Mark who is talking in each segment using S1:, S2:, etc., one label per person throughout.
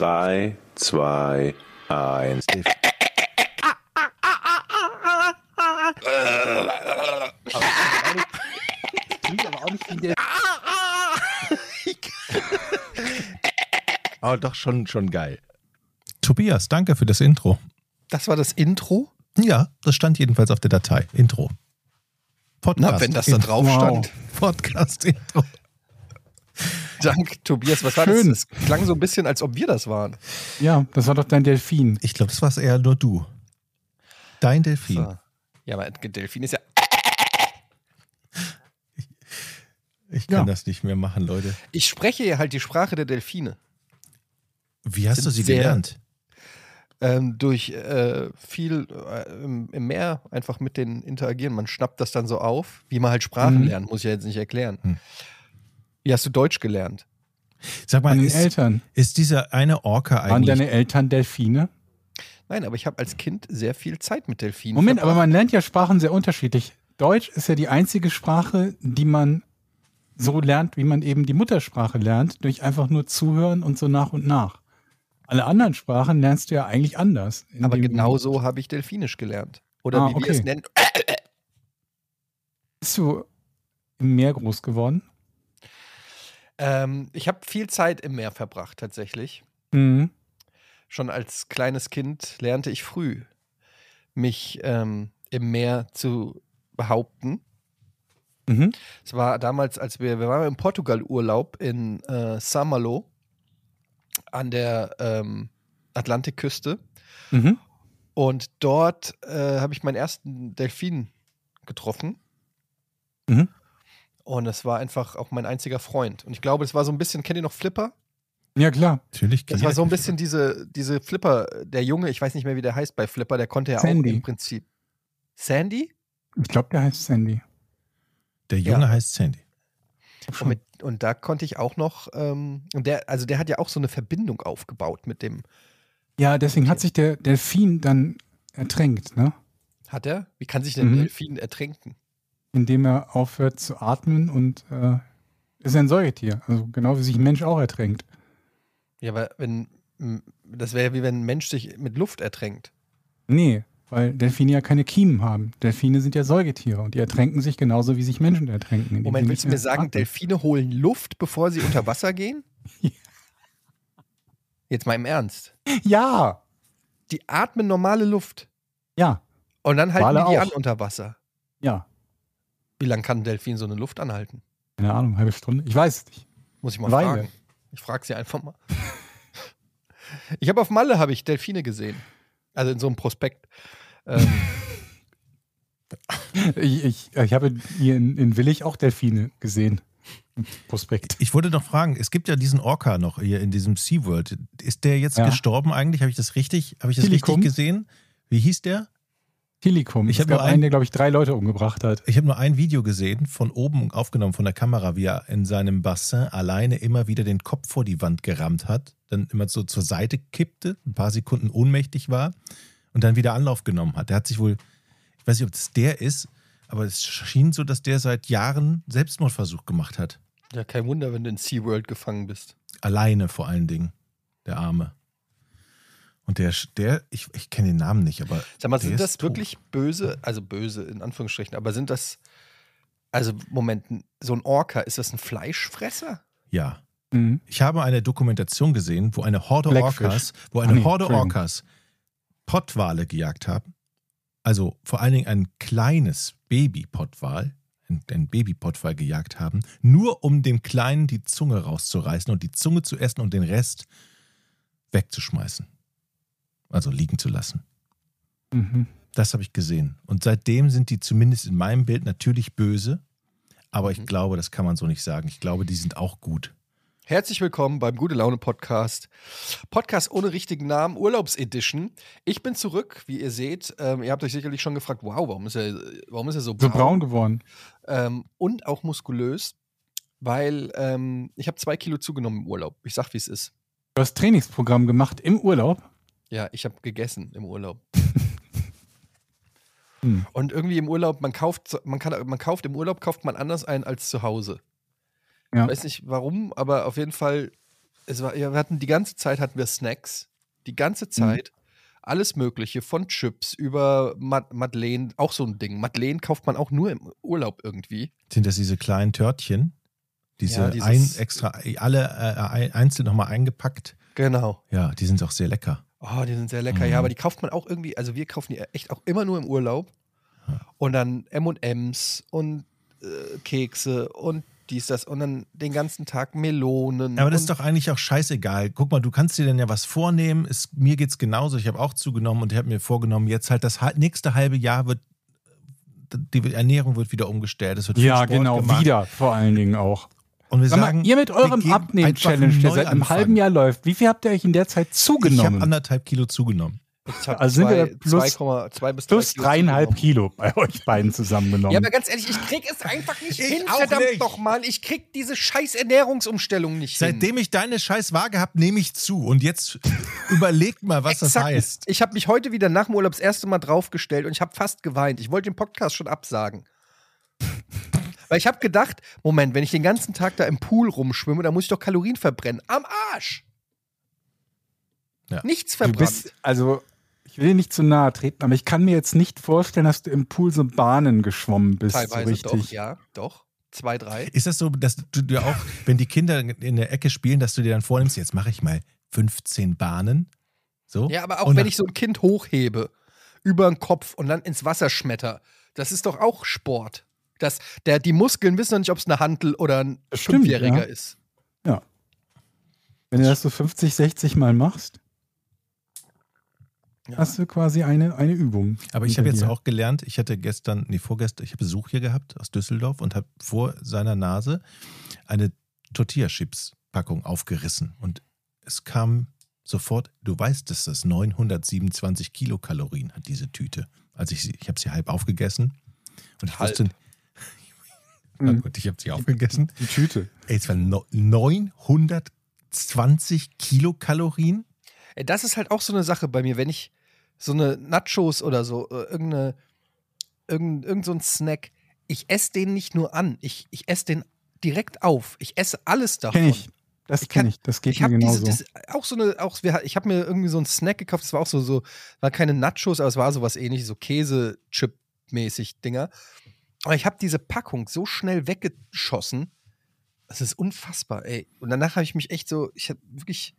S1: 3, 2, 1.
S2: Klingt aber auch nicht wie der. aber doch schon, schon geil.
S3: Tobias, danke für das Intro.
S4: Das war das Intro?
S3: Ja, das stand jedenfalls auf der Datei. Intro. Podcast.
S4: Na, wenn das da drauf stand.
S3: Podcast-Intro.
S4: Dank, Tobias. Was war
S5: Schön.
S4: das? Das klang so ein bisschen, als ob wir das waren.
S5: Ja, das war doch dein Delfin.
S3: Ich glaube, das war eher nur du. Dein Delfin.
S4: Ja, aber Delfin ist ja.
S3: Ich kann
S5: Ja.
S3: das nicht mehr machen, Leute.
S4: Ich spreche ja halt die Sprache der Delfine.
S3: Wie hast
S4: Sind
S3: du sie
S4: sehr-
S3: gelernt?
S4: Ähm, durch äh, viel äh, im, im Meer einfach mit denen interagieren. Man schnappt das dann so auf, wie man halt Sprachen
S5: Mhm.
S4: lernt, muss ich ja jetzt nicht erklären.
S3: Hm.
S4: Wie hast du Deutsch gelernt?
S3: Sag mal,
S5: An den
S3: ist,
S5: Eltern.
S3: ist dieser eine Orca
S5: Waren
S3: eigentlich
S5: deine Eltern Delfine?
S4: Nein, aber ich habe als Kind sehr viel Zeit mit Delfinen.
S5: Moment, aber
S4: verbracht.
S5: man lernt ja Sprachen sehr unterschiedlich. Deutsch ist ja die einzige Sprache, die man so lernt, wie man eben die Muttersprache lernt, durch einfach nur zuhören und so nach und nach. Alle anderen Sprachen lernst du ja eigentlich anders.
S4: Aber
S5: indem du-
S4: genau so habe ich Delfinisch gelernt. Oder
S5: Ah,
S4: wie
S5: okay.
S4: wir es nennen.
S5: Bist du im Meer groß geworden?
S4: Ähm, ich habe viel Zeit im Meer verbracht, tatsächlich.
S5: Mhm.
S4: Schon als kleines Kind lernte ich früh, mich ähm, im Meer zu behaupten.
S5: Mhm.
S4: Es war damals, als wir, wir waren im Portugal-Urlaub in äh, San Malo an der ähm, Atlantikküste.
S5: Mhm.
S4: Und dort äh, habe ich meinen ersten Delfin getroffen.
S5: Mhm.
S4: Und das war einfach auch mein einziger Freund. Und ich glaube, das war so ein bisschen, kennt ihr noch Flipper?
S5: Ja, klar.
S3: Natürlich.
S4: Das war so ein bisschen diese, diese Flipper, der Junge, ich weiß nicht mehr, wie der heißt bei Flipper, der konnte ja
S5: Sandy.
S4: auch im Prinzip. Sandy?
S5: Ich glaube, der heißt Sandy.
S3: Der Junge
S4: Ja.
S3: heißt Sandy.
S5: Hm.
S4: Und, mit, und da konnte ich auch noch, ähm, und der, also der hat ja auch so eine Verbindung aufgebaut mit dem.
S5: Ja, deswegen hat sich der Delfin dann ertränkt, ne?
S4: Hat er? Wie kann sich denn
S5: Mhm.
S4: ein Delfin ertränken?
S5: indem er aufhört zu atmen und äh, ist ein Säugetier. Also genau wie sich ein Mensch auch ertränkt.
S4: Ja, aber wenn, m, das wäre ja wie wenn ein Mensch sich mit Luft ertränkt.
S5: Nee, weil Delfine ja keine Kiemen haben. Delfine sind ja Säugetiere und die ertränken sich genauso wie sich Menschen ertränken. indem
S4: Moment,
S5: sie
S4: willst du
S5: nicht
S4: mir
S5: mehr
S4: sagen,
S5: atmen.
S4: Delfine holen Luft, bevor sie unter Wasser gehen?
S5: Ja.
S4: Jetzt mal im Ernst.
S5: Ja,
S4: Die atmen normale Luft
S5: ja,
S4: und dann halten
S5: Wale
S4: die die
S5: auch.
S4: an unter Wasser.
S5: ja.
S4: Wie lange kann ein Delfin so eine Luft anhalten?
S5: Keine Ahnung, halbe Stunde. Ich weiß es nicht.
S4: Muss ich mal
S5: Weile.
S4: fragen. Ich frage sie einfach mal. Ich habe auf Malle habe ich Delfine gesehen. Also in so einem Prospekt. Ähm,
S5: Ich, ich, ich habe hier in, in Willig auch Delfine gesehen. Im Prospekt.
S3: Ich wollte noch fragen, es gibt ja diesen Orca noch hier in diesem SeaWorld. Ist der jetzt
S5: Ja.
S3: gestorben eigentlich? Habe ich das richtig, habe ich das richtig
S5: Tilikum?
S3: gesehen? Wie hieß der?
S5: Helikum.
S3: Ich
S5: es
S3: hab nur
S5: gab einen,
S3: einen-
S5: der, glaube ich, drei Leute umgebracht hat.
S3: Ich habe nur ein Video gesehen, von oben aufgenommen von der Kamera, wie er in seinem Bassin alleine immer wieder den Kopf vor die Wand gerammt hat, dann immer so zur Seite kippte, ein paar Sekunden ohnmächtig war und dann wieder Anlauf genommen hat. Der hat sich wohl, ich weiß nicht, ob das der ist, aber es schien so, dass der seit Jahren Selbstmordversuch gemacht hat.
S4: ja, kein Wunder, wenn du in SeaWorld gefangen bist.
S3: Alleine vor allen Dingen, der Arme. Und der, der ich, ich kenne den Namen nicht, aber
S4: Sag mal,
S3: Der
S4: sind
S3: ist
S4: das
S3: tot.
S4: wirklich böse, also böse in Anführungsstrichen, aber sind das, also Moment, n- so ein Orca, ist das ein Fleischfresser?
S3: ja.
S5: Mhm.
S3: Ich habe eine Dokumentation gesehen, wo eine Horde
S5: Blackfish.
S3: Orcas, wo
S5: Ah,
S3: eine
S5: nee,
S3: Horde
S5: Entschuldigung.
S3: Orcas Pottwale gejagt haben. Also vor allen Dingen ein kleines Babypottwal, ein, ein Babypottwal gejagt haben, nur um dem Kleinen die Zunge rauszureißen und die Zunge zu essen und den Rest wegzuschmeißen. Also liegen zu lassen.
S5: Mhm.
S3: Das habe ich gesehen. Und seitdem sind die zumindest in meinem Bild natürlich böse. Aber ich
S4: Mhm.
S3: glaube, das kann man so nicht sagen. Ich glaube, die sind auch gut.
S4: Herzlich willkommen beim Gute Laune Podcast. Podcast ohne richtigen Namen, Urlaubsedition. Ich bin zurück, wie ihr seht. Ähm, ihr habt euch sicherlich schon gefragt, wow, warum ist er, warum ist er so
S5: So
S4: braun?
S5: braun geworden.
S4: ähm, und auch muskulös, weil ähm, ich habe zwei Kilo zugenommen im Urlaub. Ich sag, wie es ist.
S5: Du hast Trainingsprogramm gemacht im Urlaub.
S4: Ja, ich habe gegessen im Urlaub.
S5: Hm.
S4: Und irgendwie im Urlaub, man kauft, so- man kann, man kauft im Urlaub kauft man anders ein als zu Hause.
S5: Ja.
S4: Ich weiß nicht warum, aber auf jeden Fall es war, ja, wir hatten die ganze Zeit hatten wir Snacks, die
S5: Hm.
S4: ganze Zeit alles Mögliche, von Chips über Mad Madeleine, auch so ein Ding. Madeleine kauft man auch nur im Urlaub irgendwie.
S3: Sind das diese kleinen Törtchen? Diese
S4: Ja, dieses-
S3: ein, extra, alle äh, ein- einzeln nochmal eingepackt.
S4: Genau.
S3: Ja, die sind auch sehr lecker.
S4: Oh, die sind sehr lecker.
S3: Mhm.
S4: Ja, aber die kauft man auch irgendwie, also wir kaufen die echt auch immer nur im Urlaub. Und dann M&Ms und äh, Kekse und dies, das und dann den ganzen Tag
S5: Mhm.
S4: Melonen.
S3: Aber das ist
S4: und
S3: doch eigentlich auch scheißegal. Guck mal, du kannst dir dann ja was vornehmen. Es, mir geht's genauso. Ich habe auch zugenommen und ich habe mir vorgenommen, jetzt halt das ha- nächste halbe Jahr wird die Ernährung wird wieder umgestellt. Es wird viel
S5: Ja,
S3: Sport
S5: genau,
S3: gemacht.
S5: wieder vor allen Dingen auch.
S3: Und wir
S5: Sag
S3: sagen,
S5: mal, ihr mit
S3: wir
S5: eurem
S3: geben
S5: Abnehmen-Challenge,
S3: einfach
S5: der
S3: neu
S5: seit einem
S3: anfangen.
S5: halben Jahr läuft, wie viel habt ihr euch in der Zeit
S3: Ich habe
S5: zugenommen?
S3: anderthalb Kilo zugenommen.
S4: Ich hab
S5: Also sind wir
S4: zwei-
S5: plus-
S4: 2,2 bis 3
S5: Plus
S4: Kilo
S5: dreieinhalb
S4: zugenommen.
S5: Kilo bei euch beiden zusammengenommen.
S4: Ja, aber ganz ehrlich, ich krieg es einfach nicht
S3: Ich
S4: hin,
S3: auch
S4: verdammt
S3: nicht.
S4: nochmal. Ich krieg diese scheiß Ernährungsumstellung nicht hin.
S3: Seitdem ich deine scheiß Waage habe, nehme ich zu. Und jetzt überlegt mal, was das
S4: Exakt.
S3: heißt.
S4: Ich habe mich heute wieder nach dem Urlaub das erste Mal draufgestellt und ich habe fast geweint. Ich wollte den Podcast schon absagen. Weil ich habe gedacht, Moment, wenn ich den ganzen Tag da im Pool rumschwimme, dann muss ich doch Kalorien verbrennen. Am Arsch!
S3: Ja.
S4: Nichts
S5: du
S4: verbrannt.
S5: bist, also, ich will dir nicht zu nahe treten, aber ich kann mir jetzt nicht vorstellen, dass du im Pool so Bahnen geschwommen bist. so
S4: Teilweise
S5: richtig.
S4: doch, ja, doch. Zwei, drei.
S3: Ist das so, dass du dir auch, wenn die Kinder in der Ecke spielen, dass du dir dann vornimmst, jetzt mache ich mal 15 Bahnen? So?
S4: Ja, aber auch
S3: Und
S4: wenn
S3: nach-
S4: ich so ein Kind hochhebe über den Kopf und dann ins Wasser schmetter, das ist doch auch Sport. Das, der, die Muskeln wissen doch nicht, ob es eine Hantel oder ein
S5: Das stimmt,
S4: Fünfjähriger
S5: ja.
S4: ist.
S5: Wenn du das so 50, 60 Mal machst,
S4: Ja.
S5: hast du quasi eine, eine Übung.
S3: Aber ich habe
S5: hinter
S3: jetzt
S5: dir.
S3: auch gelernt, ich hatte gestern, nee, vorgestern, ich habe Besuch hier gehabt aus Düsseldorf und habe vor seiner Nase eine Tortilla-Chips-Packung aufgerissen. Und es kam sofort, du weißt, dass das 927 Kilokalorien hat, diese Tüte. Also ich, sie- ich habe sie halb aufgegessen. Und ich
S4: Halb.
S3: wusste, na
S5: Mhm.
S3: gut, ich habe sie aufgegessen.
S5: Die Tüte.
S3: Ey, es waren no- 920 Kilokalorien.
S4: Ey, Das ist halt auch so eine Sache bei mir, wenn ich so eine Nachos oder so, äh, irgendeine, irgend, irgend so ein Snack, ich esse den nicht nur an, ich, ich esse den direkt auf. Ich esse alles davon.
S5: Kenn ich. Das
S4: Ich kann-
S5: kenne ich. Das geht
S4: Ich
S5: mir
S4: habe
S5: genauso.
S4: das, auch so eine, auch, wir, ich habe mir irgendwie so einen Snack gekauft, das war auch so, so, war keine Nachos, aber es war sowas ähnliches, so Käse-Chip-mäßig Dinger. Aber ich habe diese Packung so schnell weggeschossen, das ist unfassbar, ey. Und danach habe ich mich echt so, ich habe wirklich,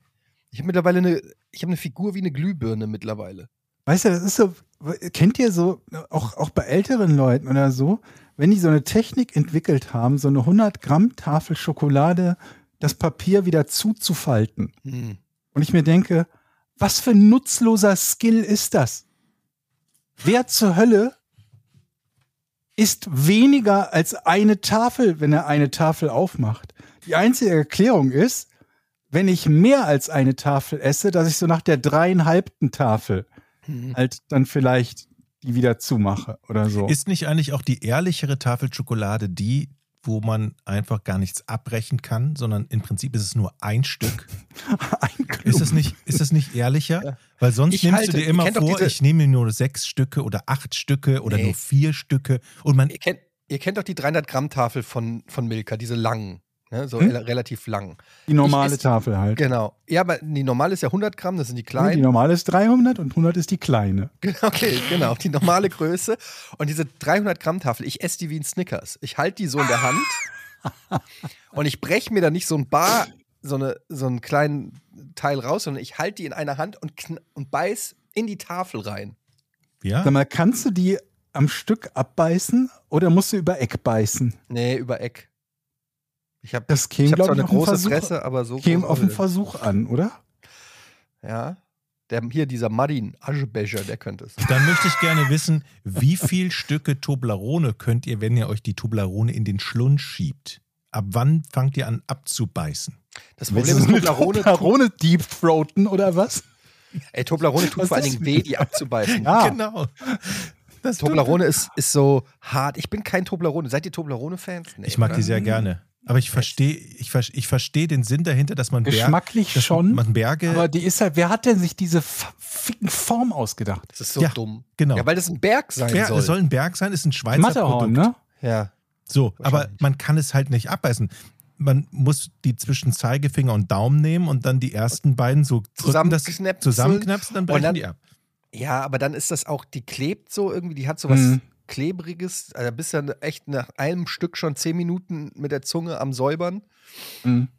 S4: ich habe mittlerweile eine, ich habe eine Figur wie eine Glühbirne mittlerweile.
S5: Weißt du, das ist so, kennt ihr so, auch, auch bei älteren Leuten oder so, wenn die so eine Technik entwickelt haben, so eine 100 Gramm Tafel Schokolade, das Papier wieder zuzufalten. Und ich mir denke, was für ein nutzloser Skill ist das? Wer zur Hölle ist weniger als eine Tafel, wenn er eine Tafel aufmacht? Die einzige Erklärung ist, wenn ich mehr als eine Tafel esse, dass ich so nach der dreieinhalbten Tafel
S4: Hm.
S3: Hm.
S5: halt dann vielleicht die wieder zumache oder
S4: Oh.
S5: so.
S3: Ist nicht eigentlich auch die ehrlichere Tafel Schokolade die, wo man einfach gar nichts abbrechen kann, sondern im Prinzip ist es nur ein Stück?
S5: ein
S3: Ist das nicht, ist das nicht ehrlicher? Weil sonst
S4: Ich
S3: nimmst
S4: halte-
S3: du dir immer
S4: ihr kennt doch
S3: vor,
S4: diese-
S3: ich nehme mir nur sechs Stücke oder acht Stücke oder
S4: Nee.
S3: nur vier Stücke und man.
S4: Ihr kennt, ihr kennt doch die 300-Gramm-Tafel von, von Milka, diese langen, ne? so
S5: Hm?
S4: rel- relativ lang.
S5: Die normale
S4: esse-
S5: Tafel halt.
S4: Genau. Ja, aber die normale ist ja 100 Gramm, das sind die
S5: Nee,
S4: kleinen.
S5: Die normale ist 300 und 100 ist die kleine.
S4: Okay, genau, die normale Größe. Und diese 300 Gramm Tafel, ich esse die wie ein Snickers. Ich halte die so in der Hand und ich breche mir da nicht so ein Bar, so, eine, so einen kleinen Teil raus, sondern ich halte die in einer Hand und, kn- und beiß in die Tafel rein.
S3: Ja,
S5: Sag mal, kannst du die am Stück abbeißen oder musst du über Eck beißen?
S4: Nee, über Eck. Ich habe
S5: Das
S4: ich
S5: käme,
S4: hab zwar
S5: glaube
S4: eine
S5: ich, auf den
S4: große
S5: Versuch,
S4: Fresse, aber so.
S5: käme
S4: groß
S5: auf den
S4: ist sie
S5: Versuch an, oder?
S4: nicht. Ja. Der, hier dieser Marin Aschebecher, der könnte es.
S3: dann möchte ich gerne wissen, wie viel Stücke Toblerone könnt ihr, wenn ihr euch die Toblerone in den Schlund schiebt? Ab wann fangt ihr an abzubeißen?
S4: Das
S5: Willst
S4: Problem
S5: du
S4: ist,
S5: so eine
S4: Toblerone,
S5: Toblerone deepthroaten oder was?
S4: ey, Toblerone tut
S5: Was
S4: vor allen
S5: ist
S4: Dingen weh, die abzubeißen.
S5: Ja,
S3: Genau. Das tut
S4: Toblerone ist, ist so hart. Ich bin kein Toblerone. Seid ihr Toblerone-Fans? Nee,
S3: Ich mag
S4: oder?
S3: die sehr gerne. Aber ich verstehe ich, ver ich verstehe den Sinn dahinter, dass man Ber-
S5: geschmacklich
S3: dass
S5: schon.
S3: man Berge
S5: aber die ist halt, wer hat denn sich diese f- ficken Form ausgedacht?
S4: Das ist so
S3: Ja,
S4: dumm.
S3: genau.
S4: Ja, weil das ein Berg sein
S3: Ber
S4: soll.
S3: Es soll ein Berg sein, ist ein Schweizer
S5: Matterhorn,
S3: Produkt.
S5: ne?
S4: Ja.
S3: So, aber
S4: Wahrscheinlich.
S3: man kann es halt nicht abbeißen. man muss die zwischen Zeigefinger und Daumen nehmen und dann die ersten beiden so drücken, dass
S4: Zusammenknäpseln.
S3: zusammenknapsen, dann brechen
S4: Und dann-
S3: die ab.
S4: Ja, aber dann ist das auch, die klebt so irgendwie, die hat so was
S5: Mhm.
S4: Klebriges. Also da bist du dann echt nach einem Stück schon zehn Minuten mit der Zunge am Säubern.
S5: Mhm.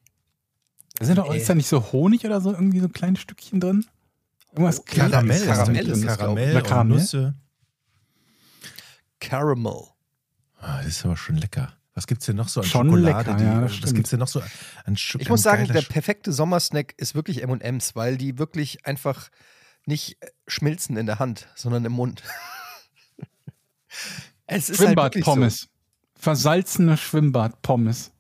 S5: Sind doch,
S4: Ey.
S5: ist da nicht so Honig oder so irgendwie so kleine Stückchen drin? Irgendwas
S4: Oh,
S5: Kleines.
S4: Karamell ist
S3: Karamell,
S4: Karamell ist, halt glaub ich.
S3: Karamell
S5: Oder
S3: und
S5: Karamell?
S3: Nüsse.
S4: Caramel.
S3: Ah, das ist aber schon lecker. Was gibt's denn noch so an
S5: Schon
S3: Schokolade?
S5: lecker,
S3: die,
S5: ja, das
S3: was
S5: stimmt.
S3: gibt's denn noch so an Schokolade?
S4: Ich muss sagen, der perfekte Sommersnack ist wirklich M&M's, weil die wirklich einfach nicht äh, schmilzen in der Hand, sondern im Mund. es ist halt wirklich
S5: Schwimmbadpommes. Versalzene Schwimmbadpommes.
S4: So.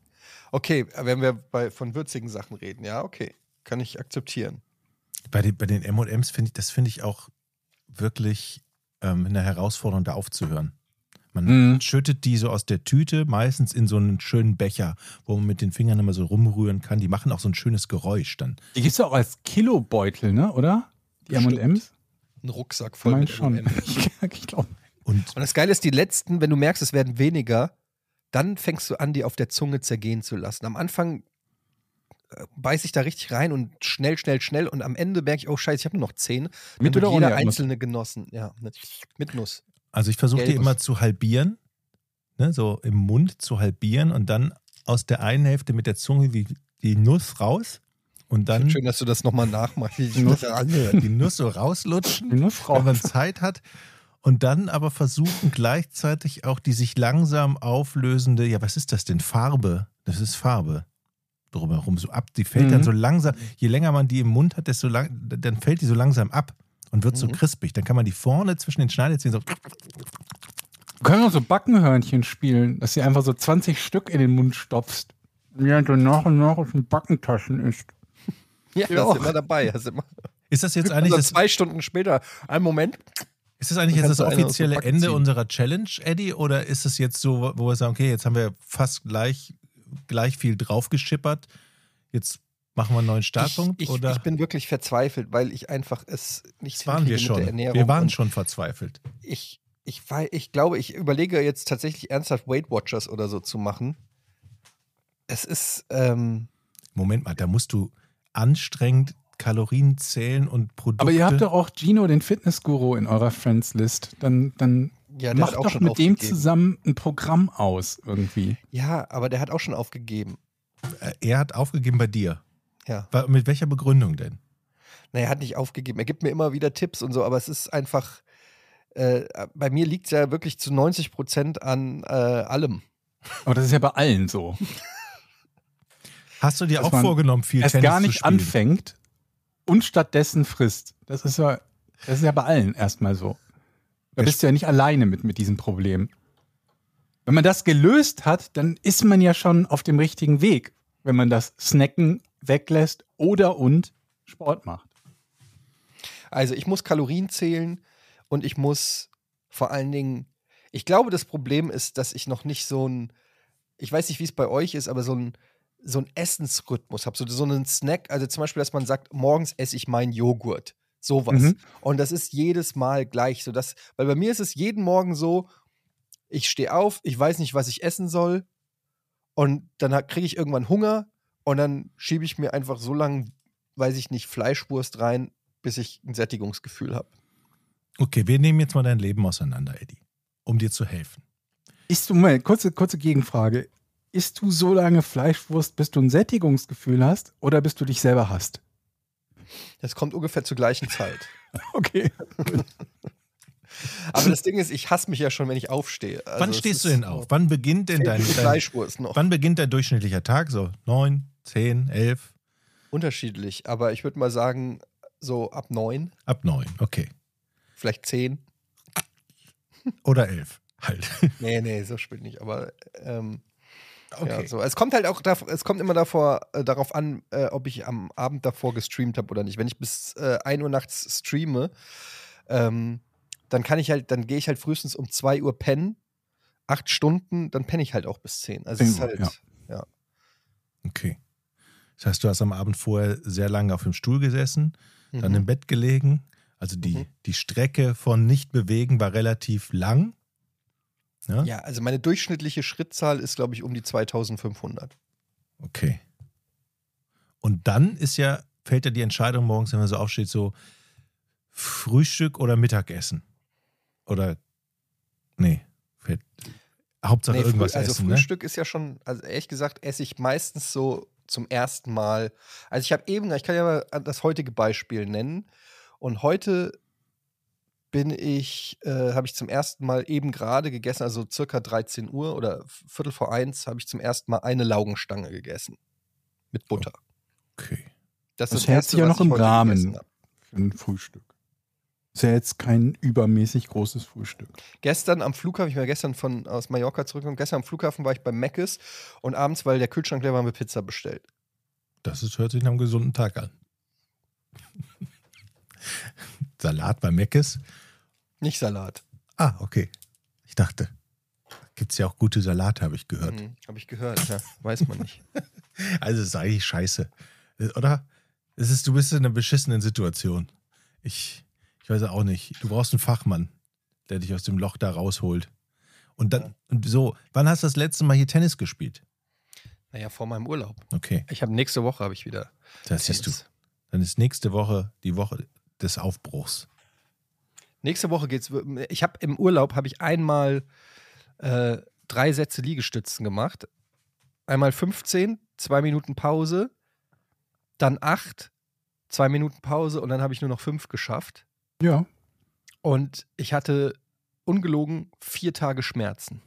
S4: Okay, äh, wenn wir bei, von würzigen Sachen reden, ja, okay, kann ich akzeptieren.
S3: bei den, bei den M&M's finde ich, das finde ich auch wirklich ähm, eine Herausforderung, da aufzuhören. Man
S5: Mhm.
S3: schüttet die so aus der Tüte, meistens in so einen schönen Becher, wo man mit den Fingern immer so rumrühren kann. Die machen auch so ein schönes Geräusch dann.
S5: Die gibt es ja auch als Kilobeutel, ne? oder? Die
S4: Bestimmt.
S5: M&M's?
S4: Ein Rucksack voll
S5: Nein,
S4: mit
S5: schon.
S4: M&M's.
S5: Ich, ich glaube.
S3: Und
S4: Und das Geile ist, die letzten, wenn du merkst, es werden weniger, dann fängst du an, die auf der Zunge zergehen zu lassen. Am Anfang äh, beiß ich da richtig rein und schnell, schnell, schnell. Und am Ende merke ich, oh Scheiße, ich habe nur noch zehn.
S5: Mit
S4: Dann
S5: oder
S4: wird
S5: ohne
S4: jeder
S5: Erdnuss?
S4: einzelne genossen, ja. ne? Mit Nuss.
S3: also ich versuche die
S4: Gelbes.
S3: immer zu halbieren, ne, so im Mund zu halbieren und dann aus der einen Hälfte mit der Zunge die, die Nuss raus und dann
S4: Schön, dass du das nochmal nachmachst. Ich
S5: Nuss.
S4: das
S3: anhören, die Nuss so rauslutschen,
S5: Nur
S3: wenn
S5: Frau.
S3: man Zeit hat. Und dann aber versuchen gleichzeitig auch die sich langsam auflösende, ja, was ist das denn? Farbe. Das ist Farbe. Drumherum so ab. Die fällt
S5: Mhm.
S3: dann so langsam, je länger man die im Mund hat, desto lang, dann fällt die so langsam ab und wird so
S4: Mhm.
S3: krispig. Dann kann man die vorne zwischen den Schneidezähnen so
S5: Können wir so Backenhörnchen spielen, dass sie einfach so 20 Stück in den Mund stopfst. Ja, du nach und nach aus den Backentaschen isst.
S4: Ja, das
S5: auch.
S4: ist immer dabei. Das ist immer,
S3: Ist das jetzt eigentlich
S4: also
S3: das,
S4: zwei Stunden später. Einen Moment.
S3: ist das, eigentlich jetzt das
S4: Kannst du einen aus dem
S3: offizielle
S4: Backen
S3: Ende
S4: ziehen.
S3: unserer Challenge, Eddie? Oder ist es jetzt so, wo wir sagen, okay, jetzt haben wir fast gleich, gleich viel draufgeschippert. Jetzt machen wir einen neuen Startpunkt?
S4: ich, ich,
S3: oder?
S4: ich bin wirklich verzweifelt, weil ich einfach es nicht
S3: Das waren wir
S4: hinkriege mit
S3: schon.
S4: der Ernährung.
S3: Wir waren
S4: Und
S3: schon verzweifelt.
S4: Ich, ich, wei- ich glaube, ich überlege jetzt tatsächlich ernsthaft Weight Watchers oder so zu machen. Es ist, ähm,
S3: Moment mal, da musst du anstrengend Kalorien zählen und Produkte.
S5: Aber ihr habt doch auch Gino, den Fitnessguru, in eurer Friends-List. Dann, dann
S4: ja, der
S5: macht
S4: hat auch
S5: doch
S4: schon
S5: mit dem
S4: aufgegeben.
S5: zusammen ein Programm aus irgendwie.
S4: Ja, aber der hat auch schon aufgegeben.
S3: Äh, er hat aufgegeben bei dir.
S4: Ja.
S3: Wa- Mit welcher Begründung denn?
S4: Na, er hat nicht aufgegeben. Er gibt mir immer wieder Tipps und so, aber es ist einfach, äh, bei mir liegt es ja wirklich zu 90 Prozent an äh, allem.
S5: Aber das ist ja bei allen so.
S3: Hast du dir
S5: Dass
S3: auch
S5: man
S3: vorgenommen, viel
S5: Erst
S3: Tennis
S5: gar
S3: zu
S5: nicht
S3: spielen?
S5: anfängt und stattdessen frisst. Das ist ja, das ist ja bei allen erstmal so. Da
S3: Ja,
S5: bist du ja nicht alleine mit, mit diesem Problem. Wenn man das gelöst hat, dann ist man ja schon auf dem richtigen Weg, wenn man das Snacken weglässt oder und Sport macht.
S4: Also ich muss Kalorien zählen und ich muss vor allen Dingen, ich glaube, das Problem ist, dass ich noch nicht so ein, ich weiß nicht, wie es bei euch ist, aber so ein, so ein Essensrhythmus habe, so, so einen Snack, also zum Beispiel, dass man sagt, morgens esse ich meinen Joghurt, sowas.
S5: Mhm.
S4: Und das ist jedes Mal gleich, so dass, weil bei mir ist es jeden Morgen so, ich stehe auf, ich weiß nicht, was ich essen soll und dann kriege ich irgendwann Hunger und dann schiebe ich mir einfach so lange, weiß ich nicht, Fleischwurst rein, bis ich ein Sättigungsgefühl habe.
S3: Okay, wir nehmen jetzt mal dein Leben auseinander, Eddie, um dir zu helfen.
S5: Isst du mal, kurze, kurze Gegenfrage. Isst du so lange Fleischwurst, bis du ein Sättigungsgefühl hast oder bis du dich selber hast?
S4: Das kommt ungefähr zur gleichen Zeit.
S5: Okay.
S4: Aber das Ding ist, ich hasse mich ja schon, wenn ich aufstehe. Also
S3: wann
S4: es
S3: stehst du
S4: ist
S3: denn
S4: so-
S3: auf? Wann beginnt denn dein,
S4: Die
S3: dein
S4: Fleischwurst noch.
S3: Wann beginnt dein durchschnittlicher Tag? So neun, zehn, elf,
S4: Unterschiedlich, aber ich würde mal sagen, so ab neun,
S3: ab neun, okay.
S4: vielleicht zehn.
S3: Oder elf. Halt.
S4: Nee, nee, so spät nicht, aber ähm,
S3: Okay.
S4: ja, so. Es kommt halt auch, dav- es kommt immer davor, äh, darauf an, äh, ob ich am Abend davor gestreamt habe oder nicht. Wenn ich bis äh, 1 Uhr nachts streame, ähm, dann kann ich halt, dann gehe ich halt frühestens um 2 Uhr pennen, acht Stunden, dann penne ich halt auch bis 10. Also es ist
S5: Zehn Uhr,
S4: halt,
S5: ja.
S3: Okay. Das heißt, du hast am Abend vorher sehr lange auf dem Stuhl gesessen, dann im
S4: mhm.
S3: Bett gelegen. Also die,
S4: Mhm.
S3: die Strecke von nicht bewegen war relativ lang. ne?
S4: ja, also meine durchschnittliche Schrittzahl ist, glaube ich, um die 2500.
S3: Okay. Und dann ist ja, fällt ja die Entscheidung morgens, wenn man so aufsteht, so Frühstück oder Mittagessen. Oder nee, fällt. Hauptsache
S4: Nee, früh-
S3: irgendwas
S4: also
S3: essen, ne?
S4: Frühstück ist ja schon, also ehrlich gesagt, esse ich meistens so zum ersten Mal. Also ich habe eben, ich kann ja mal äh, das heutige Beispiel nennen. Und heute bin ich, äh, habe ich zum ersten Mal eben gerade gegessen, also circa 13 Uhr oder Viertel vor eins, habe ich zum ersten Mal eine Laugenstange gegessen. Mit Butter.
S3: Okay.
S5: Das hält sich ja
S4: was
S5: noch
S4: ich
S5: im
S4: heute
S5: Rahmen.
S4: gegessen habe.
S5: für ein Frühstück. Ist ja jetzt kein übermäßig großes Frühstück.
S4: Gestern am Flughafen, ich war gestern von, aus Mallorca zurückgekommen, gestern am Flughafen war ich bei Meckes und abends, weil der Kühlschrank leer war, haben wir Pizza bestellt.
S3: Das ist, hört sich nach einem gesunden Tag an. Salat bei Meckes.
S4: Nicht Salat.
S3: Ah, okay. Ich dachte, gibt es ja auch gute Salate, habe ich gehört.
S4: Mhm, Habe ich gehört, ja. Weiß man nicht.
S3: Also es ist eigentlich scheiße. Äh, Oder? Es ist, du bist in einer beschissenen Situation. Ich, ich weiß auch nicht. Du brauchst einen Fachmann, der dich aus dem Loch da rausholt. Und dann, und so, wann hast du das letzte Mal hier Tennis gespielt?
S4: Naja, vor meinem Urlaub.
S3: Okay,
S4: Ich habe nächste Woche habe ich wieder.
S3: das siehst du.
S4: Tennis.
S3: Dann ist nächste Woche die Woche des Aufbruchs.
S4: Nächste Woche geht's. wir- Ich habe im Urlaub habe ich einmal äh, drei Sätze Liegestützen gemacht. Einmal 15, zwei Minuten Pause, dann acht, zwei Minuten Pause und dann habe ich nur noch fünf geschafft.
S5: Ja.
S4: Und ich hatte ungelogen vier Tage Schmerzen.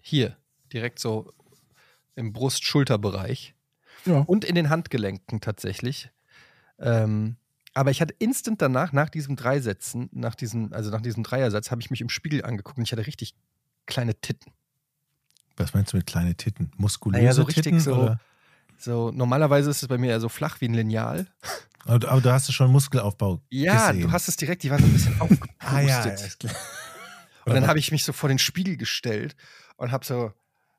S4: Hier, direkt so im Brust-Schulterbereich.
S5: Ja.
S4: Und in den Handgelenken tatsächlich. Ähm, aber ich hatte instant danach, nach diesem Dreisätzen, nach diesem, also nach diesem Dreiersatz, habe ich mich im Spiegel angeguckt und ich hatte richtig kleine Titten.
S3: Was meinst du mit kleine Titten? Muskulöse
S4: Naja, so richtig
S3: Titten?
S4: so-
S3: oder?
S4: So, normalerweise ist es bei mir ja so flach wie ein Lineal.
S3: Aber, du- aber du hast schon Muskelaufbau
S4: Ja,
S3: gesehen.
S4: du hast es direkt, die war so ein bisschen aufgepustet.
S3: Ah ja, alles klar.
S4: Und dann habe ich mich so vor den Spiegel gestellt und habe so,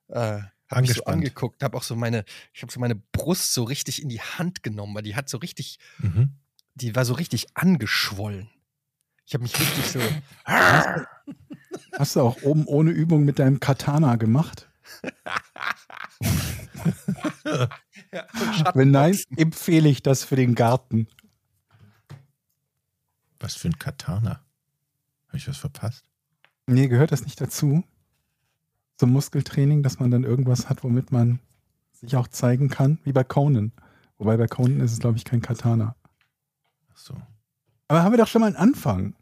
S4: äh, hab mich so
S3: Angespannt.
S4: angeguckt, habe auch so meine, ich habe so meine Brust so richtig in die Hand genommen, weil die hat so richtig,
S3: Mhm.
S4: die war so richtig angeschwollen. Ich habe mich richtig so,
S5: Hast du auch oben ohne Übung mit deinem Katana gemacht?
S4: ja, und Schatten-
S5: Wenn nein, empfehle ich das für den Garten.
S3: Was für ein Katana? Habe ich was verpasst?
S5: Nee, gehört das nicht dazu? Zum Muskeltraining, dass man dann irgendwas hat, womit man sich auch zeigen kann, wie bei Conan. Wobei bei Conan ist es, glaube ich, kein Katana.
S3: Ach so.
S5: Aber haben wir doch schon mal einen Anfang.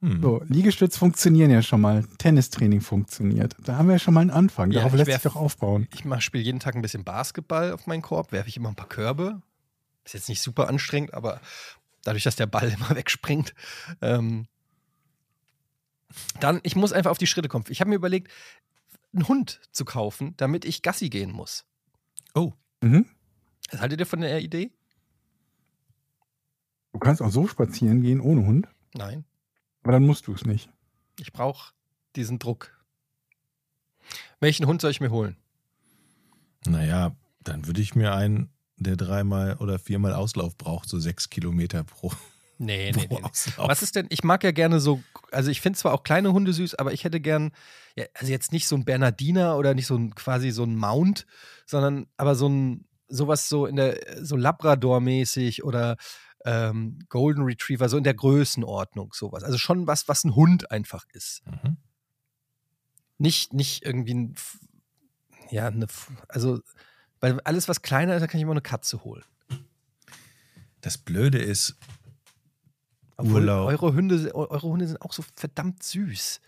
S3: Hm.
S5: So, Liegestütz funktionieren ja schon mal, Tennistraining funktioniert. Da haben wir ja schon mal einen Anfang.
S4: Ja,
S5: Darauf
S4: ich
S5: lässt
S4: werf-
S5: sich doch aufbauen.
S4: ich spiele jeden Tag ein bisschen Basketball auf meinen Korb, werfe ich immer ein paar Körbe. Ist jetzt nicht super anstrengend, aber dadurch, dass der Ball immer wegspringt. Ähm, dann, ich muss einfach auf die Schritte kommen. Ich habe mir überlegt, einen Hund zu kaufen, damit ich Gassi gehen muss.
S5: Mhm.
S4: Was haltet ihr von der Idee?
S5: Du kannst auch so spazieren gehen ohne Hund,
S4: Nein.
S5: aber dann musst du es nicht.
S4: Ich brauche diesen Druck. Welchen Hund soll ich mir holen?
S3: Naja, dann würde ich mir einen, der dreimal oder viermal Auslauf braucht, so sechs Kilometer pro,
S4: Nee,
S3: pro
S4: nee, nee. nee.
S3: Auslauf.
S4: Was ist denn, ich mag ja gerne so, also ich finde zwar auch kleine Hunde süß, aber ich hätte gern, ja, also jetzt nicht so ein Bernardiner oder nicht so ein quasi so ein Mount, sondern aber so ein, sowas so in der, so Labrador-mäßig oder ähm, Golden Retriever, so in der Größenordnung, sowas. Also schon was, was ein Hund einfach ist.
S3: Mhm.
S4: nicht, nicht irgendwie ein, F- ja, eine, F- also, weil alles, was kleiner ist, da kann ich immer eine Katze holen.
S3: Das Blöde ist,
S4: Obwohl
S3: Urlaub.
S4: Eure Hunde, eure Hunde sind auch so verdammt süß.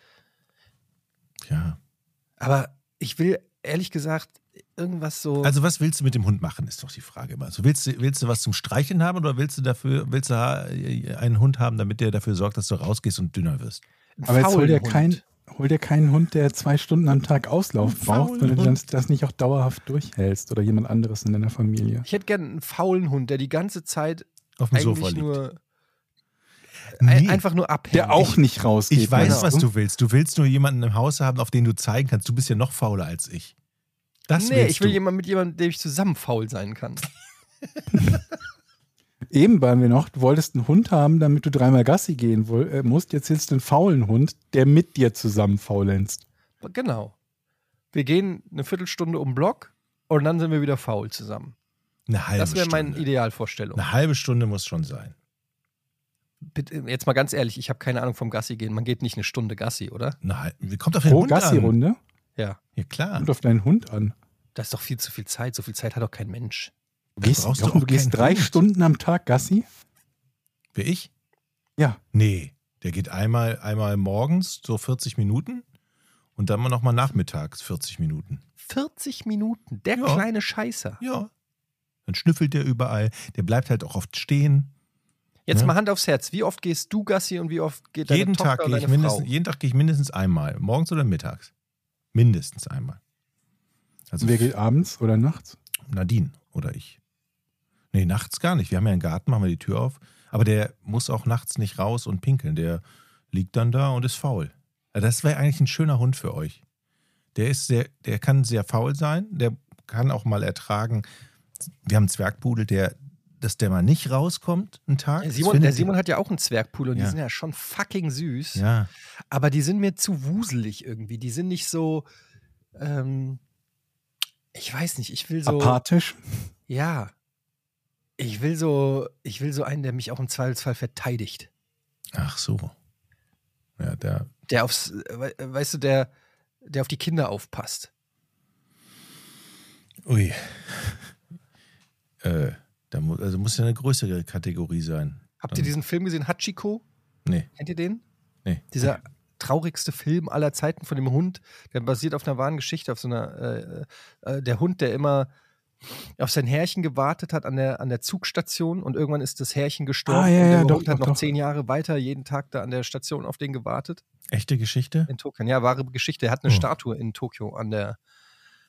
S3: ja.
S4: Aber ich will ehrlich gesagt irgendwas so.
S3: Also, was willst du mit dem Hund machen, ist doch die Frage immer. Also, willst, du, willst du was zum Streicheln haben oder willst du dafür, willst du ha- einen Hund haben, damit der dafür sorgt, dass du rausgehst und dünner wirst?
S4: einen
S5: Aber jetzt hol
S4: faulen
S5: dir,
S4: Hund.
S5: kein, hol dir keinen Hund, der zwei Stunden am Tag Auslauf
S3: Einen
S5: braucht,
S3: faulen
S5: wenn du
S3: Hund.
S5: das, das nicht auch dauerhaft durchhältst oder jemand anderes in deiner Familie.
S4: Ich hätte gerne einen faulen Hund, der die ganze Zeit
S3: Auf dem Sofa
S4: eigentlich
S3: liegt.
S4: nur
S3: Nee.
S4: ein, einfach nur abhängt.
S5: Der auch
S4: ich,
S5: nicht rausgeht.
S3: ich weiß,
S5: meinst
S3: was du willst. Du willst nur jemanden im Haus haben, auf den du zeigen kannst. Du bist ja noch fauler als ich. Das
S4: Nee,
S3: willst
S4: ich will
S3: du.
S4: jemand mit jemandem, mit dem ich zusammen faul sein kann.
S5: Eben waren wir noch, du wolltest einen Hund haben, damit du dreimal Gassi gehen woll- äh, musst. Jetzt sitzt einen faulen Hund, der mit dir zusammen faulenzt.
S4: Genau. Wir gehen eine Viertelstunde um den Block, Und dann sind wir wieder faul zusammen.
S3: Eine halbe
S4: das wäre
S3: Stunde.
S4: meine Idealvorstellung.
S3: Eine halbe Stunde muss schon sein.
S4: Bitte, jetzt mal ganz ehrlich, ich habe keine Ahnung vom Gassi gehen. Man geht nicht eine Stunde Gassi, oder?
S3: Eine halbe, kommt auf den
S5: Pro
S3: Hund an. Ah.
S5: Gassi-Runde.
S4: Ja.
S3: Ja klar.
S5: Kommt auf deinen Hund an.
S4: Das ist doch viel zu viel Zeit. So viel Zeit hat doch kein Mensch.
S3: Da
S5: Gehst,
S3: brauchst
S5: Jochen,
S3: du auch
S5: du gehst
S3: keinen
S5: drei
S3: Hund.
S5: Stunden am Tag Gassi?
S3: Wie ich?
S5: Ja.
S3: Nee, der geht einmal, einmal morgens so 40 Minuten und dann mal nochmal nachmittags 40 Minuten.
S4: 40 Minuten. Der
S3: Ja.
S4: kleine Scheißer.
S3: Ja. Dann schnüffelt der überall. Der bleibt halt auch oft stehen.
S4: Jetzt
S3: Ja.
S4: mal Hand aufs Herz. Wie oft gehst du Gassi und wie oft geht deine
S3: Jeden
S4: Tochter
S3: Tag,
S4: und
S3: gehe ich
S4: deine Frau?
S3: mindestens, jeden Tag gehe ich mindestens einmal. Morgens oder mittags. Mindestens einmal. Also
S5: Wer geht abends oder nachts?
S3: Nadine oder ich. Nee, nachts gar nicht. Wir haben ja einen Garten, machen wir die Tür auf. Aber der muss auch nachts nicht raus und pinkeln. Der liegt dann da und ist faul. Ja, Das wäre eigentlich ein schöner Hund für euch. Der ist sehr, der kann sehr faul sein, der kann auch mal ertragen. Wir haben einen Zwergpudel, der, dass der mal nicht rauskommt, einen Tag.
S4: Der
S3: das
S4: Simon,
S3: findet
S4: der
S3: er-
S4: Simon hat ja auch einen Zwergpudel und
S3: Ja.
S4: die sind ja schon fucking süß.
S3: Ja,
S4: Aber die sind mir zu wuselig irgendwie. Die sind nicht so. Ähm, ich weiß nicht, ich will so.
S5: Apathisch?
S4: Ja. Ich will so, ich will so einen, der mich auch im Zweifelsfall verteidigt.
S3: ach so. Ja, der,
S4: Der aufs, äh, we- äh, weißt du, der, der auf die Kinder aufpasst.
S3: ui. äh, da mu also muss ja eine größere Kategorie sein.
S4: Habt ihr diesen Film gesehen, Hachiko?
S3: Nee,
S4: Kennt ihr den?
S3: nee.
S4: Dieser traurigste Film aller Zeiten von dem Hund, der basiert auf einer wahren Geschichte, auf so einer, äh, äh, der Hund, der immer auf sein Herrchen gewartet hat an der, an der Zugstation und irgendwann ist das Herrchen gestorben
S5: Ah, ja,
S4: und der
S5: ja, doch,
S4: Hund hat
S5: doch,
S4: noch
S5: doch.
S4: zehn Jahre weiter jeden Tag da an der Station auf den gewartet.
S3: Echte Geschichte?
S4: In Tokio. Ja, wahre Geschichte. Er hat eine
S5: Hm.
S3: Oh.
S4: Statue in Tokio an der,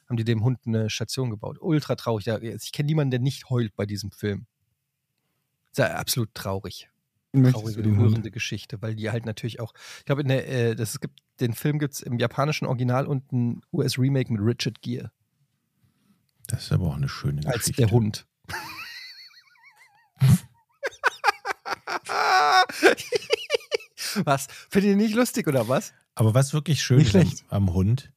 S4: haben die dem Hund eine Station gebaut. Ultra traurig. Ja, Ich kenne niemanden, der nicht heult bei diesem Film. Ist ja absolut traurig.
S5: Den möchtest du
S4: Traurige,
S5: den Hund?
S4: rührende Geschichte, weil die halt natürlich auch, ich glaube, in der, äh, das es gibt, den Film gibt es im japanischen Original und ein US-Remake mit Richard Gere
S3: Das ist aber auch eine schöne
S4: als
S3: Geschichte.
S4: der Hund. was? Findet ihr nicht lustig oder was?
S3: Aber was wirklich schön
S5: Nicht
S3: ist am,
S5: schlecht.
S3: am Hund,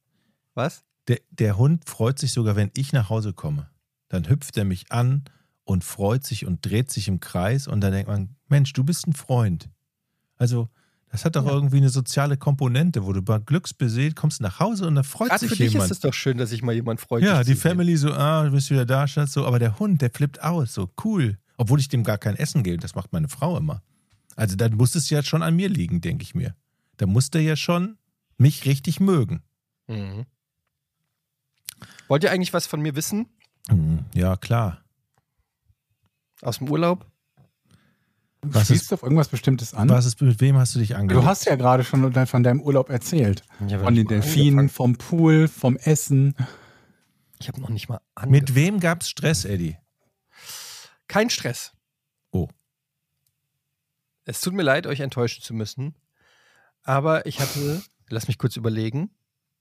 S4: Was?
S3: der, der Hund freut sich sogar, wenn ich nach Hause komme. Dann hüpft er mich an und freut sich und dreht sich im Kreis und dann denkt man, Mensch, du bist ein Freund. Also, das hat doch irgendwie eine soziale Komponente, wo du mal glücksbeseelt kommst nach Hause und da freut
S4: Gerade
S3: sich
S4: für dich
S3: jemand.
S4: ist es doch schön, dass sich mal jemand freut.
S3: ja,
S4: dich
S3: die
S4: zu sehen.
S3: Family so, ah, du bist wieder da, Schatz, so, aber der Hund, der flippt aus, so cool. Obwohl ich dem gar kein Essen gebe, das macht meine Frau immer. Also dann muss es ja schon an mir liegen, denke ich mir. Da muss der ja schon mich richtig mögen.
S4: Mhm. Wollt ihr eigentlich was von mir wissen
S3: Mhm. Ja, klar.
S4: aus dem Urlaub?
S5: Du
S3: Was
S5: spielst auf irgendwas Bestimmtes
S4: Hm?
S5: an?
S3: Was ist, mit wem hast du dich angelegt?
S5: Du hast ja gerade schon von deinem Urlaub erzählt. Von den Delfinen, vom Pool, vom Essen.
S4: Ich habe noch nicht mal angefangen.
S3: mit wem gab's Stress, Eddie?
S4: Kein Stress.
S3: Oh.
S4: Es tut mir leid, euch enttäuschen zu müssen, aber ich hatte, lass mich kurz überlegen,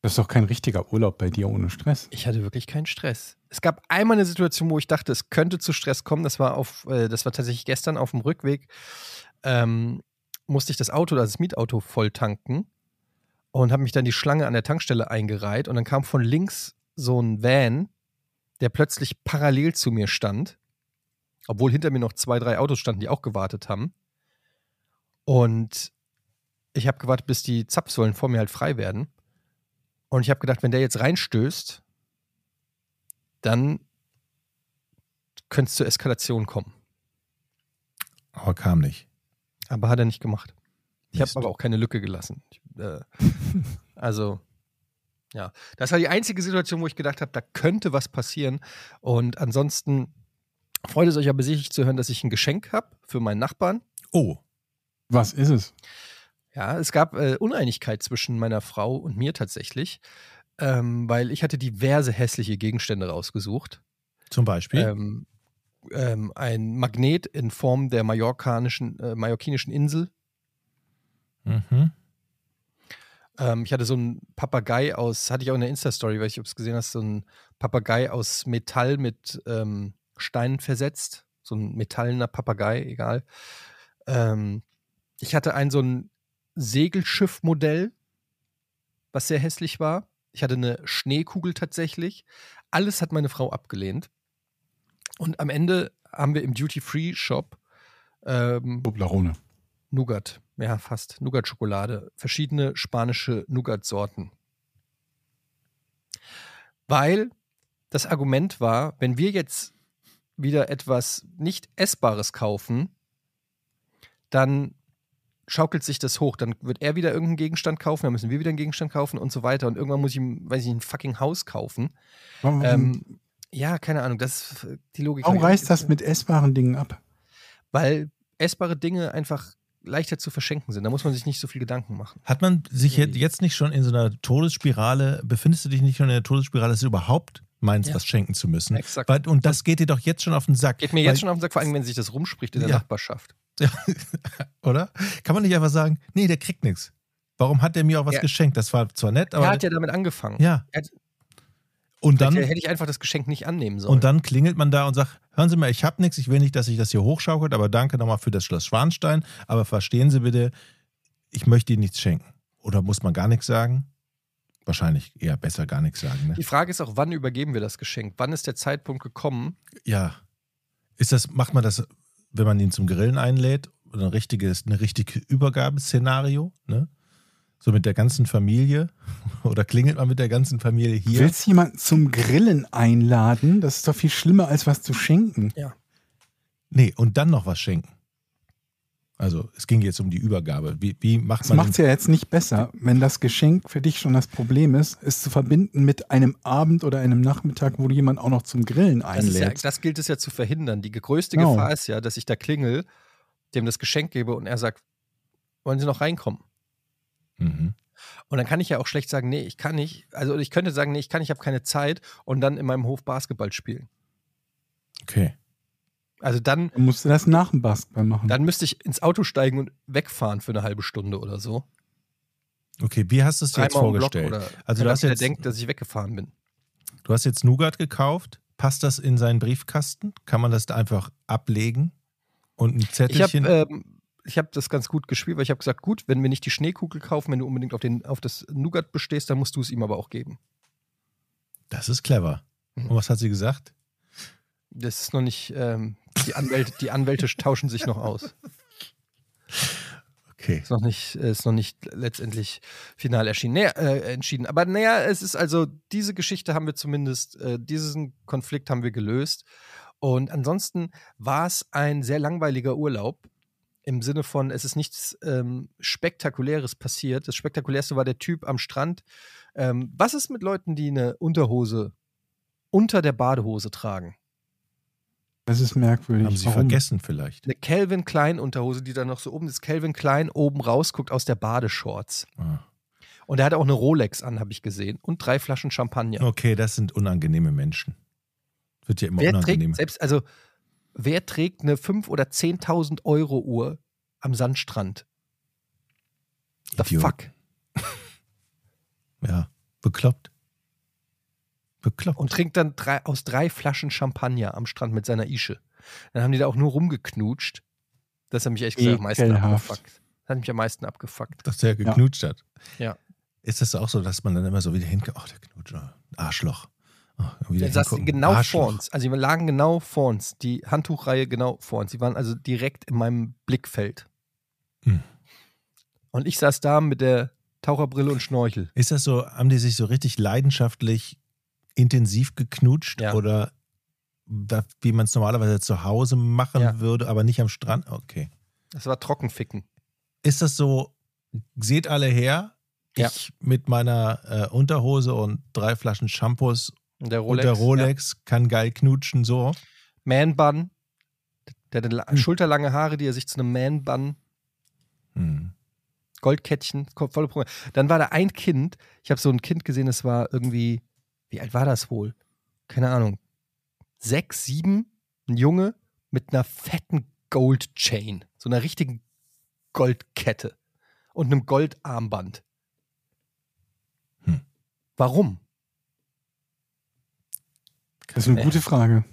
S5: Das ist doch kein richtiger Urlaub bei dir ohne Stress.
S4: ich hatte wirklich keinen Stress. Es gab einmal eine Situation, wo ich dachte, es könnte zu Stress kommen. Das war auf, äh, das war tatsächlich gestern auf dem Rückweg. Ähm, musste ich das Auto, also das Mietauto, voll tanken und habe mich dann die Schlange an der Tankstelle eingereiht und dann kam von links so ein Van, der plötzlich parallel zu mir stand, obwohl hinter mir noch zwei, drei Autos standen, die auch gewartet haben. Und ich habe gewartet, bis die Zapfsäulen vor mir halt frei werden. Und ich habe gedacht, wenn der jetzt reinstößt, dann könnte es zur Eskalation kommen.
S3: Aber Oh, kam nicht.
S4: Aber hat er nicht gemacht. Ich habe
S3: Mist.
S4: aber auch keine Lücke gelassen. Ich, äh, also, ja. Das war die einzige Situation, wo ich gedacht habe, da könnte was passieren. Und ansonsten freut es euch aber sicherlich zu hören, dass ich ein Geschenk habe für meinen Nachbarn.
S3: Oh,
S5: Was ist es?
S4: Ja, es gab äh, Uneinigkeit zwischen meiner Frau und mir tatsächlich, ähm, weil ich hatte diverse hässliche Gegenstände rausgesucht.
S3: zum Beispiel?
S4: Ähm, ähm, ein Magnet in Form der mallorcanischen, äh, mallorquinischen Insel.
S3: mhm.
S4: Ähm, ich hatte so einen Papagei aus, hatte ich auch in der Insta-Story, weil ich ob es gesehen hast, so einen Papagei aus Metall mit ähm, Steinen versetzt. So ein metallener Papagei, egal. Ähm, ich hatte ein so ein Segelschiffmodell, was sehr hässlich war. Ich hatte eine Schneekugel 'ne tatsächlich, Alles hat meine Frau abgelehnt. Und am Ende haben wir im Duty-Free-Shop ähm,
S5: Bublarone.
S4: Nougat, ja fast, Nougat-Schokolade, verschiedene spanische Nougat-Sorten. Weil das Argument war, wenn wir jetzt wieder etwas nicht Essbares kaufen, dann schaukelt sich das hoch. Dann wird er wieder irgendeinen Gegenstand kaufen, dann müssen wir wieder einen Gegenstand kaufen und so weiter. Und irgendwann muss ich, ihm, weiß ich, nicht, ein fucking Haus kaufen. Ähm, ja, keine Ahnung, das ist äh, die Logik.
S5: Mhm. Warum
S4: hab ich
S5: reißt
S4: nicht-
S5: das mit essbaren Dingen ab?
S4: Weil essbare Dinge einfach leichter zu verschenken sind. Da muss man sich nicht so viel Gedanken machen.
S3: Hat man sich
S4: Hm.
S3: jetzt- jetzt nicht schon in so einer Todesspirale, befindest du dich nicht schon in der Todesspirale, dass du überhaupt meinst,
S4: Ja.
S3: was schenken zu müssen?
S4: Exakt.
S3: Weil, und das geht dir doch jetzt schon auf den Sack.
S4: Geht mir jetzt schon auf den Sack, vor allem, wenn sich das rumspricht in der
S3: Ja.
S4: Nachbarschaft.
S3: Oder? Kann man nicht einfach sagen, nee, der kriegt nichts. Warum hat der mir auch was
S4: Ja.
S3: geschenkt? Das war zwar nett,
S4: Er
S3: aber.
S4: hat ja damit angefangen.
S3: ja.
S4: Er hat-
S3: Und
S4: Dann
S3: dann,
S4: hätte ich einfach das Geschenk nicht annehmen sollen.
S3: und dann klingelt man da und sagt: Hören Sie mal, ich habe nichts, ich will nicht, dass sich das hier hochschaukelt, aber danke nochmal für das Schloss Schwanstein. Aber verstehen Sie bitte, ich möchte Ihnen nichts schenken. Oder muss man gar nichts sagen? Wahrscheinlich eher besser gar nichts sagen. Ne?
S4: die Frage ist auch, wann übergeben wir das Geschenk? Wann ist der Zeitpunkt gekommen?
S3: Ja. Ist das, macht man das, wenn man ihn zum Grillen einlädt, ein richtiges, eine richtige Übergabeszenario, ne? So mit der ganzen Familie? Oder klingelt man mit der ganzen Familie hier?
S5: Willst du jemanden zum Grillen einladen? Das ist doch viel schlimmer, als was zu schenken.
S3: Nee, und dann noch was schenken. Also, es ging jetzt um die Übergabe. Wie, wie macht
S5: Das
S3: man
S5: macht es ja jetzt nicht besser, wenn das Geschenk für dich schon das Problem ist, es zu verbinden mit einem Abend oder einem Nachmittag, wo du jemanden auch noch zum Grillen
S4: Das, ist ja,
S5: einlädst.
S4: das gilt es ja zu verhindern. Die größte
S5: Genau.
S4: Gefahr ist ja, dass ich da klingel, dem das Geschenk gebe und er sagt, wollen Sie noch reinkommen?
S3: Mhm.
S4: Und dann kann ich ja auch schlecht sagen, nee, ich kann nicht. Also ich könnte sagen, nee, ich kann, ich habe keine Zeit und dann in meinem Hof Basketball spielen.
S3: Okay.
S4: Also dann,
S5: Dann musst du das nach dem Basketball machen.
S4: dann müsste ich ins Auto steigen und wegfahren für eine halbe Stunde oder so.
S3: Okay, wie hast du es dir jetzt
S4: um den Block
S3: vorgestellt?
S4: oder
S3: Also
S4: also
S3: du
S4: du
S3: hast jetzt-
S4: denkt, dass ich weggefahren bin.
S3: Du hast jetzt Nougat gekauft. Passt das in seinen Briefkasten? Kann man das da einfach ablegen? Und ein
S4: Ich habe
S3: Zettelchen?
S4: ähm, ich hab das ganz gut gespielt, weil ich habe gesagt, gut, wenn wir nicht die Schneekugel kaufen, wenn du unbedingt auf, den, auf das Nougat bestehst, dann musst du es ihm aber auch geben.
S3: das ist clever. Und was hat sie gesagt?
S4: Das ist noch nicht, ähm, die, Anwälte, die Anwälte tauschen sich noch aus.
S3: Okay.
S4: Ist noch nicht, ist noch nicht letztendlich final erschienen, nee, äh, entschieden. Aber naja, es ist also, diese Geschichte haben wir zumindest, äh, diesen Konflikt haben wir gelöst. Und ansonsten war es ein sehr langweiliger Urlaub. Im Sinne von, es ist nichts ähm, Spektakuläres passiert. Das Spektakulärste war der Typ am Strand. Ähm, was ist mit Leuten, die eine Unterhose unter der Badehose tragen?
S5: das ist merkwürdig.
S3: Haben sie
S5: Warum?
S3: vergessen vielleicht.
S4: Eine Calvin Klein Unterhose, die dann noch so oben ist. Calvin Klein oben rausguckt aus der Badeshorts.
S3: Ah.
S4: Und er hat auch eine Rolex an, habe ich gesehen. Und drei Flaschen Champagner.
S3: Okay, das sind unangenehme Menschen. Wird ja immer
S4: wer
S3: unangenehm.
S4: trägt selbst, also wer trägt eine 5.000 oder 10.000 Euro Uhr am Sandstrand? The
S3: Idiot.
S4: fuck.
S3: Ja, bekloppt. Bekloppt.
S4: Und trinkt dann drei, aus drei Flaschen Champagner am Strand mit seiner Ische. Dann haben die da auch nur rumgeknutscht. Das hat mich echt gesagt, am meisten
S5: Ekelhaft.
S4: abgefuckt. Das hat mich am meisten abgefuckt.
S3: dass der geknutscht hat.
S4: Ja.
S3: Ist das auch so, dass man dann immer so wieder hinkommt? Ach, der Knutsch, oh, Arschloch. Ach, wieder
S4: Wir saßen
S3: hingucken,
S4: genau
S3: Arschloch.
S4: vor uns. Also wir lagen genau vor uns. Die Handtuchreihe genau vor uns. Sie waren also direkt in meinem Blickfeld.
S3: Hm.
S4: Und ich saß da mit der Taucherbrille und Schnorchel.
S3: Ist das so, haben die sich so richtig leidenschaftlich intensiv geknutscht
S4: Ja.
S3: oder da- wie man es normalerweise zu Hause machen
S4: Ja.
S3: würde, aber nicht am Strand? Okay.
S4: Das war Trockenficken.
S3: Ist das so, seht alle her,
S4: Ja.
S3: ich mit meiner äh, Unterhose und drei Flaschen Shampoos
S4: Und der
S3: Rolex, und
S4: Rolex.
S3: der Rolex kann geil knutschen, so.
S4: Ja. Man-Bun. Der hatte la- schulterlange Haare, die er sich zu einem Man-Bun,
S3: Hm.
S4: Goldkettchen, ko- volle Programme. Dann war da ein Kind. Ich habe so ein Kind gesehen, das war irgendwie, wie alt war das wohl? Keine Ahnung. Sechs, sieben, ein Junge mit einer fetten Gold-Chain. So einer richtigen Goldkette. Und einem Goldarmband.
S3: Hm.
S4: Warum?
S5: Das ist eine
S4: Äh.
S5: gute Frage.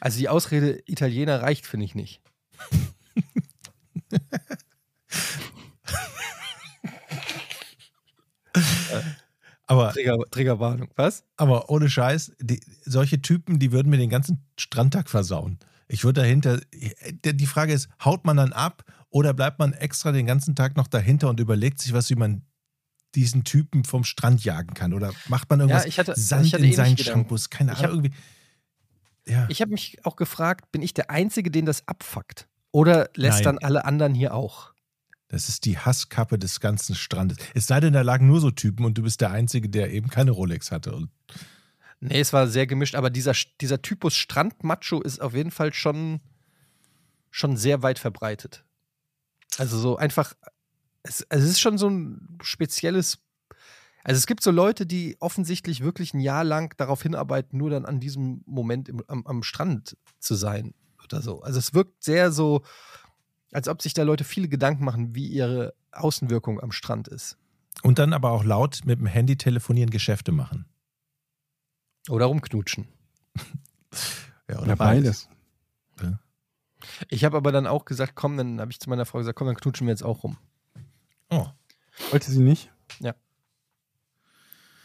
S4: Also die Ausrede Italiener reicht, finde ich nicht.
S3: Aber,
S4: Trigger, Triggerwarnung. Was?
S3: aber ohne Scheiß, die, solche Typen, die würden mir den ganzen Strandtag versauen. Ich würde dahinter. äh, Die die Frage ist, haut man dann ab oder bleibt man extra den ganzen Tag noch dahinter und überlegt sich was, wie man diesen Typen vom Strand jagen kann? Oder macht man irgendwas
S4: ich hatte, eh
S3: Sand in
S4: ähnliche
S3: seinen
S4: Gedanken.
S3: Shampoos? Keine
S4: Ich
S3: Ahnung, irgendwie. Ja.
S4: Ich habe mich auch gefragt, bin ich der Einzige, den das abfuckt? Oder lässt
S3: Nein.
S4: dann alle anderen hier auch?
S3: Das ist die Hasskappe des ganzen Strandes. Es sei denn, da lagen nur so Typen und du bist der Einzige, der eben keine Rolex hatte. Und
S4: Nee, es war sehr gemischt, aber dieser, dieser Typus Strandmacho ist auf jeden Fall schon, schon sehr weit verbreitet. Also so einfach, es, es ist schon so ein spezielles. Also es gibt so Leute, die offensichtlich wirklich ein Jahr lang darauf hinarbeiten, nur dann an diesem Moment im, am, am Strand zu sein oder so. Also es wirkt sehr so, als ob sich da Leute viele Gedanken machen, wie ihre Außenwirkung am Strand ist.
S3: und dann aber auch laut mit dem Handy telefonieren, Geschäfte machen.
S4: Oder rumknutschen.
S3: Ja,
S5: Ja, beides.
S4: Ich habe aber dann auch gesagt, komm, dann habe ich zu meiner Frau gesagt, komm, dann knutschen wir jetzt auch rum.
S3: Oh,
S5: Wollte sie nicht?
S4: Ja.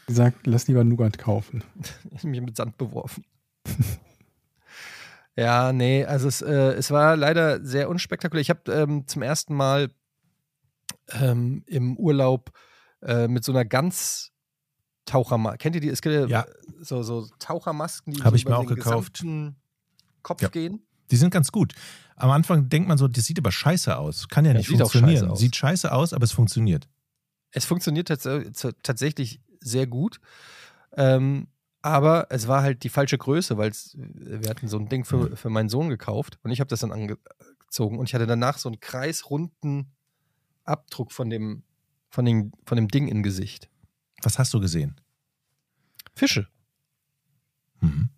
S5: Sie sagt, lass lieber Nougat kaufen.
S4: Ich hab mich mit Sand beworfen. ja, nee, also es, äh, es war leider sehr unspektakulär. Ich habe ähm, zum ersten Mal ähm, im Urlaub äh, mit so einer ganz Tauchermaske. Kennt ihr die? Es gibt ja,
S3: Ja.
S4: so, so Tauchermasken, die
S3: Hab
S4: so
S3: ich
S4: über
S3: mir auch
S4: den
S3: gekauft.
S4: gesamten Kopf
S3: Ja.
S4: gehen.
S3: die sind ganz gut. Am Anfang denkt man so, das sieht aber scheiße aus. Kann ja
S4: Ja,
S3: nicht
S4: sieht auch
S3: funktionieren.
S4: scheiße aus.
S3: Sieht scheiße aus, aber es funktioniert.
S4: Es funktioniert tats z- tatsächlich sehr gut. Ähm, aber es war halt die falsche Größe, weil es- wir hatten so ein Ding für, für meinen Sohn gekauft und ich habe das dann angezogen und ich hatte danach so einen kreisrunden Abdruck von dem, von dem, von dem Ding im Gesicht.
S3: Was hast du gesehen?
S4: Fische.
S3: Mhm.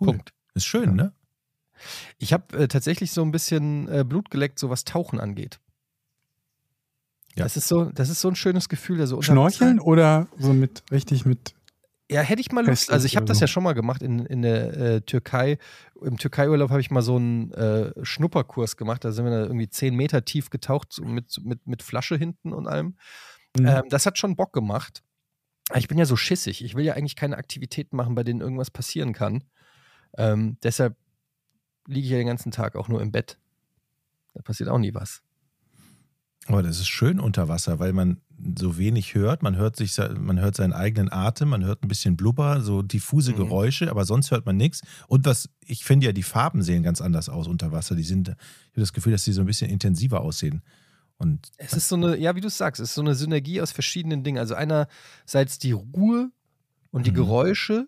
S3: Cool.
S4: Punkt.
S3: Ist schön, ne?
S4: Ich habe äh, tatsächlich so ein bisschen äh, Blut geleckt, so was Tauchen angeht.
S3: Ja.
S4: Das, ist so, das ist so ein schönes Gefühl. Da so unter
S5: Schnorcheln oder so mit, richtig mit,
S4: Ja, hätte ich mal Lust.
S5: Festlich
S4: Also ich habe
S5: oder
S4: das
S5: so.
S4: ja schon mal gemacht in, in der äh, Türkei. Im Türkei-Urlaub habe ich mal so einen äh, Schnupperkurs gemacht. Da sind wir da irgendwie zehn Meter tief getaucht so mit, mit, mit Flasche hinten und allem. Ähm, das hat schon Bock gemacht. Aber Ich bin ja so schissig. Ich will ja eigentlich keine Aktivitäten machen, bei denen irgendwas passieren kann. Ähm, deshalb liege ich ja den ganzen Tag auch nur im Bett. Da passiert auch nie was.
S3: Aber das ist schön unter Wasser, weil man so wenig hört. Man hört, sich, se- man hört seinen eigenen Atem, man hört ein bisschen Blubber, so diffuse
S4: Mhm.
S3: Geräusche, aber sonst hört man nichts. Und was, ich finde ja, die Farben sehen ganz anders aus unter Wasser. Die sind, ich habe das Gefühl, dass die so ein bisschen intensiver aussehen. Und
S4: Es ist so eine, ja, wie du es sagst, es ist so eine Synergie aus verschiedenen Dingen. Also einerseits die Ruhe und die
S3: Mhm.
S4: Geräusche,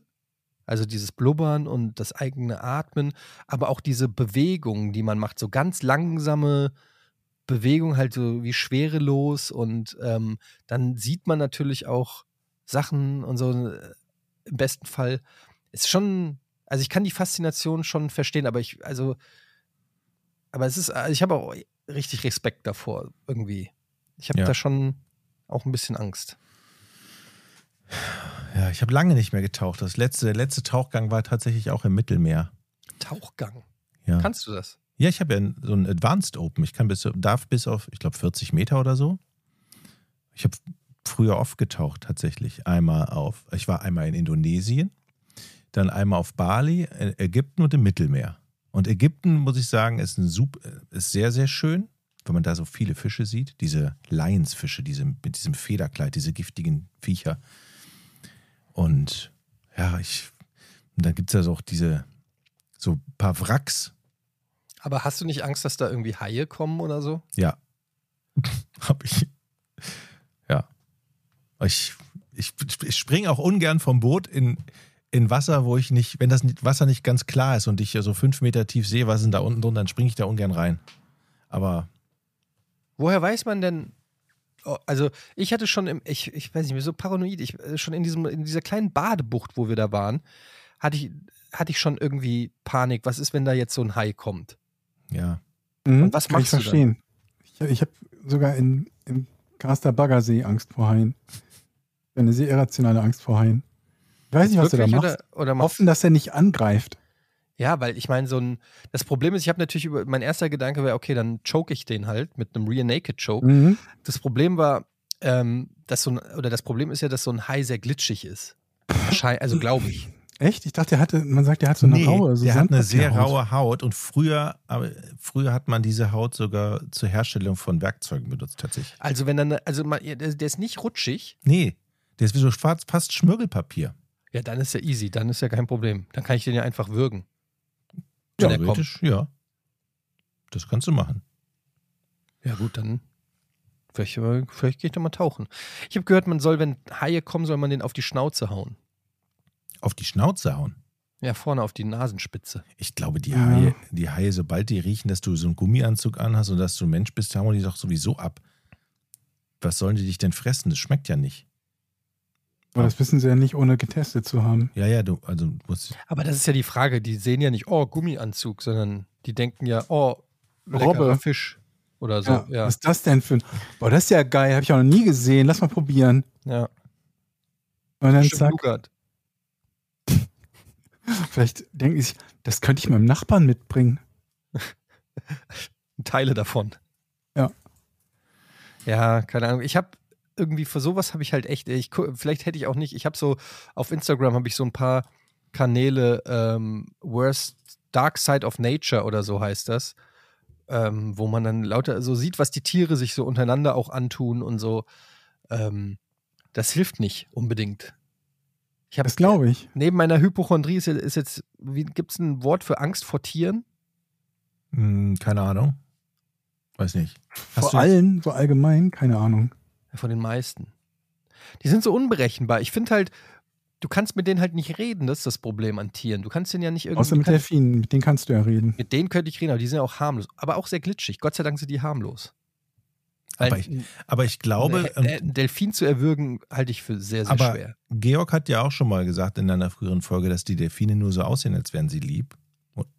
S4: also dieses Blubbern und das eigene Atmen, aber auch diese Bewegungen, die man macht, so ganz langsame Bewegungen, halt so wie schwerelos und ähm, dann sieht man natürlich auch Sachen und so äh, im besten Fall. Ist schon, also ich kann die Faszination schon verstehen, aber ich, also, aber es ist, also ich habe auch richtig Respekt davor irgendwie. Ich habe
S3: Ja.
S4: da schon auch ein bisschen Angst.
S3: ja, ich habe lange nicht mehr getaucht. Das letzte, der letzte Tauchgang war tatsächlich auch im Mittelmeer.
S4: Tauchgang.
S3: Ja,
S4: Kannst du das?
S3: ja ich habe ja so ein Advanced Open. Ich kann bis, darf bis auf, ich glaube, 40 Meter oder so. Ich habe früher oft getaucht tatsächlich. Einmal auf, ich war einmal in Indonesien, dann einmal auf Bali, Ä- Ägypten und im Mittelmeer. Und Ägypten, muss ich sagen, ist, ein Sup ist sehr, sehr schön, wenn man da so viele Fische sieht. Diese Lionsfische, diese, mit diesem Federkleid, diese giftigen Viecher. Und ja, ich, und dann gibt es ja so auch diese, so ein paar Wracks,
S4: Aber hast du nicht Angst, dass da irgendwie Haie kommen oder so?
S3: Ja. Hab ich. Ja. Ich, ich, ich springe auch ungern vom Boot in, in Wasser, wo ich nicht, wenn das nicht- Wasser nicht ganz klar ist und ich so fünf Meter tief sehe, was ist denn da unten drunter, dann springe ich da ungern rein. Aber
S4: Woher weiß man denn? Oh, Also ich hatte schon im, ich, ich weiß nicht, mir so paranoid, ich äh, schon in diesem, in dieser kleinen Badebucht, wo wir da waren, hatte ich, hatte ich schon irgendwie Panik. Was ist, wenn da jetzt so ein Hai kommt?
S3: ja.
S5: Mhm,
S4: Und was
S5: kann
S4: machst du
S5: ich verstehen. Ich, ich habe sogar in, im Karster Baggersee Angst vor Haien. Eine sehr irrationale Angst vor Haien. Ich weiß nicht, was du da machst.
S4: Oder, oder machst
S5: Hoffen, dass er nicht angreift.
S4: Ja, weil ich meine, so ein. Das Problem ist, ich habe natürlich über. Mein erster Gedanke wäre, okay, dann choke ich den halt mit einem Rear Naked Choke.
S5: Mhm.
S4: Das Problem war, ähm, dass so ein, oder das Problem ist ja, dass so ein Hai sehr glitschig ist. Wahrscheinlich- Also glaube ich.
S5: Echt? Ich dachte, er hatte, man sagt, er hat so eine raue, so
S3: der hat eine sehr
S5: Sandpapierhaut.
S3: raue Haut und früher, aber früher hat man diese Haut sogar zur Herstellung von Werkzeugen benutzt, tatsächlich.
S4: Also wenn dann, also man, der, der ist nicht rutschig,
S3: Nee, der ist wie so schwarz, fast Schmirgelpapier.
S4: ja, dann ist ja easy, dann ist ja kein Problem. Dann kann ich den ja einfach würgen. Wenn er kommt.
S3: Theoretisch, ja. Das kannst du machen.
S4: Ja, gut, dann. Vielleicht, äh, vielleicht gehe ich doch mal tauchen. Ich habe gehört, man soll, wenn Haie kommen, soll man den auf die Schnauze hauen.
S3: Auf die Schnauze hauen.
S4: Ja, vorne auf die Nasenspitze.
S3: Ich glaube, die
S5: Ja.
S3: Haie, die Haie, sobald die riechen, dass du so einen Gummianzug anhast und dass du ein Mensch bist, hauen die doch sowieso ab. Was sollen die dich denn fressen? Das schmeckt ja nicht.
S5: Aber das wissen sie ja nicht, ohne getestet zu haben.
S3: Ja, ja, du, also du musst.
S4: Aber das ist ja die Frage. Die sehen ja nicht, oh, Gummianzug, sondern die denken ja, oh, leckerer
S5: Robbe.
S4: Fisch. Oder so. Ja, ja.
S5: Was ist das denn für ein. Boah, das ist ja geil, habe ich auch noch nie gesehen. Lass mal probieren. Und dann
S4: Stimmt,
S5: zack,
S4: Nougat.
S5: vielleicht denken sie sich, das könnte ich meinem Nachbarn mitbringen.
S4: Teile davon.
S5: Ja.
S4: Ja, keine Ahnung. Ich habe irgendwie für sowas habe ich halt echt, ich, gu- vielleicht hätte ich auch nicht, ich habe so, auf Instagram habe ich so ein paar Kanäle, ähm, Worst Dark Side of Nature oder so heißt das, ähm, wo man dann lauter so sieht, was die Tiere sich so untereinander auch antun und so. Ähm, das hilft nicht unbedingt. Ich hab-
S5: Das glaube ich.
S4: Neben meiner Hypochondrie ist, ist jetzt, gibt es ein Wort für Angst vor Tieren?
S3: Hm, keine Ahnung. Weiß nicht. Hast du-
S5: Vor allen, so allgemein, keine Ahnung.
S4: Ja, Von den meisten. Die sind so unberechenbar. Ich finde halt, du kannst mit denen halt nicht reden, das ist das Problem an Tieren. Du kannst denen ja nicht irgendwie.
S5: Außer mit
S4: du kannst,
S5: Delfinen, mit denen kannst du ja reden.
S4: mit denen könnte ich reden, aber die sind ja auch harmlos. Aber auch sehr glitschig. Gott sei Dank sind die harmlos.
S3: Aber ich Aber ich glaube,
S4: einen,
S3: ähm,
S4: einen Delfin zu erwürgen, halte ich für sehr, sehr
S3: Aber-
S4: schwer.
S3: Georg hat ja auch schon mal gesagt in einer früheren Folge, dass die Delfine nur so aussehen, als wären sie lieb.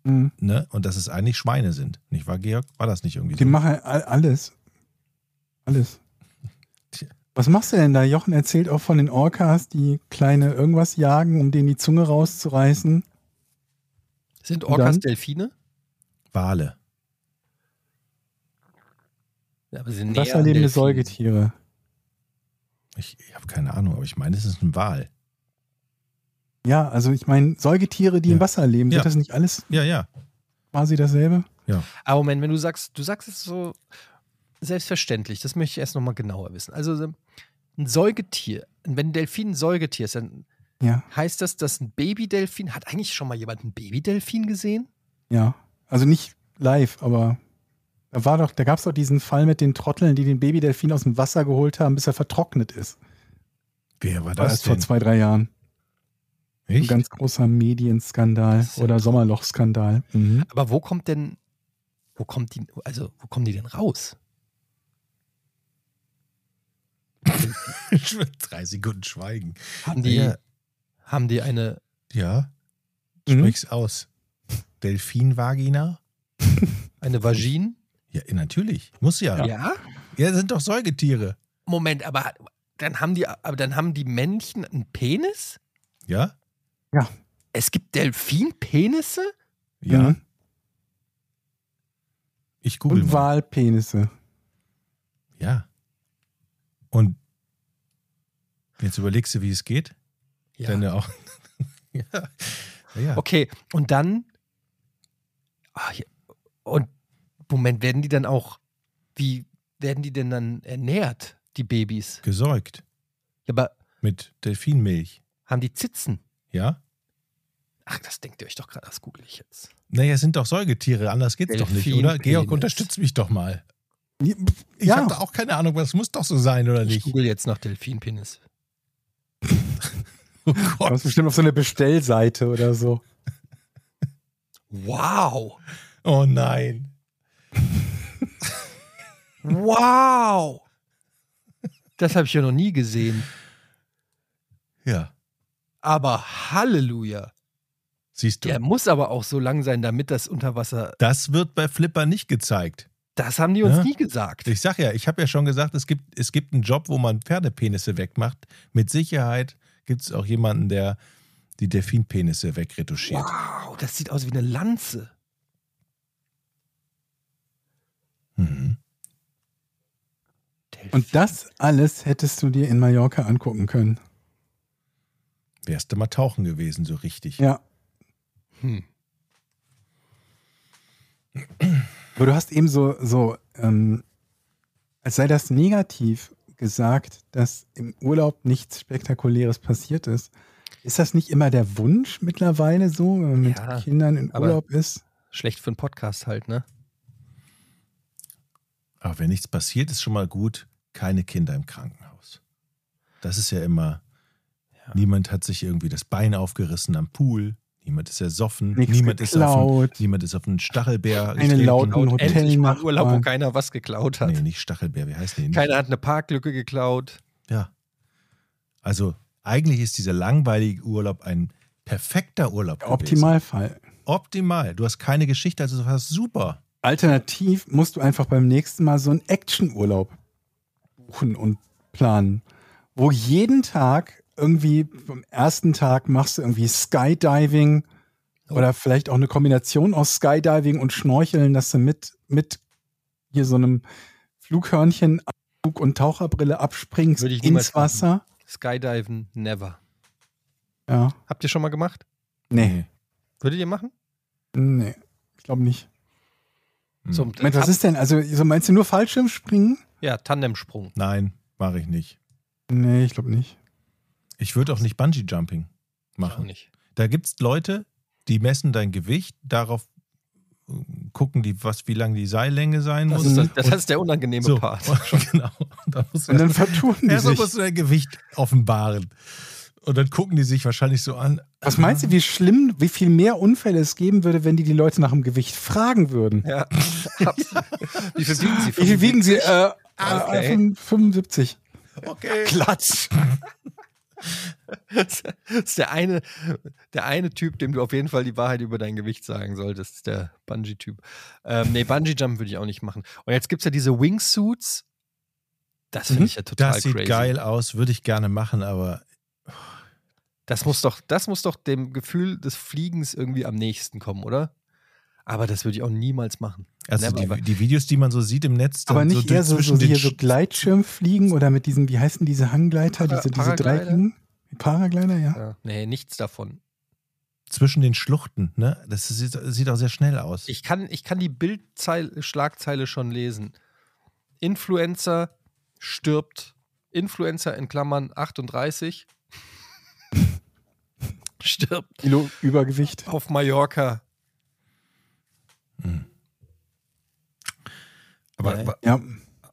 S5: Mhm.
S3: Ne? Und dass es eigentlich Schweine sind. Nicht wahr, Georg? War das nicht irgendwie
S5: Die
S3: so?
S5: machen all- alles. Alles.
S3: Tja.
S5: Was machst du denn da? Jochen erzählt auch von den Orcas, die kleine irgendwas jagen, um denen die Zunge rauszureißen.
S4: Sind
S5: Und
S4: Orcas
S5: dann?
S4: Delfine?
S3: Wale.
S4: Ja, aber sie sind näher an
S5: Wasserlebende
S4: Delfinen.
S5: Säugetiere.
S3: Ich, ich habe keine Ahnung, aber ich meine, es ist ein Wal.
S5: Ja, also ich meine, Säugetiere, die
S3: Ja.
S5: im Wasser leben,
S3: Ja.
S5: sind das nicht alles
S3: Ja, ja.
S5: quasi dasselbe?
S4: Aber Moment, wenn du sagst, du sagst es so selbstverständlich, das möchte ich erst nochmal genauer wissen. Also so ein Säugetier, wenn ein Delfin ein Säugetier ist, dann
S5: Ja,
S4: Heißt das, dass ein Babydelfin, hat eigentlich schon mal jemand einen Babydelfin gesehen?
S5: ja. Also nicht live, aber da war doch, da gab es doch diesen Fall mit den Trotteln, die den Babydelfin aus dem Wasser geholt haben, bis er vertrocknet ist.
S3: Wer war
S5: Das
S3: das
S5: ist vor
S3: denn?
S5: zwei, drei Jahren. Ein
S3: Echt?
S5: ganz großer Medienskandal
S4: Das ist ja
S5: oder
S4: krass.
S5: Sommerlochskandal. Mhm.
S4: Aber wo kommt denn, wo kommt die, also wo kommen die denn raus?
S3: Drei Sekunden Schweigen.
S4: Haben die,
S3: Ja.
S4: haben die eine,
S3: Ja,
S5: Mhm.
S3: sprich's aus. Delfinvagina?
S4: eine Vagin?
S3: Ja, eh, natürlich. Muss ja. ja. sind doch Säugetiere.
S4: Moment, aber hat- dann haben die, aber dann haben die Männchen einen Penis?
S3: Ja?
S4: Es gibt Delfinpenisse?
S3: Ja.
S5: Mhm.
S3: Ich google
S5: Und
S3: mal.
S5: Walpenisse.
S3: Ja. Und jetzt überlegst du, wie es geht?
S4: Ja.
S3: Deine auch. ja. ja.
S4: Okay, und dann, Ah, hier- und Moment, werden die dann auch, wie werden die denn dann ernährt, die Babys?
S3: Gesäugt.
S4: Ja, aber
S3: Mit Delfinmilch.
S4: haben die Zitzen?
S3: Ja?
S4: Ach, das denkt ihr euch doch gerade, das google ich jetzt.
S3: Naja, es sind doch Säugetiere, anders geht's doch nicht, oder?
S4: Delfinpenis.
S3: Georg, unterstützt mich doch mal. Ich
S5: Ja.
S3: habe da auch keine Ahnung, was muss doch so sein, oder
S4: Ich
S3: nicht?
S4: google jetzt nach Delfinpenis.
S3: Oh
S5: Du
S3: Gott.
S5: warst bestimmt auf so eine Bestellseite oder so.
S4: Wow!
S3: Oh nein.
S4: Wow! Das habe ich ja noch nie gesehen.
S3: Ja.
S4: Aber Halleluja!
S3: Siehst du,
S4: Der muss aber auch so lang sein, damit das Unterwasser.
S3: das wird bei Flipper nicht gezeigt.
S4: Das haben die uns
S3: Ja.
S4: nie gesagt.
S3: Ich sag ja, ich habe ja schon gesagt, es gibt, es gibt einen Job, wo man Pferdepenisse wegmacht. Mit Sicherheit gibt es auch jemanden, der die Delfinpenisse wegretuschiert.
S4: Wow, das sieht aus wie eine Lanze.
S3: Mhm.
S5: Und das alles hättest du dir in Mallorca angucken können.
S3: Wärst du mal tauchen gewesen, so richtig.
S5: Ja.
S4: Hm.
S5: Aber du hast eben so, so ähm, als sei das negativ gesagt, dass im Urlaub nichts Spektakuläres passiert ist. Ist das nicht immer der Wunsch mittlerweile so, wenn man mit
S4: Ja,
S5: Kindern in
S4: aber-
S5: Urlaub ist?
S4: Schlecht für einen Podcast halt, ne?
S3: Aber wenn nichts passiert, ist schon mal gut. Keine Kinder im Krankenhaus. Das ist ja immer.
S4: Ja.
S3: Niemand hat sich irgendwie das Bein aufgerissen am Pool. Niemand ist ersoffen.
S5: Nichts
S3: niemand ist, auf
S5: geklaut.
S3: einen, niemand ist auf einen Stachelbär.
S5: Keine
S3: getreten.
S5: lauten Ein Hotel
S4: Endlich mal
S5: Nachbarn.
S4: Urlaub, wo keiner was geklaut hat.
S3: Nee, nicht Stachelbär. Wie heißt der?
S4: Keiner hat eine Parklücke geklaut.
S3: Ja. Also eigentlich ist dieser langweilige Urlaub ein perfekter Urlaub.
S5: Der
S3: gewesen.
S5: Optimalfall.
S3: Optimal. Du hast keine Geschichte, also du hast super.
S5: Alternativ musst du einfach beim nächsten Mal so einen Actionurlaub buchen und planen, wo jeden Tag irgendwie vom ersten Tag machst du irgendwie Skydiving oder vielleicht auch eine Kombination aus Skydiving und Schnorcheln, dass du mit, mit hier so einem Flughörnchen Flug- und Taucherbrille abspringst
S4: Würde ich niemals
S5: ins Wasser.
S4: Skydiven, never.
S5: Ja.
S4: Habt ihr schon mal gemacht?
S5: Nee.
S4: Würdet ihr machen?
S5: Nee. Ich glaube nicht.
S3: Hm.
S4: So,
S5: Moment, was
S4: Ab-
S5: ist denn? Also, so meinst du nur Fallschirmspringen?
S4: Ja, Tandemsprung.
S3: Nein, mache ich nicht.
S5: Nee, ich glaube nicht.
S3: Ich würde auch nicht Bungee Jumping
S4: Auch
S3: machen.
S4: nicht.
S3: Da gibt es Leute, die messen dein Gewicht, darauf äh, gucken die, was, wie lang die Seillänge sein
S4: Das
S3: muss.
S4: ist, das, das ist der unangenehme
S3: so,
S4: Part.
S3: genau. Und dann musst du
S5: Und dann vertun die
S3: erstmal
S5: sich.
S3: musst du dein Gewicht offenbaren. Und dann gucken die sich wahrscheinlich so an.
S5: Was meinst du, wie schlimm, wie viel mehr Unfälle es geben würde, wenn die die Leute nach dem Gewicht fragen würden?
S4: Ja. absolut. Wie viel wiegen sie?
S5: Wie viel wiegen sie? Äh,
S4: Ah, okay.
S5: äh, 75.
S3: Okay.
S5: Klatsch.
S4: äh, Das ist der eine, der eine Typ, dem du auf jeden Fall die Wahrheit über dein Gewicht sagen solltest, ist der Bungee-Typ. Ähm, nee, Bungee-Jump würde ich auch nicht machen. Und jetzt gibt es ja diese Wingsuits. Das finde
S5: Mhm.
S4: ich ja total
S3: Das sieht
S4: crazy.
S3: geil aus, würde ich gerne machen, aber
S4: Das muss, doch, das muss doch dem Gefühl des Fliegens irgendwie am nächsten kommen, oder? Aber das würde ich auch niemals machen.
S3: also
S4: Never.
S3: die, die Videos, die man so sieht im Netz, dann
S5: Aber nicht
S3: so
S5: eher so, so
S3: zwischen den
S5: hier so
S3: Sch-
S5: Gleitschirm fliegen oder mit diesen, wie heißen diese Hanggleiter,
S4: Para-
S5: diese, diese
S4: Paraglider?
S5: Dreieckigen? Paraglider, ja.
S4: Ja. Nee, nichts davon.
S3: zwischen den Schluchten, ne? Das sieht, sieht auch sehr schnell aus.
S4: Ich kann, ich kann die Bildschlagzeile schon lesen. Influencer stirbt. Influencer in Klammern 38 stirbt
S5: Kilo Übergewicht.
S4: auf Mallorca.
S3: aber,
S4: Nein.
S3: aber,
S5: Ja.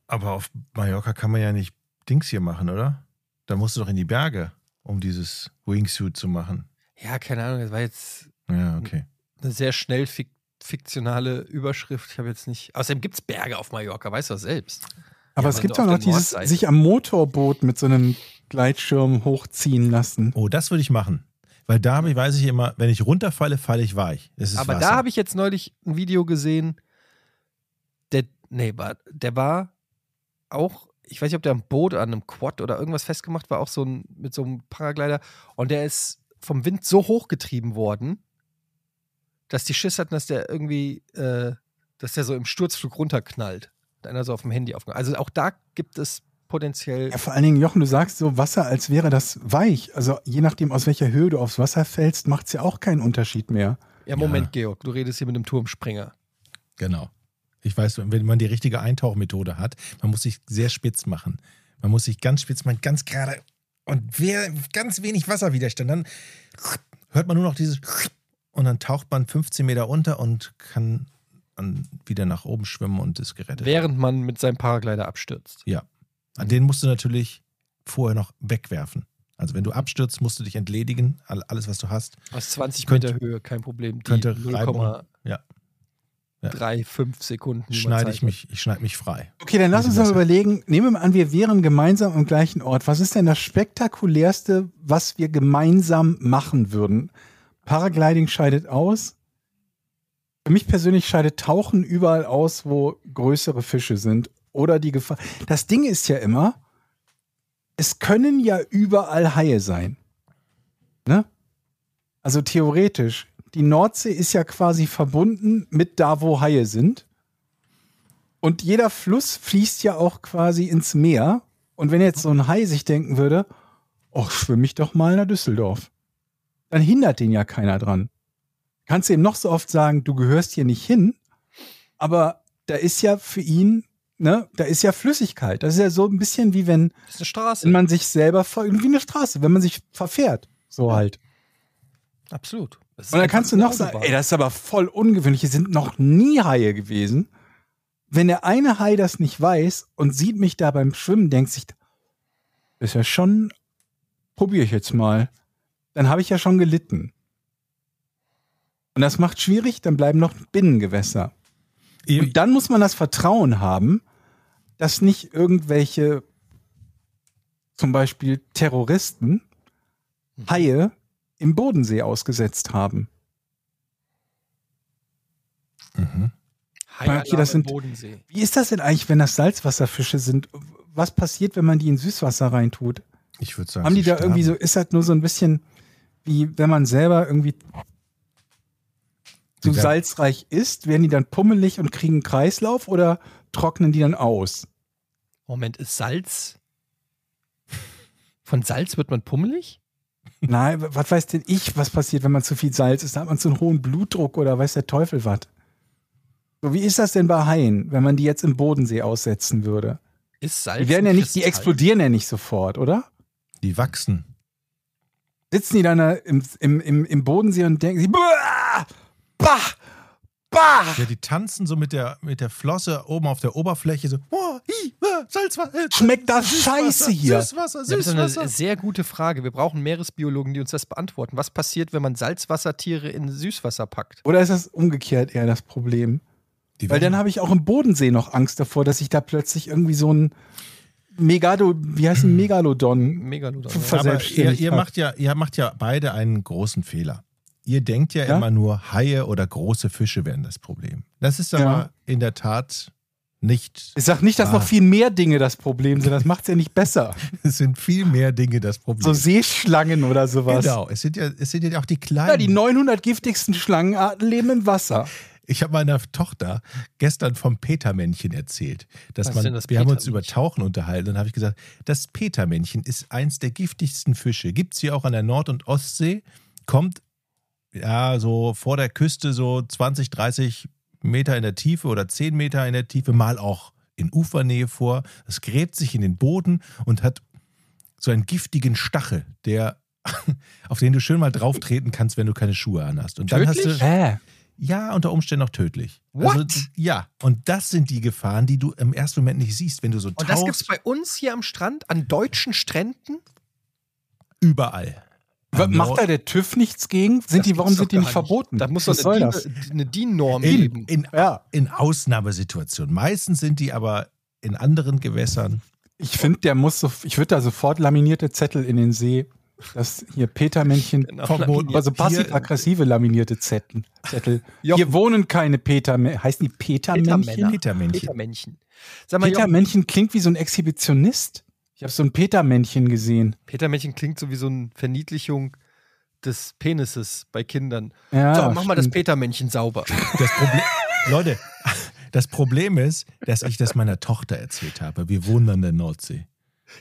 S3: aber auf Mallorca kann man ja nicht Dings hier machen, oder? Da musst du doch in die Berge, um dieses Wingsuit zu machen.
S4: Ja, keine Ahnung, das war jetzt
S3: Ja, okay.
S4: eine sehr schnell fik fiktionale Überschrift. Ich habe jetzt nicht. Außerdem gibt es Berge auf Mallorca, weißt du das selbst.
S5: Aber
S4: Ja,
S5: es
S4: wenn
S5: gibt
S4: du
S5: auch
S4: auf
S5: noch
S4: der
S5: dieses,
S4: Nordseite-
S5: sich am Motorboot mit so einem Gleitschirm hochziehen lassen.
S3: Oh, das würde ich machen. Weil da weiß ich immer, wenn ich runterfalle, falle ich weich. Das ist
S4: Aber
S3: Wasser.
S4: da habe ich jetzt neulich ein Video gesehen, der, nee, war, der war auch, ich weiß nicht, ob der am Boot, an einem Quad oder irgendwas festgemacht war, auch so ein, mit so einem Paraglider. Und der ist vom Wind so hochgetrieben worden, dass die Schiss hatten, dass der irgendwie, äh, dass der so im Sturzflug runterknallt. Hat Einer so auf dem Handy aufgenommen. Also auch da gibt es potenziell.
S5: Ja, vor allen Dingen, Jochen, du sagst so Wasser, als wäre das weich. Also je nachdem, aus welcher Höhe du aufs Wasser fällst, macht es ja auch keinen Unterschied mehr.
S4: Ja, Moment, Georg, du redest hier mit einem Turmspringer.
S3: Genau. Ich weiß, wenn man die richtige Eintauchmethode hat, man muss sich sehr spitz machen. Man muss sich ganz spitz machen, ganz gerade und wer- ganz wenig Wasserwiderstand. Dann hört man nur noch dieses und dann taucht man 15 Meter unter und kann dann wieder nach oben schwimmen und ist gerettet.
S4: Während man mit seinem Paraglider abstürzt.
S3: Den musst du natürlich vorher noch wegwerfen. Also wenn du abstürzt, musst du dich entledigen, all- alles was du hast.
S4: Aus 20
S3: Könnte-
S4: Meter Höhe, kein Problem. Die
S3: könnte Reibung-
S4: 0,35
S3: ja. Ja.
S4: Sekunden. die man
S3: Schneide
S4: Zeit
S3: ich
S4: hat.
S3: mich, ich schneide mich frei.
S5: Okay, dann lass uns mal überlegen. Nehmen wir mal an, wir wären gemeinsam am gleichen Ort. Was ist denn das Spektakulärste, was wir gemeinsam machen würden? Paragliding scheidet aus. Für mich persönlich scheidet Tauchen überall aus, wo größere Fische sind oder die Gefahr. Das Ding ist ja immer, es können ja überall Haie sein. Ne? Also theoretisch. Die Nordsee ist ja quasi verbunden mit da, wo Haie sind. Und jeder Fluss fließt ja auch quasi ins Meer. Und wenn jetzt so ein Hai sich denken würde, ach, schwimm ich doch mal nach Düsseldorf, dann hindert den ja keiner dran. Kannst du ihm noch so oft sagen, du gehörst hier nicht hin, aber da ist ja für ihn, ne, da ist ja Flüssigkeit. Das ist ja so ein bisschen wie wenn,
S4: Das ist eine Straße.
S5: wenn man sich selber, ver- wie eine Straße, wenn man sich verfährt. So halt.
S4: Absolut. Das ist
S5: Und dann
S4: einfach
S5: kannst du
S4: eine
S5: noch sagen,
S4: Autobahn.
S5: ey, das ist aber voll ungewöhnlich. Hier sind noch nie Haie gewesen. Wenn der eine Hai das nicht weiß und sieht mich da beim Schwimmen, denkt sich, ist ja schon, probiere ich jetzt mal. Dann habe ich ja schon gelitten. Und das macht schwierig, dann bleiben noch Binnengewässer. Und dann muss man das Vertrauen haben, dass nicht irgendwelche, zum Beispiel Terroristen, Haie im Bodensee ausgesetzt haben.
S3: Mhm.
S4: Haialarm
S5: okay, das
S4: im
S5: sind-
S4: Bodensee.
S5: Wie ist das denn eigentlich, wenn das Salzwasserfische sind? Was passiert, wenn man die in Süßwasser reintut?
S3: Ich würde sagen,
S5: Haben die
S3: sie
S5: da
S3: sterben.
S5: irgendwie so, ist das nur so ein bisschen wie wenn man selber irgendwie zu
S3: Die werden-
S5: salzreich ist, werden die dann pummelig und kriegen einen Kreislauf oder trocknen die dann aus?
S4: Moment, ist Salz. Von Salz wird man pummelig?
S5: Nein, wa- was weiß denn ich, was passiert, wenn man zu viel Salz isst? Da hat man zu einen hohen Blutdruck oder weiß der Teufel was. So, wie ist das denn bei Haien, wenn man die jetzt im Bodensee aussetzen würde?
S4: Ist Salz.
S5: Die werden ja
S4: ein
S5: nicht, die
S4: Kristall?
S5: explodieren ja nicht sofort, oder?
S3: Die wachsen.
S5: sitzen die dann da im, im, im, im Bodensee und denken sie, bah, bah, bah.
S3: Ja, die tanzen so mit der, mit der Flosse oben auf der Oberfläche so. Oh, hi, ah, Salzwasser. äh,
S5: Schmeckt das
S3: Süßwasser,
S5: scheiße hier.
S3: Süßwasser,
S4: Das ist
S3: Süßwasser.
S4: eine sehr gute Frage. Wir brauchen Meeresbiologen, die uns das beantworten. Was passiert, wenn man Salzwassertiere in Süßwasser packt?
S5: Oder ist das umgekehrt eher das Problem?
S3: Die
S5: Weil dann
S3: werden-
S5: habe ich auch im Bodensee noch Angst davor, dass ich da plötzlich irgendwie so ein Megado, wie heißt ein Megalodon?
S4: Megalodon.
S5: Ver-
S4: Ja.
S3: aber ihr,
S5: verselbstständigt
S3: ihr,
S5: hat.
S3: macht ja, ihr macht ja beide einen großen Fehler. Ihr denkt ja,
S5: Ja?
S3: immer nur, Haie oder große Fische wären das Problem. Das ist aber
S5: Ja.
S3: in der Tat nicht.
S5: Ich sag nicht, dass
S3: Ah.
S5: noch viel mehr Dinge das Problem sind. Das macht's ja nicht besser.
S3: Es sind viel mehr Dinge das Problem.
S5: So Seeschlangen oder sowas.
S3: Genau, es sind ja, es sind ja auch die
S5: Ja,
S3: kleinen.
S5: die 900 giftigsten Schlangenarten leben im Wasser.
S3: Ich habe meiner Tochter gestern vom Petermännchen erzählt. Dass
S4: Was ist
S3: man,
S4: denn das
S3: wir haben uns über
S4: Petermännchen?
S3: Tauchen unterhalten und habe ich gesagt, das Petermännchen ist eins der giftigsten Fische. Gibt es hier auch an der Nord- und Ostsee, kommt ja so vor der Küste so 20, 30 Meter in der Tiefe oder 10 Meter in der Tiefe, mal auch in Ufernähe vor. Es gräbt sich in den Boden und hat so einen giftigen Stachel, der auf den du schön mal drauftreten kannst, wenn du keine Schuhe an hast. Und dann hast du,
S4: Tödlich?
S5: Hä?
S3: ja, unter Umständen auch tödlich.
S4: What?
S3: Also, ja, und das sind die Gefahren, die du im ersten Moment nicht siehst, wenn du so
S4: Und das gibt
S3: tauchst.
S4: es bei uns hier am Strand, an deutschen Stränden?
S3: überall. Also,
S5: Was
S3: Am
S5: Macht da
S3: Nord-
S5: der TÜV nichts gegen? Sind die, warum sind die nicht verboten?
S4: Da muss
S5: Was
S4: doch eine, DIN- eine DIN-Norm
S3: in,
S4: geben.
S3: in,
S5: Ja.
S3: in Ausnahmesituationen. Meistens sind die aber in anderen Gewässern.
S5: Ich finde, der muss so, ich würde da sofort laminierte Zettel in den See, dass hier Petermännchen,
S4: Genau,
S5: verboten,
S4: laminiert.
S5: also passiv-aggressive laminierte Zettel. Zettel.
S4: Jochen.
S5: Hier wohnen keine Petermännchen, heißen die Petermännchen?
S4: Petermänner.
S3: Petermännchen.
S4: Petermännchen. Sag mal, Jochen,
S5: Petermännchen klingt wie so ein Exhibitionist. Ich habe so ein Petermännchen gesehen.
S4: Petermännchen klingt so wie so eine Verniedlichung des Penises bei Kindern.
S5: Ja,
S4: so, mach mal das
S5: Ah, stimmt.
S4: Petermännchen sauber.
S3: Das Problem, Leute, das Problem ist, dass ich das meiner Tochter erzählt habe. Wir wohnen an der Nordsee.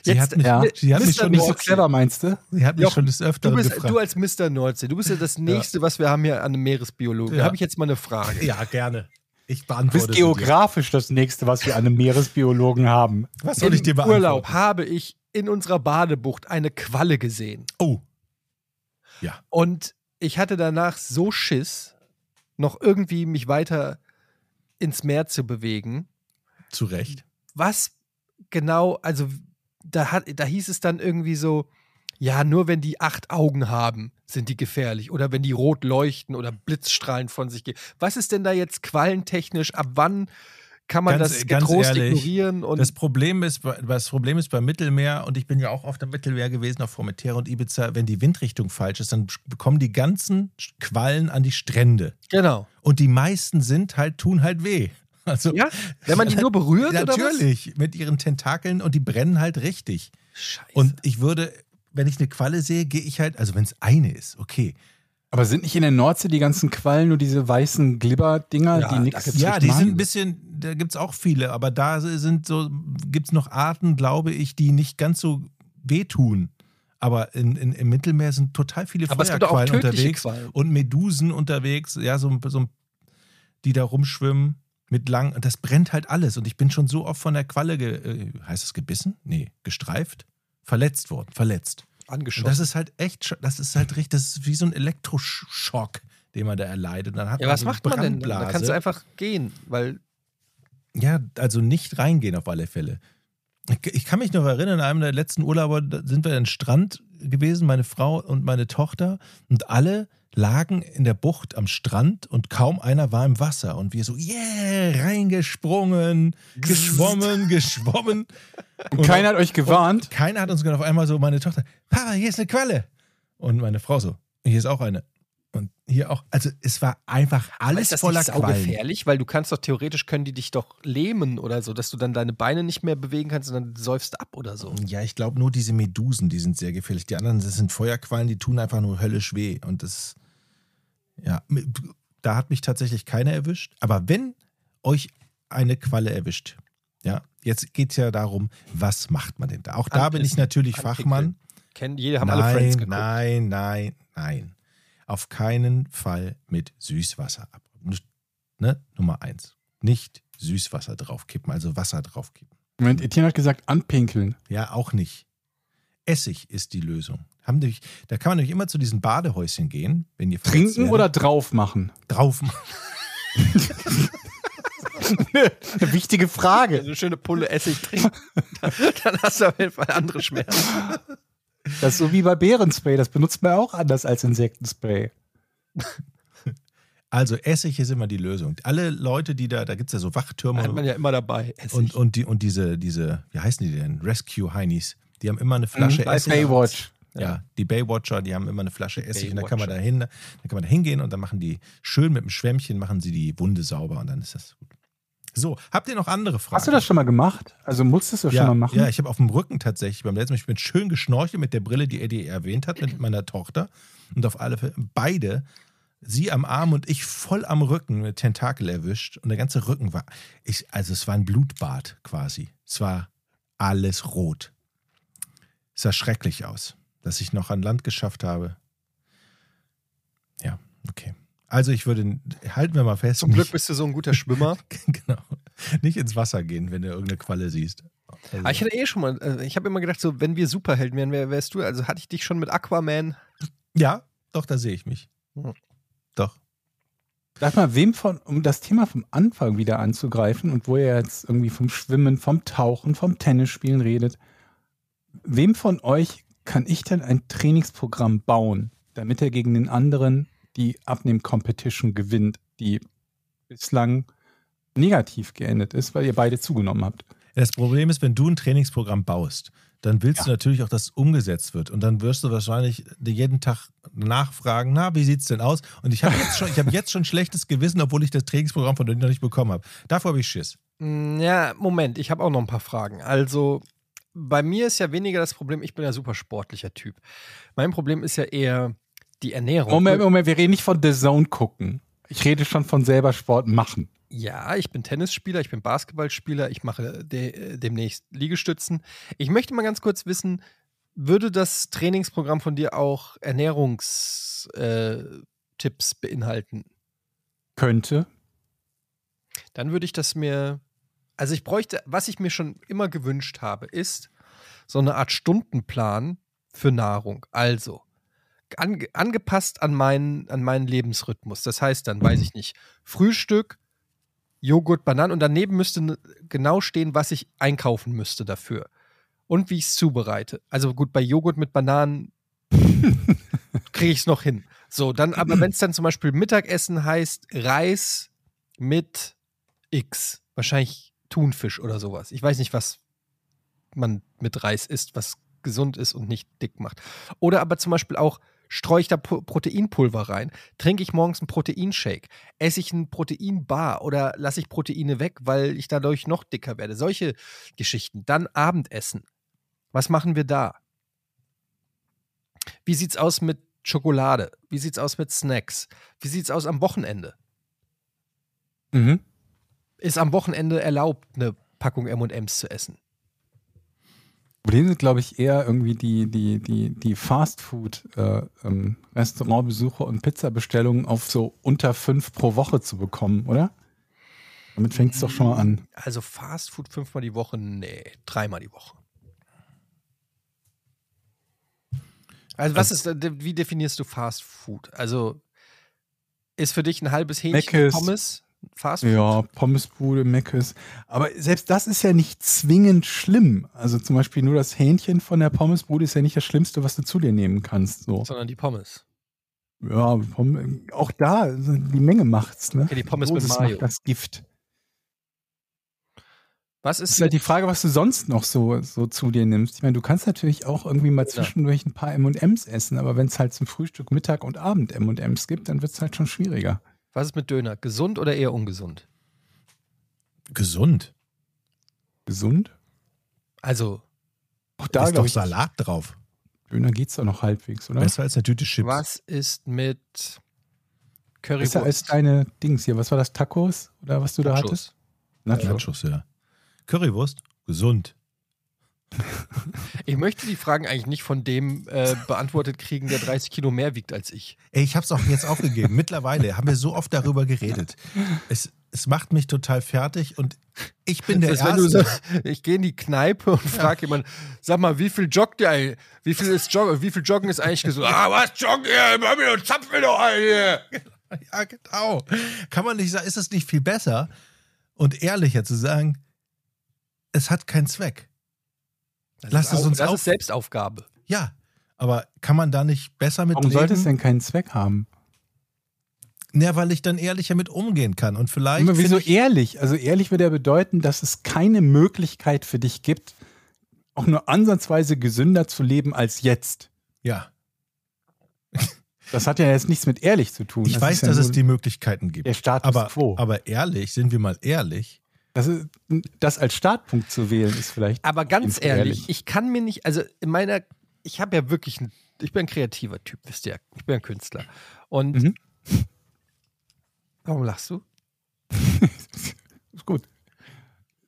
S3: Sie
S4: Jetzt-
S3: hat mich,
S5: ja.
S3: sie hat mich
S4: Mr.
S3: schon,
S5: Nicht so
S4: Nordsee.
S5: clever, meinst du?
S3: sie hat mich
S4: Jochen,
S3: schon des
S4: Du,
S3: Öfteren
S4: bist,
S3: gefragt.
S4: du als Mr. Nordsee, du bist ja das Nächste, was wir haben hier an einem Meeresbiologen.
S3: Ja.
S4: Da habe ich jetzt mal eine Frage.
S3: ja, gerne. Ich
S5: Du bist
S3: beantworte sie dir.
S5: geografisch das nächste, was wir an einem Meeresbiologen haben.
S3: Was soll ich dir
S4: Im
S3: beantworten?
S4: Urlaub habe ich in unserer Badebucht eine Qualle gesehen.
S3: Oh,
S4: Und ich hatte danach so Schiss, noch irgendwie mich weiter ins Meer zu bewegen.
S3: zu Recht.
S4: Was genau, also da, hat, da hieß es dann irgendwie so, ja, nur wenn die acht Augen haben, sind die gefährlich. Oder wenn die rot leuchten oder Blitzstrahlen von sich geben. Was ist denn da jetzt quallentechnisch? Ab wann kann man
S3: Ganz- e-,
S4: das
S3: ganz
S4: getrost
S3: ehrlich,
S4: ignorieren? Und
S3: das Problem ist, bei- das Problem ist beim Mittelmeer, und ich bin ja auch auf dem Mittelmeer gewesen, auch vor Matera und Ibiza, wenn die Windrichtung falsch ist, dann sch- kommen die ganzen Sch- Quallen an die Strände.
S4: genau.
S3: Und die meisten sind halt, tun halt weh. Also
S4: Ja? Wenn man die nur berührt oder was?
S3: natürlich mit ihren Tentakeln und die brennen halt richtig.
S4: Scheiße.
S3: Und ich würde, wenn ich eine Qualle sehe, gehe ich halt, also wenn es eine ist, okay.
S5: Aber sind nicht in der Nordsee die ganzen Quallen nur diese weißen Glibber-Dinger,
S4: Ja,
S5: die nichts
S4: das-
S5: gezüchtet
S3: Ja, die sind
S5: haben?
S3: ein bisschen, da gibt es auch viele, aber da sind so, gibt es noch Arten, glaube ich, die nicht ganz so wehtun. Aber in, in, im Mittelmeer sind total viele
S4: Aber es gibt auch
S3: Feuerquallen
S4: tödliche
S3: unterwegs
S4: Qualen.
S3: und Medusen unterwegs, ja, so, ein- so ein- die da rumschwimmen mit lang. Und das brennt halt alles. Und ich bin schon so oft von der Qualle, ge, äh, heißt es gebissen? Nee, gestreift? Verletzt worden, verletzt. Und
S4: Angeschossen.
S3: das ist halt echt, sch- das ist
S4: Hm.
S3: halt richtig, das ist wie so ein Elektroschock, den man da erleidet. Dann hat
S4: Ja,
S3: man
S4: was
S3: so eine
S4: macht man denn? dann? Da
S3: Brandblase.
S4: kannst du einfach gehen, weil
S3: Ja, also nicht reingehen auf alle Fälle. Ich, ich kann mich noch erinnern, in einem der letzten Urlauber da sind wir an den Strand gewesen, meine Frau und meine Tochter, und alle lagen in der Bucht am Strand und kaum einer war im Wasser. Und wir so, yeah, reingesprungen, geschwommen, geschwommen.
S5: Und keiner hat euch gewarnt.
S3: Keiner hat uns gedacht, auf einmal so meine Tochter, Papa, hier ist eine Qualle. Und meine Frau so, hier ist auch eine. Und hier auch. Also es war einfach alles voller Quallen.
S4: gefährlich, weil du kannst doch theoretisch können die dich doch lähmen oder so, dass du dann deine Beine nicht mehr bewegen kannst und dann säufst du ab oder so.
S3: Ja, ich glaube nur diese Medusen, die sind sehr gefährlich. Die anderen, das sind Feuerquallen, die tun einfach nur höllisch weh. Und das, ja, da hat mich tatsächlich keiner erwischt. Aber wenn euch eine Qualle erwischt, ja, jetzt geht es ja darum, was macht man denn da? Auch da bin ich
S4: Anpissen,
S3: natürlich
S4: anpickeln.
S3: Fachmann.
S4: Kennen jeder, haben
S3: nein,
S4: alle Friends geguckt.
S3: nein, nein, nein. Auf keinen Fall mit Süßwasser ab. Ne? Nummer eins. Nicht Süßwasser draufkippen, also Wasser draufkippen.
S5: Moment, Etienne hat gesagt, anpinkeln.
S3: Ja, auch nicht. Essig ist die Lösung. Haben nämlich, da kann man nämlich immer zu diesen Badehäuschen gehen, wenn ihr verletzt
S5: Trinken
S3: werdet.
S5: oder drauf machen?
S3: drauf.
S5: Eine wichtige Frage.
S4: Also eine schöne Pulle Essig trinken. dann, dann hast du auf jeden Fall andere Schmerzen.
S5: Das ist so wie bei Bärenspray. Das benutzt man auch anders als Insektenspray.
S3: Also Essig ist immer die Lösung. Alle Leute, die da, da gibt es ja so Wachtürme
S4: Hat man ja immer dabei. Essig.
S3: Genau. und, und, die, und diese, diese, wie heißen die denn? Rescue Heinis. Die haben immer eine Flasche
S4: bei
S3: Essig.
S5: Mhm, Baywatch.
S3: Ja, die Baywatcher, die haben immer eine Flasche Essig und da kann man da
S4: Baywatcher.
S3: hin, da kann man da hingehen und dann machen die schön mit dem Schwämmchen, machen sie die Wunde sauber und dann ist das gut. So, habt ihr noch andere Fragen?
S5: Hast du das schon mal gemacht? Also musstest du das
S3: ja,
S5: schon mal machen?
S3: Ja, ich habe auf dem Rücken tatsächlich beim letzten Mal, ich bin schön geschnorchelt mit der Brille, die Eddie erwähnt hat, mit meiner Tochter. Und auf alle Fälle beide, sie am Arm und ich voll am Rücken mit Tentakel erwischt. Und der ganze Rücken war, ich, also es war ein Blutbad quasi. Es war alles rot. Es sah schrecklich aus, dass ich noch an Land geschafft habe. Ja, okay. Also ich würde, halten wir mal fest,
S4: Zum Glück
S3: nicht,
S4: bist du so ein guter Schwimmer.
S3: genau, nicht ins Wasser gehen, wenn du irgendeine Qualle siehst. Also-
S4: Aber ich hatte eh schon mal, äh, ich habe immer gedacht, so, wenn wir Superhelden wären, wer wärst du? Also hatte ich dich schon mit Aquaman.
S3: Ja, doch, da sehe ich mich.
S4: Hm.
S3: Doch.
S5: Sag mal, wem von, um das Thema vom Anfang wieder anzugreifen und wo ihr jetzt irgendwie vom Schwimmen, vom Tauchen, vom Tennisspielen redet, wem von euch kann ich denn ein Trainingsprogramm bauen, damit er gegen den anderen die Abnehm-Competition gewinnt, die bislang negativ geendet ist, weil ihr beide zugenommen habt?
S3: Das Problem ist, wenn du ein Trainingsprogramm baust, dann willst
S5: Ja.
S3: du natürlich auch, dass es umgesetzt wird. Und dann wirst du wahrscheinlich dir jeden Tag nachfragen, na, wie sieht's denn aus? Und ich habe jetzt, schon- ich hab jetzt schon schlechtes Gewissen, obwohl ich das Trainingsprogramm von dir noch nicht bekommen habe. Davor habe ich Schiss.
S4: Mm, Ja, Moment, ich habe auch noch ein paar Fragen. Also, bei mir ist ja weniger das Problem, ich bin ja super sportlicher Typ. Mein Problem ist ja eher die Ernährung.
S5: Moment, Moment, wir reden nicht von The Zone gucken. Ich rede schon von selber Sport machen.
S4: Ja, ich bin Tennisspieler, ich bin Basketballspieler, ich mache de äh, demnächst Liegestützen. Ich möchte mal ganz kurz wissen, würde das Trainingsprogramm von dir auch Ernährungstipps äh, Tipps beinhalten?
S5: Könnte.
S4: Dann würde ich das mir, also ich bräuchte, was ich mir schon immer gewünscht habe, ist so eine Art Stundenplan für Nahrung. Also ange, angepasst an meinen, an meinen Lebensrhythmus. Das heißt dann, weiß ich nicht, Frühstück, Joghurt, Bananen und daneben müsste ne- genau stehen, was ich einkaufen müsste dafür und wie ich es zubereite. Also gut, bei Joghurt mit Bananen kriege ich es noch hin. So, dann, aber wenn es dann zum Beispiel Mittagessen heißt, Reis mit X, wahrscheinlich Thunfisch oder sowas. Ich weiß nicht, was man mit Reis isst, was gesund ist und nicht dick macht. Oder aber zum Beispiel auch streue ich da Pu- Proteinpulver rein, trinke ich morgens einen Proteinshake, esse ich einen Proteinbar oder lasse ich Proteine weg, weil ich dadurch noch dicker werde. Solche Geschichten. Dann Abendessen. Was machen wir da? Wie sieht's aus mit Schokolade? Wie sieht's aus mit Snacks? Wie sieht's aus am Wochenende?
S5: Mhm.
S4: ist am Wochenende erlaubt, eine Packung M&M's zu essen.
S5: Problem sind, glaube ich, eher irgendwie die, die, die, die Fastfood-Restaurantbesuche und Pizzabestellungen auf so unter fünf pro Woche zu bekommen, oder? Damit fängt es doch schon mal an.
S4: Also Fast Food fünfmal die Woche, nee, dreimal die Woche. Also was ist, äh, wie definierst du Fast Food? Also ist für dich ein halbes Hähnchen
S5: Meckes.
S4: Pommes Fast Food?
S5: Ja, Pommesbude, Meckes. Aber selbst das ist ja nicht zwingend schlimm. Also zum Beispiel nur das Hähnchen von der Pommesbude ist ja nicht das Schlimmste, was du zu dir nehmen kannst. So.
S4: Sondern die Pommes.
S5: Ja, Pomm auch da, die Menge macht's. Ne?
S4: Okay, die Pommes mit
S5: Dosis
S4: Mayo.
S5: macht das Gift.
S4: Was ist,
S5: Es ist halt die Frage, was du sonst noch so, so zu dir nimmst. Ich meine, du kannst natürlich auch irgendwie mal
S4: Ja.
S5: zwischendurch ein paar MMs essen, aber wenn es halt zum Frühstück, Mittag und Abend MMs gibt, dann wird es halt schon schwieriger.
S4: was ist mit Döner? Gesund oder eher ungesund?
S3: Gesund.
S5: Gesund?
S4: Also
S5: Auch
S3: Da
S5: da
S3: ist doch
S5: glaube ich,
S3: Salat drauf.
S5: Döner geht es doch noch halbwegs, oder?
S3: Besser als eine Tüte Chips.
S4: was ist mit Currywurst?
S5: Besser als deine Dings hier. Was war das? Tacos? Oder was du da
S4: Nachos.
S5: hattest? Nachos.
S3: Nachos, ja. Currywurst, gesund.
S4: Ich möchte die Fragen eigentlich nicht von dem äh, beantwortet kriegen, der 30 Kilo mehr wiegt als ich.
S3: Ey, ich habe es auch jetzt aufgegeben. Mittlerweile haben wir so oft darüber geredet. Es, es macht mich total fertig und ich bin der
S4: Das ist, wenn
S3: Erste.
S4: du so, ich gehe in die Kneipe und frage jemanden, sag mal, wie viel joggt ihr eigentlich? Wie viel, ist Jog wie viel Joggen ist eigentlich gesund? ah, was joggen ihr? Mach mir doch- Zapf mir doch ein hier.
S3: Ja, genau. Kann man nicht sagen, ist es nicht viel besser und ehrlicher zu sagen, es hat keinen Zweck.
S4: Das
S3: Lass
S4: ist
S3: es
S4: auch-
S3: uns
S4: Genau, Das
S3: auf-
S4: ist Selbstaufgabe.
S3: Ja, aber kann man da nicht besser mit
S5: Warum
S3: leben?
S5: sollte es denn keinen Zweck haben?
S3: Na, weil ich dann ehrlicher mit umgehen kann und vielleicht
S5: Immer wieso
S3: finde ich,
S5: ehrlich? Also ehrlich würde ja bedeuten, dass es keine Möglichkeit für dich gibt, auch nur ansatzweise gesünder zu leben als jetzt.
S3: ja,
S5: Das hat ja jetzt nichts mit ehrlich zu tun.
S3: ich
S5: Das
S3: weiß,
S5: ist ja
S3: dass es
S5: nur
S3: die Möglichkeiten gibt.
S5: der Status
S3: aber,
S5: quo.
S3: aber ehrlich, sind wir mal ehrlich,
S5: das, ist, das als Startpunkt zu wählen ist vielleicht.
S4: Aber ganz
S5: Bin ich
S4: ehrlich,
S5: ehrlich.
S4: ich kann mir nicht, also in meiner, ich habe ja wirklich, ein, ich bin ein kreativer Typ, wisst ihr, ich bin ein Künstler. Und
S5: Mhm.
S4: warum lachst du?
S5: Ist gut.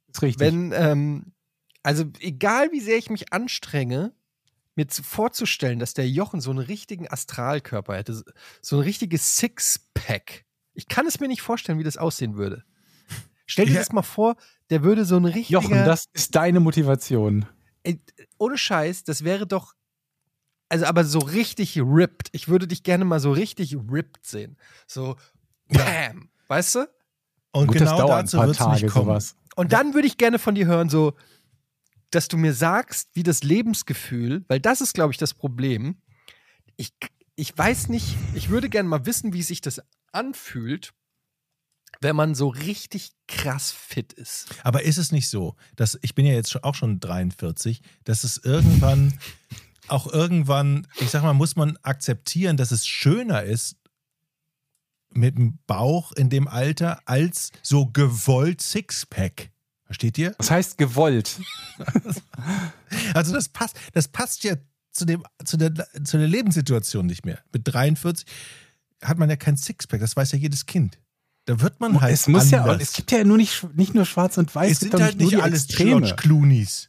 S5: Ist richtig.
S4: Wenn, ähm, also egal wie sehr ich mich anstrenge, mir zu, vorzustellen, dass der Jochen so einen richtigen Astralkörper hätte, so ein richtiges Sixpack. Ich kann es mir nicht vorstellen, wie das aussehen würde. Stell dir
S3: Ja.
S4: das mal vor, der würde so ein richtiger.
S5: Jochen, das ist deine Motivation.
S4: Ey, ohne Scheiß, das wäre doch. Also, aber so richtig ripped. Ich würde dich gerne mal so richtig ripped sehen. So, bam. Weißt du?
S3: und
S5: Gut, das
S3: genau
S5: dauert
S3: dazu
S5: ein paar
S3: wird es
S5: Tage
S3: nicht kommen.
S5: sowas.
S4: Und dann würde ich gerne von dir hören, so, dass du mir sagst, wie das Lebensgefühl, weil das ist, glaube ich, das Problem. Ich, ich weiß nicht, ich würde gerne mal wissen, wie sich das anfühlt, wenn man so richtig krass fit ist.
S3: Aber ist es nicht so, dass ich bin ja jetzt schon- auch schon 43, dass es irgendwann auch irgendwann, ich sag mal, muss man akzeptieren, dass es schöner ist mit dem Bauch in dem Alter als so gewollt Sixpack. Versteht ihr?
S5: Das heißt gewollt.
S3: Also das passt, das passt ja zu, dem, zu, der, zu der Lebenssituation nicht mehr. Mit 43 hat man ja kein Sixpack, das weiß ja jedes Kind. Da wird man halt
S5: Es muss ja,
S3: anders.
S5: auch- es gibt ja nur nicht, sch- nicht nur schwarz und weiß,
S3: es
S5: gibt
S3: sind
S5: doch
S3: halt
S5: nur
S3: nicht
S5: die
S3: alles
S5: Extreme.
S3: George Cloonys.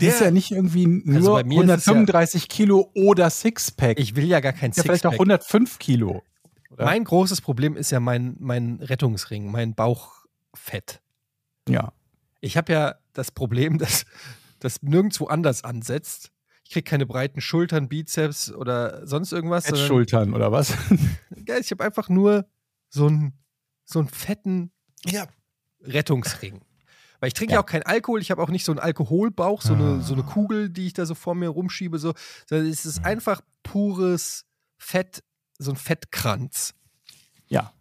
S5: Der ist ja nicht irgendwie nur
S4: Also bei mir ist es ja-
S5: 135 Kilo oder Sixpack.
S4: Ich will ja gar kein
S5: ja, vielleicht auch
S4: Sixpack.
S5: 105 Kilo. oder?
S4: Mein großes Problem ist ja mein, mein Rettungsring, mein Bauchfett.
S5: Ja.
S4: Ich habe ja das Problem, dass das nirgendwo anders ansetzt. Ich kriege keine breiten Schultern, Bizeps oder sonst irgendwas. sondern-
S5: Schultern oder was?
S4: Ja, ich habe einfach nur so einen, so einen fetten
S3: Ja,
S4: Rettungsring. Weil ich trinke ja,
S5: Ja.
S4: auch keinen Alkohol, ich habe auch nicht so einen Alkoholbauch, so,
S3: Ah.
S4: eine, so eine Kugel, die ich da so vor mir rumschiebe. So. Sondern es
S3: Mhm.
S4: ist einfach pures Fett, so ein Fettkranz.
S5: Ja.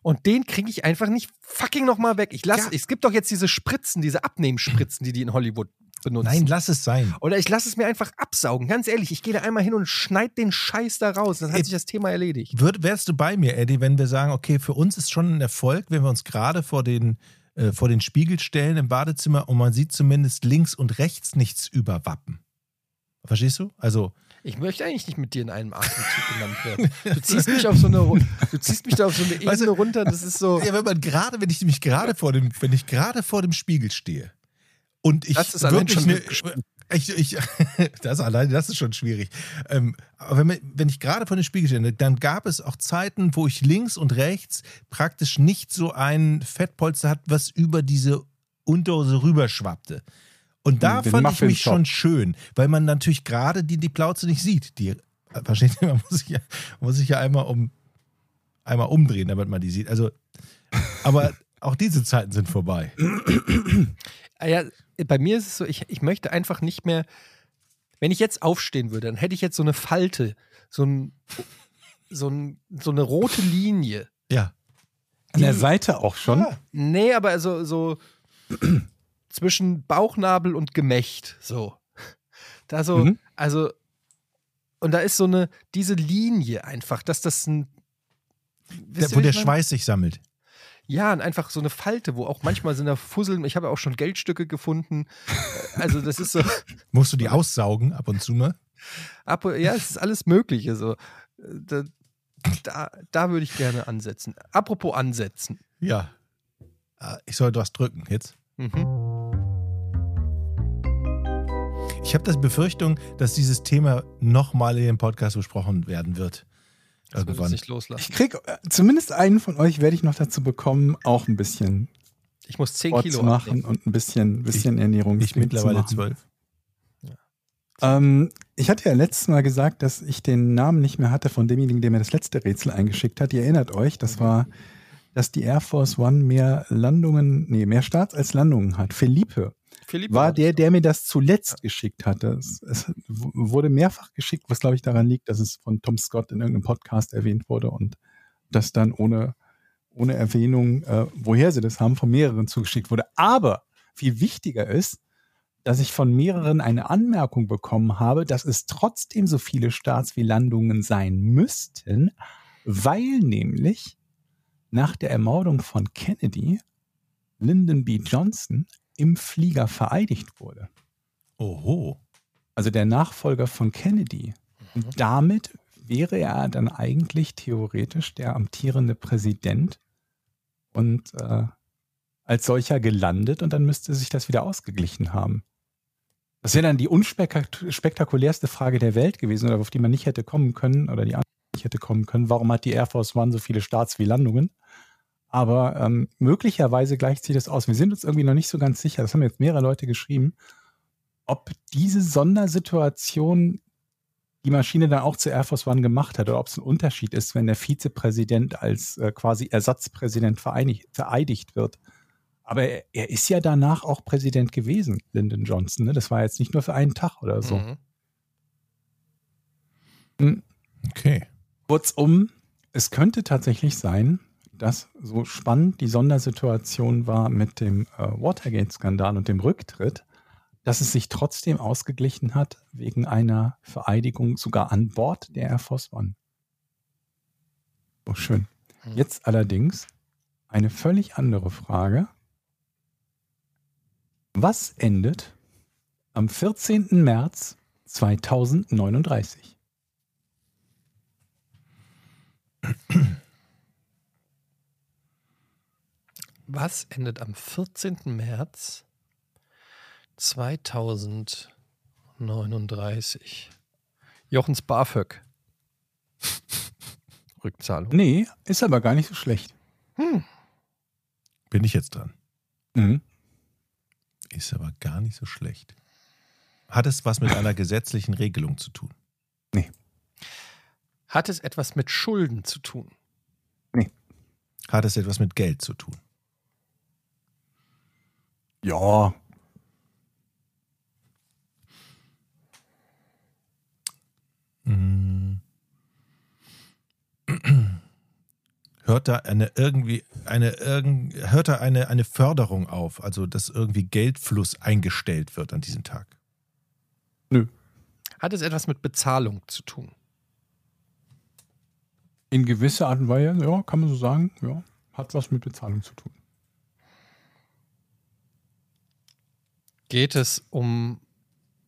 S4: Und den kriege ich einfach nicht fucking nochmal weg. Ich
S3: Ja.
S4: lasse, es gibt doch jetzt diese Spritzen, diese Abnehmspritzen, die die in Hollywood benutzen.
S3: nein, lass es sein.
S4: Oder ich lasse es mir einfach absaugen. Ganz ehrlich, ich gehe da einmal hin und schneid den Scheiß da raus. Dann
S3: Ey.
S4: hat sich das Thema erledigt.
S3: Würd, wärst du bei mir, Eddie, wenn wir sagen, okay, für uns ist schon ein Erfolg, wenn wir uns gerade vor den, äh, vor den Spiegel stellen im Badezimmer und man sieht zumindest links und rechts nichts überwappen. Verstehst du? Also
S4: Ich möchte eigentlich nicht mit dir in einem Atemzug genannt werden. Du ziehst mich auf so eine, Ru- du ziehst mich da auf so eine Ebene
S3: Weißt du-
S4: runter. Das ist so.
S3: Ja, wenn man gerade, wenn ich mich gerade vor dem, wenn ich gerade vor dem Spiegel stehe und ich
S4: Das ist allein
S3: wirklich
S4: schon
S3: eine, ich, ich, das allein, das ist schon schwierig. Ähm, aber wenn, man- wenn ich gerade vor dem Spiegel stehe, dann gab es auch Zeiten, wo ich links und rechts praktisch nicht so ein Fettpolster hat, was über diese Unterhose rüberschwappte. Und da
S5: Hm, Den
S3: fand ich
S5: Muffin
S3: mich
S5: Top.
S3: schon schön, weil man natürlich gerade die, die Plauze nicht sieht. Die, versteht ihr, man muss sich ja, muss sich ja einmal, um, einmal umdrehen, damit man die sieht. Also, aber auch diese Zeiten sind vorbei.
S4: Ah Ja, bei mir ist es so, ich, ich möchte einfach nicht mehr. Wenn ich jetzt aufstehen würde, dann hätte ich jetzt so eine Falte, so, ein, so, ein, so eine rote Linie.
S3: Ja.
S5: An der Seite auch schon.
S4: Nee, aber so, so zwischen Bauchnabel und Gemächt. So. Da so,
S5: Mhm.
S4: also, und da ist so eine, diese Linie einfach, dass das ein.
S3: Der,
S4: Wisst ihr,
S3: wo
S4: wie
S3: der
S4: ich meine?
S3: Schweiß sich sammelt.
S4: Ja, und einfach so eine Falte, wo auch manchmal sind da Fusseln. Ich habe auch schon Geldstücke gefunden. Also, das ist so.
S3: Musst du die aussaugen ab und zu mal?
S4: Ab, ja, es ist alles Mögliche. So. Äh, Da, da, da würde ich gerne ansetzen. Apropos ansetzen.
S3: Ja. Ah, Ich soll was drücken jetzt.
S4: Mhm.
S3: Ich habe das Befürchtung, dass dieses Thema nochmal in dem Podcast besprochen werden wird.
S4: Das
S5: Also
S4: wird uns
S3: Irgendwann.
S4: nicht loslassen.
S5: Ich krieg äh, zumindest einen von euch werde ich noch dazu bekommen, auch ein bisschen
S4: Ich muss 10
S5: Sport
S4: Kilo
S5: zu machen
S4: abnehmen.
S5: und ein bisschen, bisschen Ernährung.
S3: Ich mittlerweile zwölf.
S5: Ähm, ich hatte ja letztes Mal gesagt, dass ich den Namen nicht mehr hatte von demjenigen, der mir das letzte Rätsel eingeschickt hat. Ihr erinnert euch, das
S3: Mhm.
S5: war, dass die Air Force One mehr Landungen, nee, mehr Starts als Landungen hat. Felipe
S4: Philipp
S5: war der, der mir das zuletzt geschickt hatte. Es, es w- wurde mehrfach geschickt, was glaube ich daran liegt, dass es von Tom Scott in irgendeinem Podcast erwähnt wurde und das dann ohne, ohne Erwähnung, äh, woher sie das haben, von mehreren zugeschickt wurde. Aber viel wichtiger ist, dass ich von mehreren eine Anmerkung bekommen habe, dass es trotzdem so viele Starts wie Landungen sein müssten, weil nämlich nach der Ermordung von Kennedy Lyndon B. Johnson im Flieger vereidigt wurde.
S3: Oho.
S5: Also der Nachfolger von Kennedy. Und damit wäre er dann eigentlich theoretisch der amtierende Präsident und äh, als solcher gelandet und dann müsste sich das wieder ausgeglichen haben. Das wäre dann die unspektakulärste Frage der Welt gewesen, oder auf die man nicht hätte kommen können, oder die Antwort nicht hätte kommen können. Warum hat die Air Force One so viele Starts wie Landungen? Aber ähm, möglicherweise gleicht sich das aus. Wir sind uns irgendwie noch nicht so ganz sicher. Das haben jetzt mehrere Leute geschrieben, ob diese Sondersituation die Maschine dann auch zu Air Force One gemacht hat oder ob es ein Unterschied ist, wenn der Vizepräsident als äh, quasi Ersatzpräsident vereinigt, vereidigt wird. Aber er, er ist ja danach auch Präsident gewesen, Lyndon Johnson. Ne? Das war jetzt nicht nur für einen Tag oder so.
S4: Mhm.
S3: Okay.
S5: Kurzum, es könnte tatsächlich sein, dass so spannend die Sondersituation war mit dem äh, Watergate-Skandal und dem Rücktritt, dass es sich trotzdem ausgeglichen hat wegen einer Vereidigung sogar an Bord der Air Force One. Oh, schön.
S4: Hm.
S5: Jetzt allerdings eine völlig andere Frage. Was endet am 14. März 2039?
S4: Was endet am 14. März 2039? Jochens BAföG. Rückzahlung. Hm.
S5: Nee, ist aber gar nicht so schlecht.
S3: Bin ich jetzt dran.
S5: Mhm.
S3: Ist aber gar nicht so schlecht. Hat es was mit einer gesetzlichen Regelung zu tun?
S4: Hat es etwas mit Schulden zu tun?
S3: Hat es etwas mit Geld zu tun?
S5: Ja.
S4: Mhm.
S3: Mm. Hört da eine irgendwie eine irgend, hört da eine, eine Förderung auf, also dass irgendwie Geldfluss eingestellt wird an diesem Tag?
S4: Hat es etwas mit Bezahlung zu tun?
S5: In gewisser Art und Weise, ja, kann man so sagen, ja. Hat was mit Bezahlung zu tun.
S4: Geht es um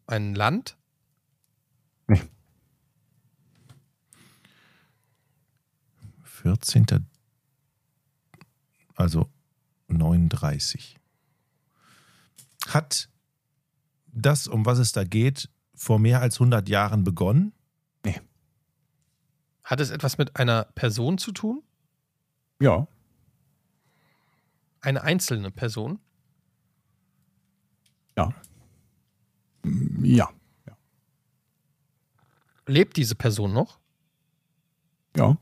S4: ein Land?
S5: Nee.
S3: 14. Also 39. Hat das, um was es da geht, vor mehr als 100 Jahren begonnen?
S4: Hat es etwas mit einer Person zu tun?
S5: Ja.
S4: Eine einzelne Person?
S5: Mm, Ja.
S4: Lebt diese Person noch?
S5: Ja.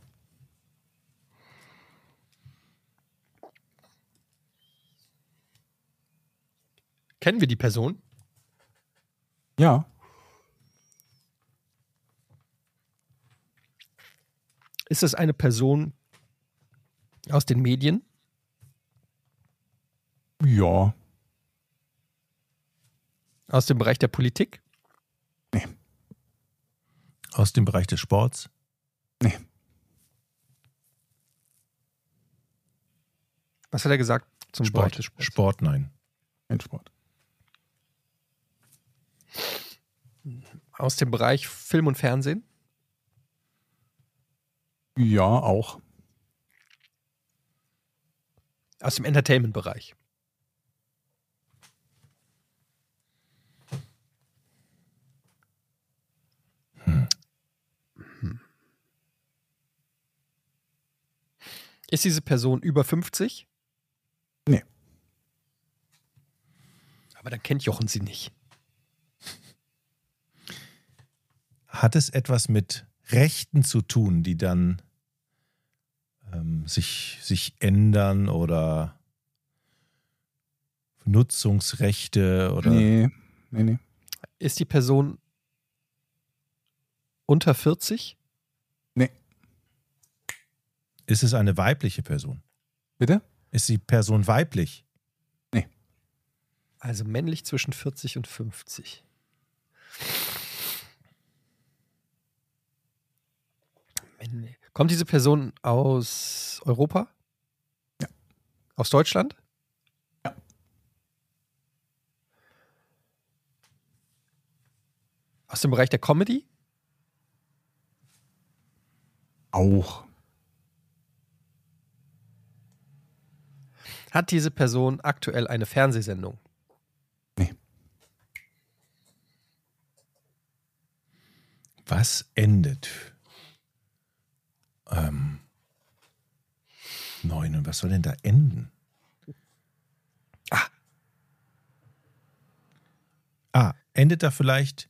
S4: Kennen wir die Person?
S5: Ja.
S4: Ist es eine Person aus den Medien?
S5: Ja.
S4: Aus dem Bereich der Politik?
S3: Aus dem Bereich des Sports?
S4: Was hat er gesagt zum Bereich des Sports?
S3: Sport, nein.
S5: Kein Sport.
S4: Aus dem Bereich Film und Fernsehen?
S5: Ja, auch.
S4: Aus dem Entertainment-Bereich? Hm. Ist diese Person über 50?
S5: Nee.
S4: Aber dann kennt Jochen sie nicht.
S3: Hat es etwas mit Rechten zu tun, die dann ähm, sich, sich ändern oder Nutzungsrechte oder
S5: Nee. Nee, nee.
S4: Ist die Person unter 40?
S3: ist es eine weibliche Person?
S5: Bitte?
S3: Ist die Person weiblich?
S4: Also männlich zwischen 40 und 50. Männlich. Kommt diese Person aus Europa?
S5: Ja.
S4: Aus Deutschland?
S5: Ja.
S4: Aus dem Bereich der Comedy?
S5: Auch.
S4: Hat diese Person aktuell eine Fernsehsendung?
S3: Was endet? Ähm, neun. Und was soll denn da enden? Ah. Ah, endet da vielleicht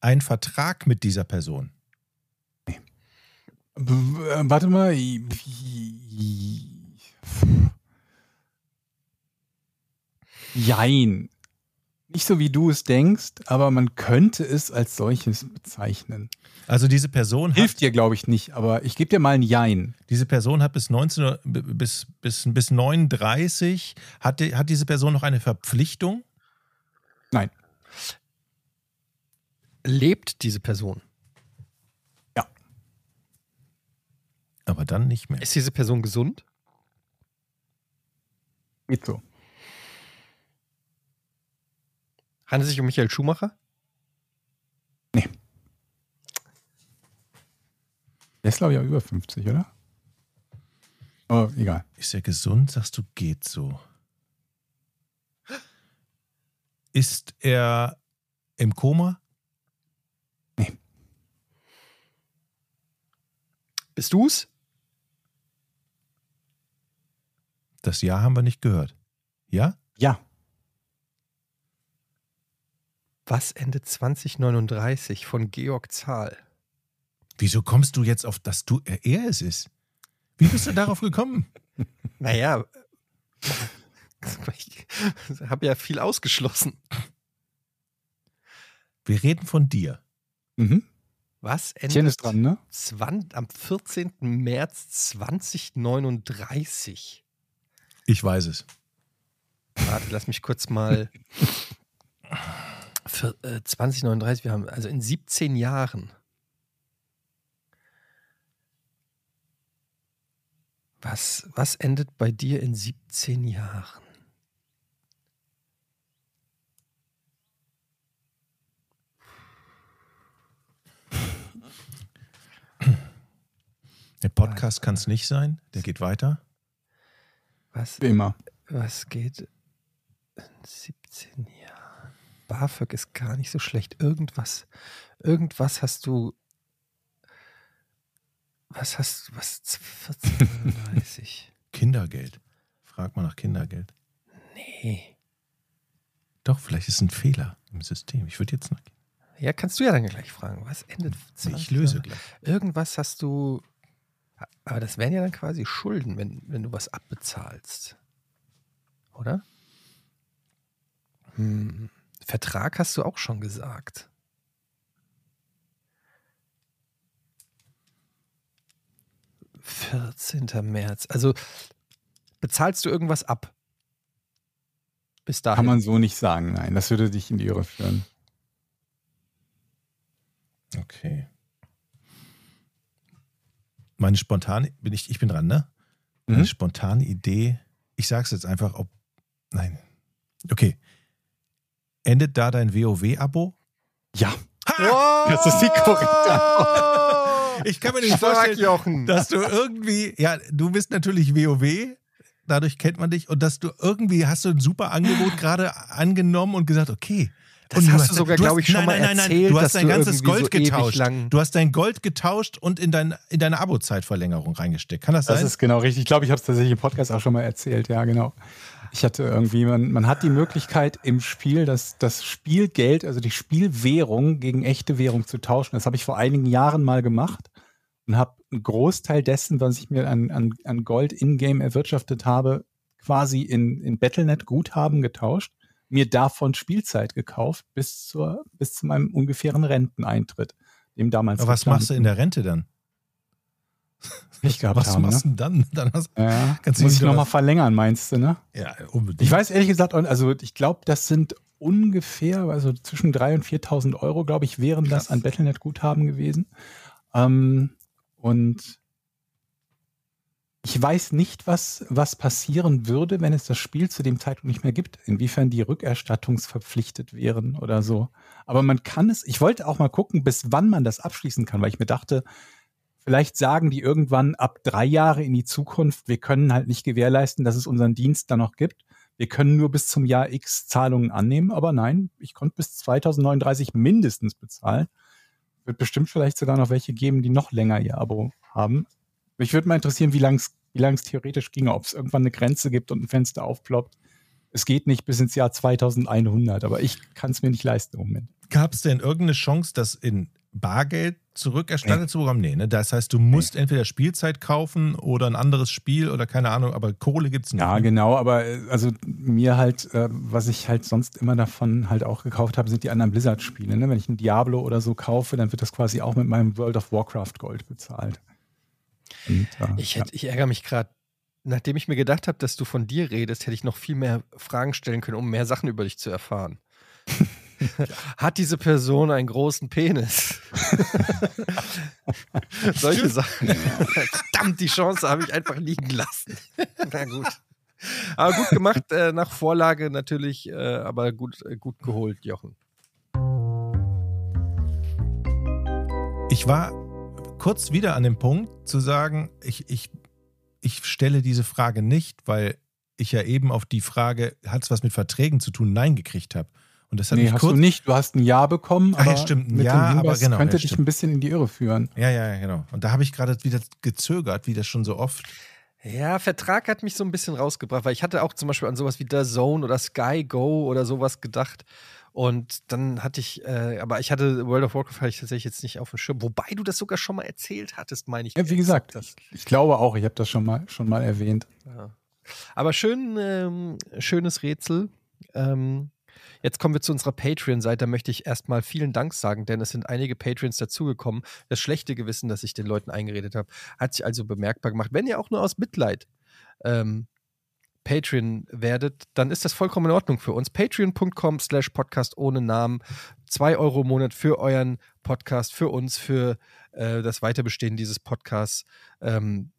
S3: ein Vertrag mit dieser Person?
S5: B äh, warte mal. I- i- Jein. Nicht so wie du es denkst, aber man könnte es als solches bezeichnen.
S3: Also diese Person hat,
S5: Hilft dir, glaube ich, nicht, aber ich gebe dir mal ein Jein.
S3: diese Person hat bis 19 Uhr- b- bis bis bis 39 hat, die, hat diese Person noch eine Verpflichtung?
S4: Lebt diese Person?
S3: Aber dann nicht mehr.
S4: Ist diese Person gesund?
S5: Geht so.
S4: Handelt es sich um Michael Schumacher?
S5: Der ist, glaube ich, auch über 50, oder? Aber egal.
S3: Ist er gesund? Sagst du, geht so. Ist er im Koma?
S4: Bist du's?
S3: Das Ja haben wir nicht gehört. Ja?
S5: Ja.
S4: Was endet 2039 von Georg Zahl?
S3: Wieso kommst du jetzt auf, dass du er, er es ist? Wie bist du darauf gekommen?
S4: Naja, ich habe ja viel ausgeschlossen.
S3: Wir reden von dir.
S5: Mhm.
S4: Was
S5: Tien
S4: endet
S5: ist dran, ne?
S4: 20, am 14. März 2039?
S3: Ich weiß es.
S4: Warte, lass mich kurz mal. Für, äh, 2039, wir haben also in 17 Jahren. Was, was endet bei dir in 17 Jahren?
S3: Der Podcast kann es nicht sein, der geht weiter.
S4: Was,
S5: Wie immer.
S4: was geht in 17 Jahren? BAföG ist gar nicht so schlecht. Irgendwas, irgendwas hast du. Was hast du? Was? 14, 30.
S3: Kindergeld. Frag mal nach Kindergeld.
S4: Nee.
S3: Doch, vielleicht ist ein Fehler im System. Ich würde jetzt noch.
S4: Ja, kannst du ja dann gleich fragen. Was endet? 20
S3: Ich löse
S4: Jahre?
S3: gleich.
S4: Irgendwas hast du. Aber das wären ja dann quasi Schulden, wenn, wenn du was abbezahlst. Oder? Hm. Vertrag hast du auch schon gesagt. „ 14. März. Also bezahlst du irgendwas ab? Bis dahin.
S5: Kann man so nicht sagen, nein. Das würde dich in die Irre führen.
S3: Okay. Meine spontane, bin ich, ich bin dran, ne? Meine
S5: Mhm.
S3: spontane Idee, ich sag's jetzt einfach, ob. Nein. Okay. Endet da dein WoW-Abo?
S5: Ja.
S4: Oh!
S5: Das ist die korrekte
S3: Ich kann mir nicht
S4: Stark,
S3: vorstellen,
S4: Jochen.
S3: dass du irgendwie, ja, du bist natürlich WoW, dadurch kennt man dich und dass du irgendwie hast du ein super Angebot gerade angenommen und gesagt, okay.
S4: Das
S3: und
S4: hast du sogar,
S3: hast-
S4: glaube ich, schon
S3: nein,
S4: mal
S3: nein, nein, nein,
S4: erzählt,
S3: Du
S4: dass
S3: hast dein
S4: du
S3: ganzes
S4: irgendwie
S3: Gold
S4: so ewig
S3: getauscht.
S4: lang-
S3: Du hast dein Gold getauscht und in, dein, in deine Abo-Zeitverlängerung reingesteckt. Kann das sein?
S5: Das ist genau richtig. Ich glaube, ich habe es tatsächlich im Podcast auch schon mal erzählt. Ja, genau. Ich hatte irgendwie, man, man hat die Möglichkeit im Spiel, das, das Spielgeld, also die Spielwährung gegen echte Währung zu tauschen. Das habe ich vor einigen Jahren mal gemacht und habe einen Großteil dessen, was ich mir an, an, an Gold in-game erwirtschaftet habe, quasi in, in Battlenet-Guthaben getauscht, mir davon Spielzeit gekauft bis, zur, bis zu meinem ungefähren Renteneintritt. Dem damals
S3: Aber was machst du in der Rente dann?
S5: nicht gehabt
S3: was
S5: haben,
S3: machst
S5: ne?
S3: du denn dann? dann hast,
S5: Ja,
S3: Kannst du
S5: muss
S3: nicht
S5: ich nochmal
S3: nur-
S5: verlängern, meinst du, ne?
S3: ja, unbedingt.
S5: Ich weiß ehrlich gesagt, also ich glaube, das sind ungefähr, also zwischen 3.000 und 4.000 Euro, glaube ich, wären das an Battlenet-Guthaben gewesen. Ähm, und ich weiß nicht, was, was passieren würde, wenn es das Spiel zu dem Zeitpunkt nicht mehr gibt, inwiefern die rückerstattungsverpflichtet wären oder so. Aber man kann es, ich wollte auch mal gucken, bis wann man das abschließen kann, weil ich mir dachte, vielleicht sagen die irgendwann ab drei Jahre in die Zukunft, wir können halt nicht gewährleisten, dass es unseren Dienst dann noch gibt. Wir können nur bis zum Jahr X Zahlungen annehmen, aber nein, ich konnte bis 2039 mindestens bezahlen. Wird bestimmt vielleicht sogar noch welche geben, die noch länger ihr Abo haben. Mich würde mal interessieren, wie lang es wie lang's theoretisch ginge, ob es irgendwann eine Grenze gibt und ein Fenster aufploppt. Es geht nicht bis ins Jahr 2100, aber ich kann es mir nicht leisten im Moment.
S3: Gab es denn irgendeine Chance, das in Bargeld zurückerstattet zu bekommen? Nee, ne? Das heißt, du musst entweder Spielzeit kaufen oder ein anderes Spiel oder keine Ahnung, aber Kohle gibt es nicht.
S5: Ja,
S3: ne?
S5: genau, aber äh, also mir halt, äh, was ich halt sonst immer davon halt auch gekauft habe, sind die anderen Blizzard-Spiele. Ne? Wenn ich ein Diablo oder so kaufe, dann wird das quasi auch mit meinem World of Warcraft Gold bezahlt. Und, äh,
S4: Ich, hätte, ich ärgere mich gerade. Nachdem ich mir gedacht habe, dass du von dir redest, hätte ich noch viel mehr Fragen stellen können, um mehr Sachen über dich zu erfahren. Hat diese Person einen großen Penis? Solche Sachen. Verdammt, die Chance habe ich einfach liegen lassen. Na gut. Aber gut gemacht, äh, nach Vorlage natürlich, äh, aber gut, äh, gut geholt, Jochen.
S3: Ich war kurz wieder an dem Punkt zu sagen, ich, ich, ich stelle diese Frage nicht, weil ich ja eben auf die Frage, hat es was mit Verträgen zu tun, Nein gekriegt habe. Und das
S5: ja.
S3: hat
S5: Nee,
S3: mich
S5: hast
S3: kurz.
S5: du nicht. Du hast ein Ja bekommen,
S3: Ach ja,
S5: aber
S3: stimmt, ein
S5: mit
S3: Ja,
S5: dem Hinweis
S3: aber genau,
S5: könnte
S3: ja,
S5: dich
S3: stimmt.
S5: ein bisschen in die Irre führen.
S3: Ja, ja, ja, genau. Und da habe ich gerade wieder gezögert, wie das schon so oft.
S4: Ja, Vertrag hat mich so ein bisschen rausgebracht, weil ich hatte auch zum Beispiel an sowas wie The Zone oder Sky Go oder sowas gedacht. Und dann hatte ich, äh, aber ich hatte World of Warcraft hatte ich tatsächlich jetzt nicht auf dem Schirm. Wobei du das sogar schon mal erzählt hattest, meine ich.
S5: Ja, wie gesagt,
S4: Das,
S5: ich, ich glaube auch, ich habe das schon mal, schon mal erwähnt.
S4: ja. Aber schön, ähm, schönes Rätsel. Ähm, jetzt kommen wir zu unserer Patreon-Seite. Da möchte ich erstmal vielen Dank sagen, denn es sind einige Patreons dazugekommen. Das schlechte Gewissen, das ich den Leuten eingeredet habe, hat sich also bemerkbar gemacht. Wenn ihr auch nur aus Mitleid ähm, Patreon werdet, dann ist das vollkommen in Ordnung für uns. Patreon.com slash Podcast ohne Namen. Zwei Euro im Monat für euren Podcast, für uns, für äh, das Weiterbestehen dieses Podcasts. Ähm,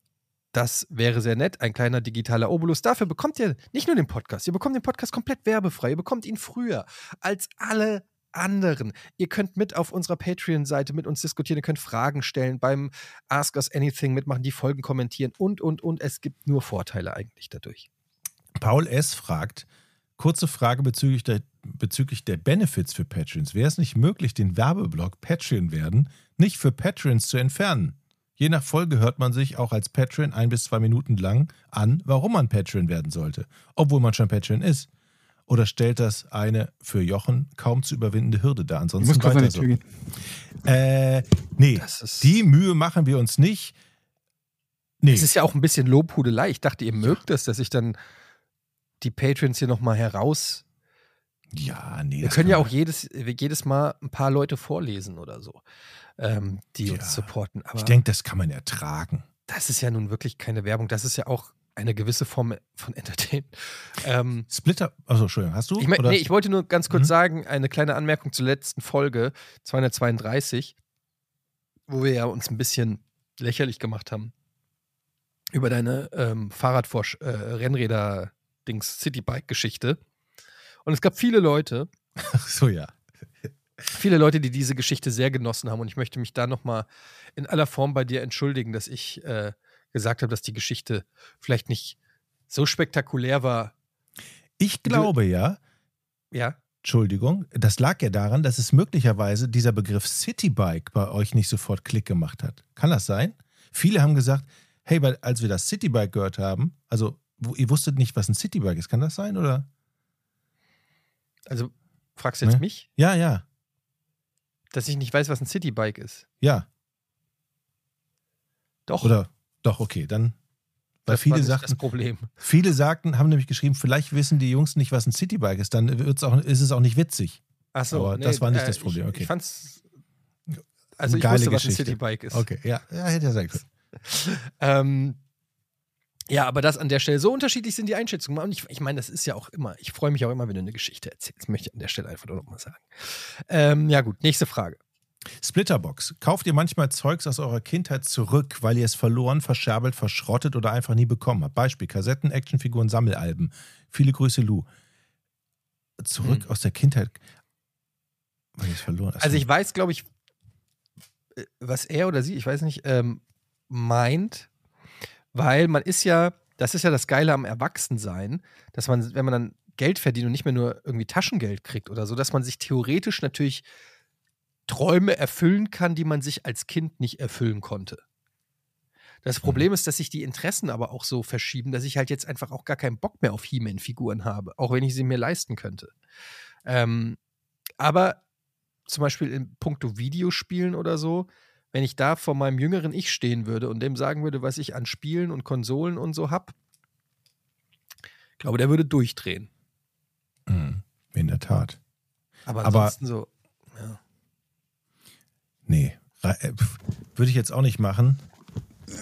S4: das wäre sehr nett, ein kleiner digitaler Obolus. Dafür bekommt ihr nicht nur den Podcast, ihr bekommt den Podcast komplett werbefrei. Ihr bekommt ihn früher als alle anderen. Ihr könnt mit auf unserer Patreon-Seite mit uns diskutieren, ihr könnt Fragen stellen, beim Ask Us Anything mitmachen, die Folgen kommentieren und, und, und. Es gibt nur Vorteile eigentlich dadurch.
S3: Paul S. fragt, kurze Frage bezüglich der, bezüglich der Benefits für Patreons. Wäre es nicht möglich, den Werbeblock Patreon werden nicht für Patreons zu entfernen? Je nach Folge hört man sich auch als Patreon ein bis zwei Minuten lang an, warum man Patreon werden sollte, obwohl man schon Patreon ist. Oder stellt das eine für Jochen kaum zu überwindende Hürde dar?
S5: Ich muss
S3: Ansonsten
S5: kurz an die
S3: weiter
S5: Tür
S3: so.
S5: gehen.
S3: Äh, nee,
S4: Das ist,
S3: die Mühe machen wir uns nicht. Nee.
S4: es ist ja auch ein bisschen Lobhudelei. Ich dachte, ihr mögt das, dass ich dann die Patreons hier nochmal heraus.
S3: ja, genau. nee.
S4: Wir
S3: das
S4: können ja
S3: kann
S4: auch jedes, jedes Mal ein paar Leute vorlesen oder so, ähm, die
S3: Ja.
S4: uns supporten.
S3: man- Ich
S4: Aber
S3: denke, das kann man ertragen.
S4: das ist ja nun wirklich keine Werbung. Das ist ja auch eine gewisse Form von Entertainment. Ähm,
S3: Splitter, also Entschuldigung, hast du?
S4: Ich, mein,
S3: Oder-
S4: nee, ich wollte nur ganz kurz
S3: Mhm.
S4: sagen, eine kleine Anmerkung zur letzten Folge, 232, wo wir ja uns ein bisschen lächerlich gemacht haben über deine ähm, Fahrradvorsch äh, Rennräder Dings Citybike Geschichte. Und es gab viele Leute,
S3: Ach so, ja.
S4: viele Leute, die diese Geschichte sehr genossen haben und ich möchte mich da noch mal in aller Form bei dir entschuldigen, dass ich äh, gesagt habe, dass die Geschichte vielleicht nicht so spektakulär war.
S3: Ich glaube ja,
S4: Ja,
S3: Entschuldigung, das lag ja daran, dass es möglicherweise dieser Begriff Citybike bei euch nicht sofort Klick gemacht hat. Kann das sein? Viele haben gesagt, hey, weil als wir das Citybike gehört haben, also wo- ihr wusstet nicht, was ein Citybike ist, kann das sein? Oder?
S4: also fragst du jetzt
S3: Nee.
S4: mich,
S3: Ja, ja,
S4: dass ich nicht weiß, was ein Citybike ist?
S3: ja.
S4: Doch.
S3: Oder doch, okay, dann. Weil
S4: das war
S3: viele
S4: nicht
S3: sagten,
S4: das Problem.
S3: viele sagten, haben nämlich geschrieben, vielleicht wissen die Jungs nicht, was ein Citybike ist, dann wird's auch, ist es auch nicht witzig.
S4: Ach so, äh,
S3: Aber das war nicht das Problem,
S4: Ich,
S3: okay.
S4: ich fand's. Also
S3: Eine
S4: ich
S3: geile
S4: wusste, was ein
S3: Geschichte.
S4: Citybike ist.
S3: Okay, ja, ja hätte ja sein können.
S4: Ähm, ja, aber das an der Stelle. So unterschiedlich sind die Einschätzungen. Und ich, ich meine, das ist ja auch immer. Ich freue mich auch immer, wenn du eine Geschichte erzählst. Möchte ich an der Stelle einfach nur nochmal sagen. Ähm, ja, gut. Nächste Frage.
S3: Splitterbox. Kauft ihr manchmal Zeugs aus eurer Kindheit zurück, weil ihr es verloren, verscherbelt, verschrottet oder einfach nie bekommen habt? Beispiel: Kassetten, Actionfiguren, Sammelalben. Viele Grüße, Lou. Zurück aus der Kindheit. Weil ihr es verloren
S4: Hm. Also ich weiß, glaube ich, äh, was er oder sie, ich weiß nicht, ähm, meint, weil man ist ja, das ist ja das Geile am Erwachsensein, dass man, wenn man dann Geld verdient und nicht mehr nur irgendwie Taschengeld kriegt oder so, dass man sich theoretisch natürlich Träume erfüllen kann, die man sich als Kind nicht erfüllen konnte. Das Problem ist, dass sich die Interessen aber auch so verschieben, dass ich halt jetzt einfach auch gar keinen Bock mehr auf He-Man-Figuren habe, auch wenn ich sie mir leisten könnte. Ähm, aber zum Beispiel in puncto Videospielen oder so, wenn ich da vor meinem jüngeren Ich stehen würde und dem sagen würde, was ich an Spielen und Konsolen und so hab, glaube, der würde durchdrehen.
S3: Mhm. In der Tat.
S4: Aber
S3: Aber-
S4: ansonsten so, ja.
S3: Nee, Ra- äh, pf, würde ich jetzt auch nicht machen.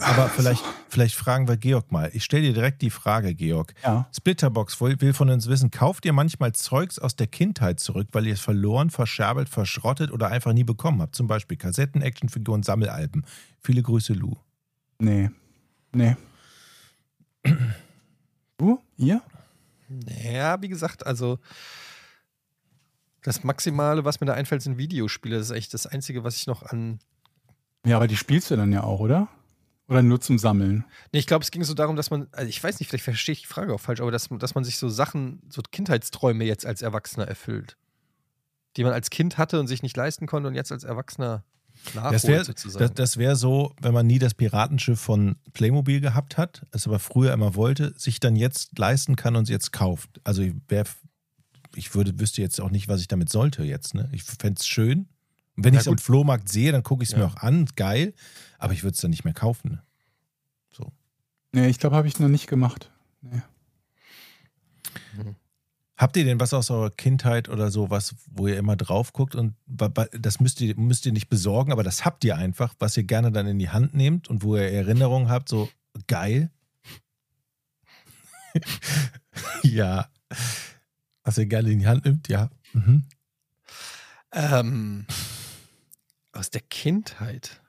S3: Aber vielleicht, vielleicht fragen wir Georg mal. Ich stelle dir direkt die Frage, Georg.
S5: Ja.
S3: Splitterbox will will von uns wissen, kauft ihr manchmal Zeugs aus der Kindheit zurück, weil ihr es verloren, verscherbelt, verschrottet oder einfach nie bekommen habt? Zum Beispiel Kassetten, Actionfiguren, Sammelalben. Viele Grüße, Lou.
S5: Nee. Nee. Du? Ihr?
S4: Naja, wie gesagt, also das Maximale, was mir da einfällt, sind Videospiele. Das ist echt das Einzige, was ich noch an.
S5: Ja, aber die spielst du dann ja auch, oder? Oder nur zum Sammeln?
S4: Nee, ich glaube, es ging so darum, dass man, also ich weiß nicht, vielleicht verstehe ich die Frage auch falsch, aber dass, dass man sich so Sachen, so Kindheitsträume jetzt als Erwachsener erfüllt. Die man als Kind hatte und sich nicht leisten konnte und jetzt als Erwachsener nachholt,
S3: Das wäre
S4: sozusagen.
S3: das, das wär so, wenn man nie das Piratenschiff von Playmobil gehabt hat, es aber früher immer wollte, sich dann jetzt leisten kann und es jetzt kauft. Also ich wär, ich würde, wüsste jetzt auch nicht, was ich damit sollte jetzt. Ne? Ich fände es schön. Und wenn
S4: Na
S3: ich es am
S4: gut.
S3: Flohmarkt sehe, dann gucke ich es
S4: Ja.
S3: mir auch an, geil. Aber ich würde es dann nicht mehr kaufen. Ne?
S5: Nee, ich glaube, habe ich noch nicht gemacht.
S3: Habt ihr denn was aus eurer Kindheit oder so, was, wo ihr immer drauf guckt und ba- ba- das müsst ihr, müsst ihr nicht besorgen, aber das habt ihr einfach, was ihr gerne dann in die Hand nehmt und wo ihr Erinnerungen habt, so geil? ja. Was ihr gerne in die Hand nimmt, ja. Mhm.
S4: Ähm, aus der Kindheit.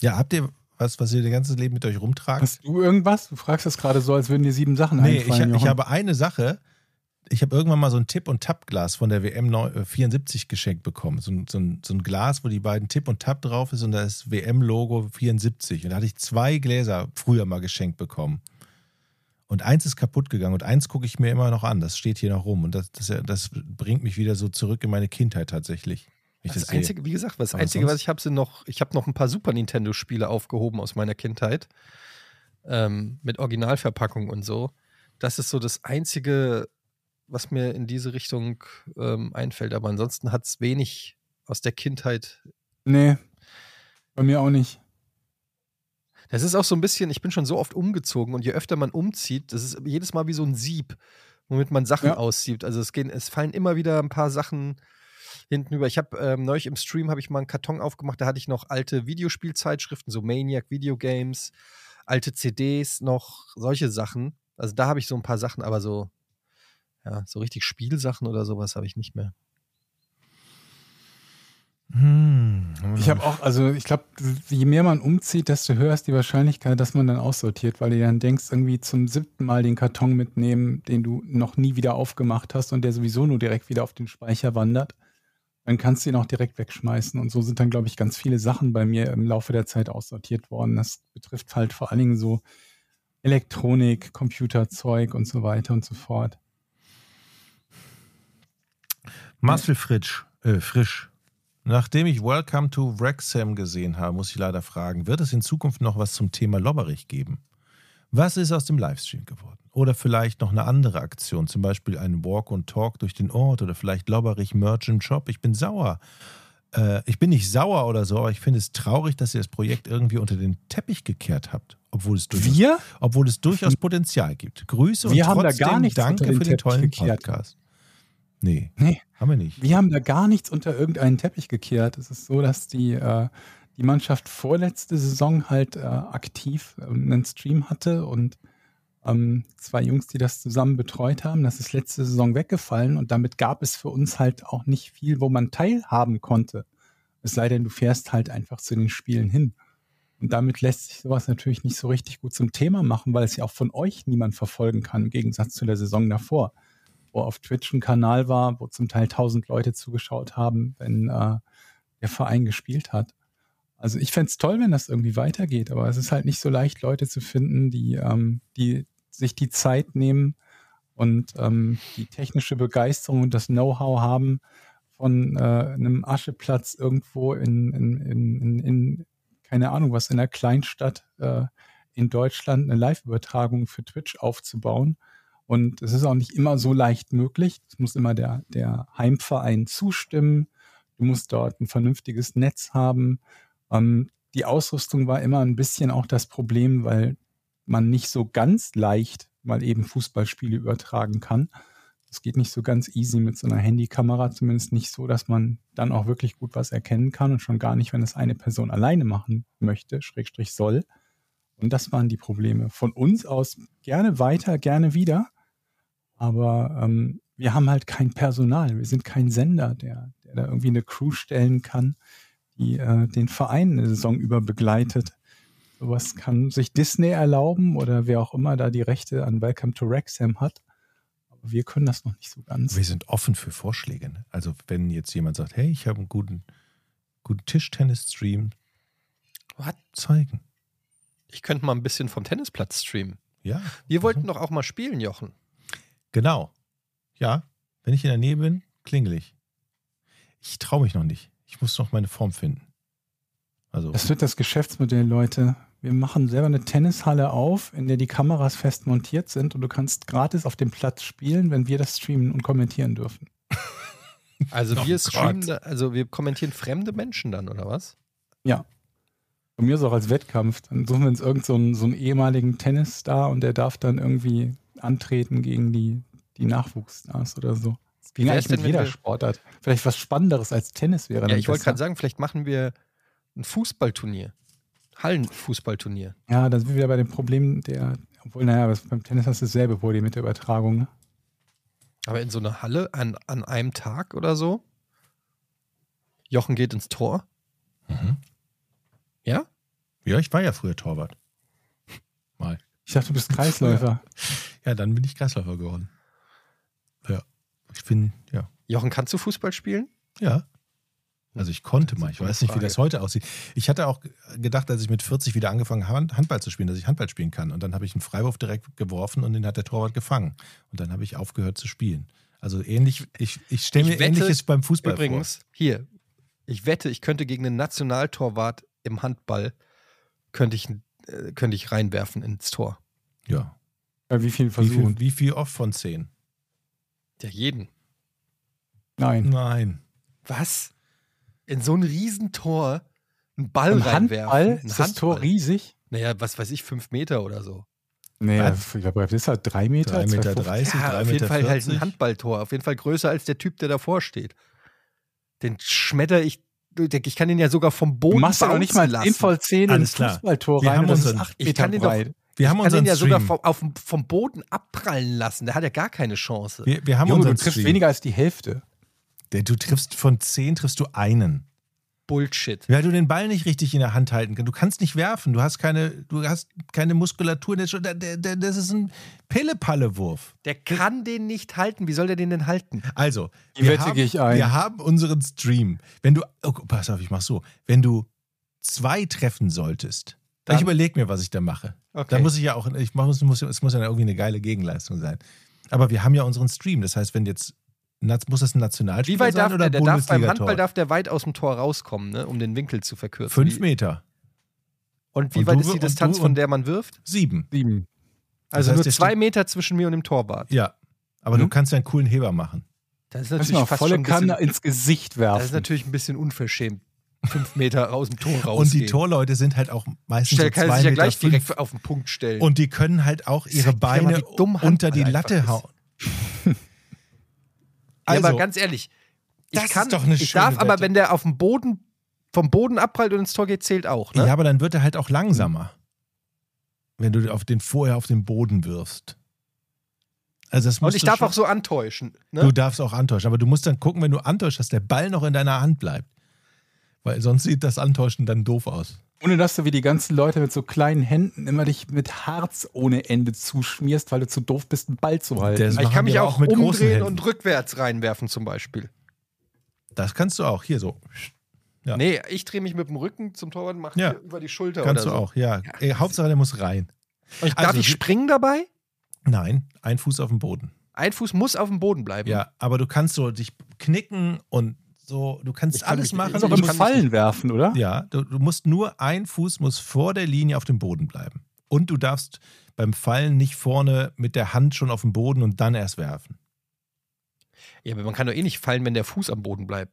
S3: Ja, habt ihr was, was ihr das ganze Leben mit euch rumtragt?
S5: Hast du irgendwas? Du fragst das gerade so, als würden dir sieben Sachen
S3: nee, ich,
S5: einfallen.
S3: ich
S5: Jochen.
S3: habe eine Sache, ich habe irgendwann mal so ein Tipp- und Tap-Glas von der WM neu- äh, 74 geschenkt bekommen. So, ein- so, ein, so ein Glas, wo die beiden Tipp und Tap drauf ist und da ist WM-Logo 74. Und da hatte ich zwei Gläser früher mal geschenkt bekommen. Und eins ist kaputt gegangen und eins gucke ich mir immer noch an. Das steht hier noch rum. Und das, das, das bringt mich wieder so zurück in meine Kindheit tatsächlich. wenn ich
S4: Das,
S3: das sehe.
S4: einzige, wie gesagt, das
S3: Aber
S4: einzige,
S3: sonst-
S4: was ich habe, sind noch, ich habe noch ein paar Super Nintendo Spiele aufgehoben aus meiner Kindheit ähm, mit Originalverpackung und so. Das ist so das einzige, was mir in diese Richtung ähm, einfällt. Aber ansonsten hat es wenig aus der Kindheit.
S5: Nee, bei mir auch nicht.
S4: Das ist auch so ein bisschen. Ich bin schon so oft umgezogen und je öfter man umzieht, das ist jedes Mal wie so ein Sieb, womit man Sachen
S5: Ja.
S4: aussiebt. Also es gehen, es fallen immer wieder ein paar Sachen hinten über. Ich habe ähm, neulich im Stream habe ich mal einen Karton aufgemacht, da hatte ich noch alte Videospielzeitschriften, so Maniac Videogames, alte CDs noch, solche Sachen. Also da habe ich so ein paar Sachen, aber so ja, so richtig Spielsachen oder sowas habe ich nicht mehr.
S3: Hm,
S5: Ich habe auch, also ich glaube, je mehr man umzieht, desto höher ist die Wahrscheinlichkeit, dass man dann aussortiert, weil du dann denkst, irgendwie zum siebten Mal den Karton mitnehmen, den du noch nie wieder aufgemacht hast und der sowieso nur direkt wieder auf den Speicher wandert. Dann kannst du ihn auch direkt wegschmeißen. Und so sind dann, glaube ich, ganz viele Sachen bei mir im Laufe der Zeit aussortiert worden. Das betrifft halt vor allen Dingen so Elektronik, Computerzeug und so weiter und so fort.
S3: Marcel Fritsch, äh, Frisch. Nachdem ich Welcome to Wrexham gesehen habe, muss ich leider fragen, wird es in Zukunft noch was zum Thema Lobberich geben? Was ist aus dem Livestream geworden? Oder vielleicht noch eine andere Aktion, zum Beispiel einen Walk und Talk durch den Ort oder vielleicht Lobberich Merch im Shop. Ich bin sauer. Äh, ich bin nicht sauer oder so, aber ich finde es traurig, dass ihr das Projekt irgendwie unter den Teppich gekehrt habt, obwohl es durchaus,
S5: Wir?
S3: obwohl es durchaus Potenzial gibt. Grüße
S5: Mhm. Wir
S3: und
S5: haben da
S3: trotzdem
S5: gar nichts
S3: danke
S5: unter den
S3: für den
S5: Teppich
S3: tollen
S5: gekehrt.
S3: Podcast. Nee,
S5: Nee.
S3: haben wir nicht.
S5: Wir haben da gar nichts unter irgendeinen Teppich gekehrt. Es ist so, dass die, äh, die Mannschaft vorletzte Saison halt äh, aktiv ähm, einen Stream hatte und ähm, zwei Jungs, die das zusammen betreut haben. Das ist letzte Saison weggefallen und damit gab es für uns halt auch nicht viel, wo man teilhaben konnte. Es sei denn, du fährst halt einfach zu den Spielen hin. Und damit lässt sich sowas natürlich nicht so richtig gut zum Thema machen, weil es ja auch von euch niemand verfolgen kann, im Gegensatz zu der Saison davor wo auf Twitch ein Kanal war, wo zum Teil 1000 Leute zugeschaut haben, wenn äh, der Verein gespielt hat. Also ich fänd's toll, wenn das irgendwie weitergeht, aber es ist halt nicht so leicht, Leute zu finden, die, ähm, die sich die Zeit nehmen und ähm, die technische Begeisterung und das Know-how haben, von äh, einem Ascheplatz irgendwo in, in, in, in, in, keine Ahnung was, in einer Kleinstadt äh, in Deutschland eine Live-Übertragung für Twitch aufzubauen. Und es ist auch nicht immer so leicht möglich. Es muss immer der, der Heimverein zustimmen. Du musst dort ein vernünftiges Netz haben. Ähm, die Ausrüstung war immer ein bisschen auch das Problem, weil man nicht so ganz leicht mal eben Fußballspiele übertragen kann. Das geht nicht so ganz easy mit so einer Handykamera, zumindest nicht so, dass man dann auch wirklich gut was erkennen kann und schon gar nicht, wenn es eine Person alleine machen möchte, Schrägstrich soll. Und das waren die Probleme. Von uns aus gerne weiter, gerne wieder. Aber ähm, wir haben halt kein Personal. Wir sind kein Sender, der, der da irgendwie eine Crew stellen kann, die äh, den Verein eine Saison über begleitet. Sowas kann sich Disney erlauben oder wer auch immer da die Rechte an Welcome to Wrexham hat. Aber wir können das noch nicht so ganz.
S3: Wir sind offen für Vorschläge. Ne? Also wenn jetzt jemand sagt, hey, ich habe einen guten, guten Tischtennis-Stream,
S4: What?
S3: zeigen.
S4: Ich könnte mal ein bisschen vom Tennisplatz streamen.
S3: Ja,
S4: Wir wollten doch auch mal spielen, Jochen.
S3: genau. Ja, wenn ich in der Nähe bin, klingel ich. Ich traue mich noch nicht. Ich muss noch meine Form finden. Also,
S5: Das wird das Geschäftsmodell, Leute. Wir machen selber eine Tennishalle auf, in der die Kameras fest montiert sind und du kannst gratis auf dem Platz spielen, wenn wir das streamen und kommentieren dürfen.
S4: Also
S3: Oh
S4: wir
S3: Gott.
S4: streamen, da, also wir kommentieren fremde Menschen dann oder was?
S5: Bei mir ist auch als Wettkampf. Dann suchen wir uns irgendeinen so einen- so einen ehemaligen Tennisstar und der darf dann irgendwie antreten gegen die, die Nachwuchsstars oder so. Das ging
S4: Wer
S5: eigentlich
S4: ist denn,
S5: mit
S4: wenn
S5: jeder
S4: wir-
S5: Sportart. Vielleicht was Spannenderes als Tennis wäre.
S4: Ja,
S5: dann
S4: ich wollte
S5: besser.
S4: gerade sagen, vielleicht machen wir ein Fußballturnier. Hallenfußballturnier.
S5: Ja, dann sind wir wieder bei dem Problem der. Obwohl, naja, aber beim Tennis hast du dasselbe Problem mit der Übertragung. ne?
S4: Aber in so einer Halle an, an einem Tag oder so. Jochen geht ins Tor.
S3: mhm.
S4: Ja?
S3: ja, ich war ja früher Torwart. Mal.
S5: Ich dachte, du bist Kreisläufer.
S3: Ja, dann bin ich Kreisläufer geworden. Ja. Ich bin, ja.
S4: Jochen, kannst du Fußball spielen?
S3: Ja. Also ich konnte mal. Ich
S4: super
S3: weiß nicht, wie
S4: Frage.
S3: das heute aussieht. Ich hatte auch gedacht, als ich mit 40 wieder angefangen habe, Hand- Handball zu spielen, dass ich Handball spielen kann. Und dann habe ich einen Freiwurf direkt geworfen und den hat der Torwart gefangen. Und dann habe ich aufgehört zu spielen. Also ähnlich, ich, ich stelle
S4: Ich
S3: mir
S4: wette-
S3: ähnliches beim Fußball
S4: Übrigens, hier, ich wette, ich könnte gegen den Nationaltorwart im Handball, könnte ich, äh, könnte ich reinwerfen ins
S3: vor.
S4: Tor.
S3: Ja.
S5: Bei wie vielen
S3: Wie
S5: Versuchen?
S3: viel, wie viel oft von 10?
S4: Ja, jeden.
S5: Nein.
S3: Nein.
S4: Was? In so ein Riesentor einen Ball
S5: Im
S4: reinwerfen? Ein
S5: Handball ist das Tor
S4: Handball.
S5: riesig?
S4: Naja, was weiß ich, fünf Meter oder so.
S5: Nee,
S3: Was?
S5: ich glaube, das ist halt drei Meter.
S3: 3,30 Meter,
S5: 2,50.
S3: 30,
S4: Ja,
S3: 3,40
S4: auf jeden
S3: Meter.
S4: Fall halt ein Handballtor. Auf jeden Fall größer als der Typ, der davor steht. Den schmetter ich, ich kann den ja sogar vom
S5: Du
S4: Boden
S5: machst ja noch nicht mal
S4: bouncen
S5: 10 voll 10 in ein
S3: Alles klar.
S5: Fußballtor
S3: Wir
S5: rein.
S3: haben
S5: und das
S3: unseren-
S5: ist 8
S4: Ich
S5: Meter
S4: kann den doch-
S5: breit.
S3: Wir haben
S4: kann den
S3: unseren
S4: ja sogar
S3: Stream.
S4: vom, auf, dem- vom Boden abprallen lassen. Der hat ja gar keine Chance.
S3: Wir, wir haben
S5: Junge, du
S3: unseren
S5: triffst
S3: Stream.
S5: weniger als die Hälfte.
S3: Der- Du triffst von 10 triffst du einen.
S4: Bullshit.
S3: Weil du den Ball nicht richtig in der Hand halten kannst. Du kannst nicht werfen. Du hast keine, du hast keine Muskulatur. Das ist schon- der- der- das ist ein Pille-Palle-Wurf.
S4: Der kann den nicht halten. Wie soll der den denn halten?
S3: Also,
S5: Die Wette
S3: haben,
S5: gehe ich ein.
S3: wir haben unseren Stream. Wenn du, oh, pass auf, ich mach so. Wenn du zwei treffen solltest,
S4: Dann-
S3: ich überlege mir, was ich da mache.
S4: Okay.
S3: Da muss ich ja auch, ich mach, es muss, es muss ja irgendwie eine geile Gegenleistung sein. Aber wir haben ja unseren Stream. Das heißt, wenn jetzt, muss das ein Nationalspieler
S4: Wie weit
S3: sein
S4: darf
S3: oder
S4: der? der darf beim
S3: Bundesliga-Tor?
S4: Handball darf der weit aus dem Tor rauskommen, ne? um den Winkel zu verkürzen.
S3: Fünf
S4: Wie-
S3: Meter,
S4: Und wie
S3: Und
S4: weit
S3: du-
S4: ist die
S3: und
S4: Distanz,
S3: du-
S4: von
S3: und-
S4: der man wirft?
S3: sieben.
S5: Sieben.
S4: Also
S3: heißt, der
S4: nur zwei Meter zwischen mir und dem Torwart.
S3: Ja. Aber du
S5: Hm?
S3: kannst ja einen coolen Heber machen.
S4: Das ist
S5: Müssen wir
S4: natürlich fast
S5: volle
S4: schon ein bisschen,
S5: Kanne ins Gesicht
S4: Das ist
S5: werfen.
S4: natürlich ein bisschen unverschämt. Fünf Meter aus dem Tor raus.
S3: Und die Torleute sind halt auch meistens
S4: Stell,
S3: so
S4: kann er
S3: zwei
S4: sich ja
S3: Meter
S4: gleich
S3: fünf.
S4: direkt auf den Punkt stellen.
S3: und die können halt auch ihre
S4: Zeigt dir mal,
S3: Beine
S4: wie dumm Handball
S3: unter die
S4: einfach
S3: Latte
S4: ist.
S3: hauen.
S4: ja,
S3: Also,
S4: aber ganz ehrlich, ich
S3: das ist
S4: kann,
S3: doch eine
S4: ich
S3: schöne
S4: darf, aber
S3: Wette.
S4: wenn der auf dem Boden vom Boden abprallt und ins Tor geht, zählt auch. Ne?
S3: ja, aber dann wird er halt auch langsamer, wenn du auf den vorher auf den Boden wirfst. Also das
S4: und
S3: musst
S4: ich
S3: du
S4: darf
S3: schon,
S4: auch so antäuschen.
S3: Du
S4: Ne?
S3: darfst auch antäuschen, aber du musst dann gucken, wenn du antäuschst, dass der Ball noch in deiner Hand bleibt. Weil sonst sieht das Antäuschen dann doof aus.
S5: Ohne dass du wie die ganzen Leute mit so kleinen Händen immer dich mit Harz ohne Ende zuschmierst, weil du zu doof bist, einen Ball zu halten. Also
S3: Der ist-
S4: ich
S3: machen
S4: kann mich
S3: wir
S4: auch,
S3: auch mit großen
S4: umdrehen
S3: Händen.
S4: und rückwärts reinwerfen zum Beispiel.
S3: Das kannst du auch. Hier so. Ja.
S4: Nee, ich drehe mich mit dem Rücken zum Torwart und mache
S3: Ja.
S4: hier über die Schulter
S3: Kannst du
S4: oder so.
S3: auch, ja. Äh, Hauptsache, der muss rein.
S4: Und darf
S3: Also,
S4: ich
S3: die-
S4: springen dabei?
S3: Nein, ein Fuß auf dem Boden.
S4: Ein Fuß muss auf dem Boden bleiben.
S3: Ja, aber du kannst so dich knicken und so, du kannst
S4: Ich kann
S3: alles
S4: mich-
S3: machen.
S5: kannst auch
S4: Ich
S5: im
S4: kann
S5: Fallen werfen, oder?
S3: ja, du, du musst nur ein Fuß muss vor der Linie auf dem Boden bleiben. Und du darfst beim Fallen nicht vorne mit der Hand schon auf dem Boden und dann erst werfen.
S4: ja, aber man kann doch eh nicht fallen, wenn der Fuß am Boden bleibt.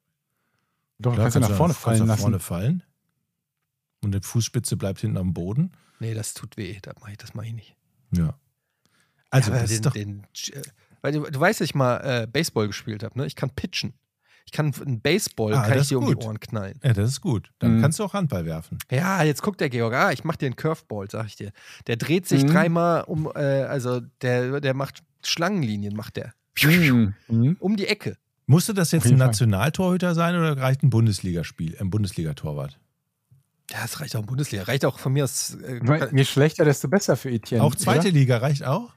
S5: Doch,
S3: Klar,
S5: kannst du nach vorne
S3: kannst
S5: fallen
S3: nach
S5: lassen.
S3: vorne fallen. Und die Fußspitze bleibt hinten am Boden.
S4: Nee, das tut weh. Das mache ich, das mach ich nicht.
S3: Ja. Also,
S4: Ja, aber
S3: das
S4: den,
S3: ist doch.
S4: den, äh, weil du, du weißt, dass ich mal äh, Baseball gespielt habe, ne? Ich kann pitchen. Ich kann einen Baseball
S3: Ah,
S4: kann
S3: das
S4: ich dir
S3: ist
S4: um die
S3: gut.
S4: Ohren knallen.
S3: Ja, das ist gut. Dann
S5: Mhm.
S3: kannst du auch Handball werfen.
S4: Ja, jetzt guckt der Georg, ah, ich mach dir einen Curveball, sag ich dir. Der dreht sich
S5: Mhm.
S4: dreimal um, äh, also der, der macht Schlangenlinien, macht der.
S5: Mhm. Mhm.
S4: Um die Ecke.
S3: Musste das
S5: Auf
S3: jetzt ein
S5: jeden Fall.
S3: Nationaltorhüter sein oder reicht ein Bundesligaspiel, ein Bundesligatorwart?
S4: Ja, das reicht auch in Bundesliga. Reicht auch von mir aus. Äh,
S5: Ich mein, Je schlechter, desto besser für Etienne.
S3: Auch zweite
S5: oder?
S3: Liga reicht auch?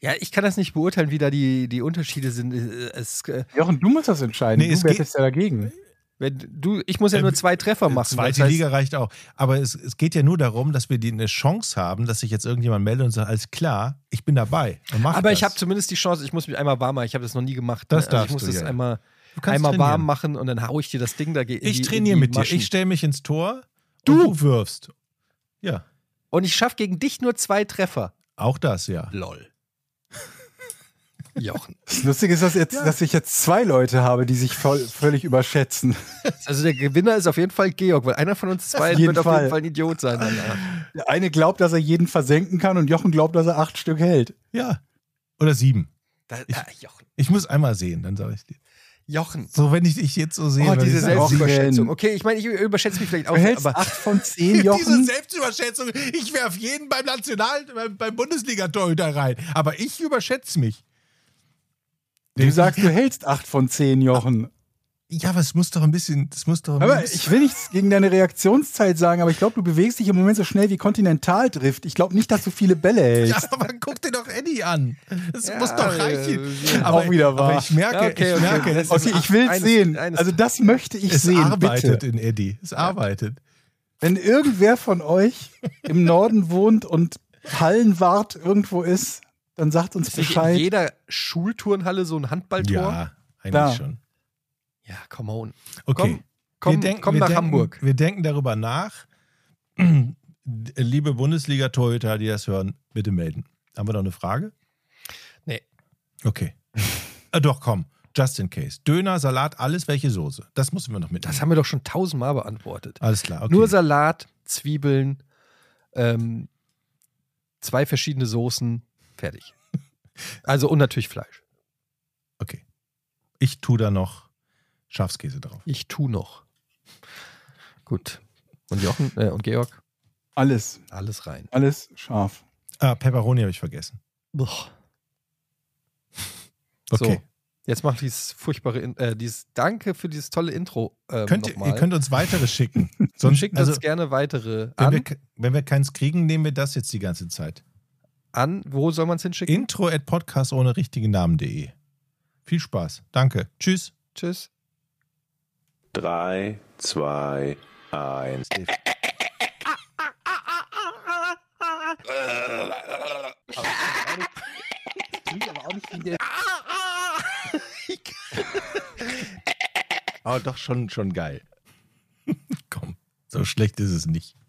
S4: ja, ich kann das nicht beurteilen, wie da die, die Unterschiede sind. Äh, Es, äh,
S5: Jochen, du musst das entscheiden.
S3: Nee, es
S5: du
S3: geht-
S5: wettest ja dagegen.
S4: wenn du, ich muss ja
S3: Ähm,
S4: nur zwei Treffer machen.
S3: Zweite
S4: das heißt,
S3: Liga reicht auch. Aber es, es geht ja nur darum, dass wir die eine Chance haben, dass sich jetzt irgendjemand meldet und sagt, alles klar, ich bin dabei. Und mach
S4: Aber
S3: das.
S4: ich habe zumindest die Chance, ich muss mich einmal warm machen. Ich habe das noch nie gemacht.
S3: Das
S4: also ich
S3: darfst
S4: muss
S3: du,
S4: das
S3: ja.
S4: einmal,
S3: Du kannst
S4: einmal
S3: trainieren.
S4: warm machen und dann hau ich dir das Ding da. ge- in
S3: Ich
S4: die- in
S3: trainiere
S4: die
S3: mit dir.
S4: Maschen.
S3: Ich stelle mich ins Tor du. und du wirfst. Ja,
S4: und ich schaffe gegen dich nur zwei Treffer.
S3: auch das, ja.
S4: Lol. Jochen.
S5: Das Lustige ist, dass, jetzt, dass ich jetzt zwei Leute habe, die sich voll, völlig überschätzen.
S4: Also der Gewinner ist auf jeden Fall Georg, weil einer von uns zwei
S5: Auf jeden
S4: wird auf
S5: Fall.
S4: jeden Fall ein Idiot sein. danach.
S5: Der eine glaubt, dass er jeden versenken kann und Jochen glaubt, dass er acht Stück hält.
S3: Ja. Oder sieben.
S4: Da, ah, Jochen.
S3: Ich muss einmal sehen, dann sage ich dir.
S4: Jochen.
S3: So, wenn ich dich jetzt so sehe.
S4: Oh,
S3: würde ich
S4: diese
S3: sagen,
S5: auch Selbst-
S4: Selbstüberschätzung.
S5: sieben.
S4: Okay, ich meine, ich überschätze mich vielleicht auch,
S5: Du hältst
S4: aber
S5: acht von zehn, Jochen.
S3: Selbstüberschätzung. Ich werfe jeden beim National, beim, beim Bundesliga-Torhüter rein. Aber ich überschätze mich.
S5: Du sagst, du hältst acht von zehn, Jochen.
S3: Ja, aber es muss doch ein bisschen, es muss doch ein
S5: Aber
S3: bisschen.
S5: ich will nichts gegen deine Reaktionszeit sagen, aber ich glaube, du bewegst dich im Moment so schnell wie Kontinentaldrift. Ich glaube nicht, dass du viele Bälle hältst.
S3: ja, aber guck dir doch Eddie an. Es
S4: Ja,
S3: muss doch reichen.
S4: äh, ja.
S5: Auch wieder wahr.
S3: Aber ich merke,
S4: Ja, okay,
S3: ich
S4: okay.
S3: merke, es,
S4: Okay,
S5: ich will
S4: Eines-
S5: sehen.
S4: eines-
S5: also das möchte ich
S3: es
S5: sehen,
S3: arbeitet
S5: bitte.
S3: in Eddie. Es arbeitet.
S5: Wenn irgendwer von euch im Norden wohnt und Hallenwart irgendwo ist, dann sagt uns
S4: Ist nicht in
S5: Bescheid.
S4: jeder Schulturnhalle so ein Handballtor?
S3: Ja, eigentlich
S5: Da.
S3: schon.
S4: ja come on.
S3: Okay.
S4: Komm,
S3: wir denken,
S4: komm
S3: wir
S4: nach
S3: denken,
S4: Hamburg.
S3: Wir denken darüber nach. Liebe Bundesliga-Torhüter, die das hören, bitte melden. Haben wir noch eine Frage?
S4: Nee.
S3: Okay. äh, doch, komm. Just in case. Döner, Salat, alles, welche Soße? Das müssen wir noch mit.
S4: Das haben wir doch schon tausendmal beantwortet.
S3: Alles klar. Okay.
S4: Nur Salat, Zwiebeln, ähm, zwei verschiedene Soßen, fertig. Also und natürlich Fleisch.
S3: okay. Ich tue da noch Schafskäse drauf.
S4: Ich tu noch. Gut. Und Jochen äh, und Georg,
S5: Alles,
S4: alles rein.
S5: alles scharf.
S3: Ah, Pepperoni habe ich vergessen.
S4: Boah.
S3: Okay.
S4: So. Jetzt macht dieses furchtbare, In- äh, dieses Danke für dieses tolle Intro. Ähm,
S3: Könnt ihr,
S4: nochmal.
S3: ihr könnt uns weitere schicken. Sonst
S4: Schickt
S3: also,
S4: uns gerne weitere
S3: wenn,
S4: an.
S3: wir, ke- wenn wir keins kriegen, nehmen wir das jetzt die ganze Zeit.
S4: an. Wo soll man es hinschicken?
S3: Intro at podcast ohne richtigen Namen.de. Viel Spaß. Danke. Tschüss.
S4: Tschüss.
S1: 3, 2, 1.
S2: Klingt aber auch nicht wie der. doch schon, schon geil.
S3: Komm, so schlecht ist es nicht.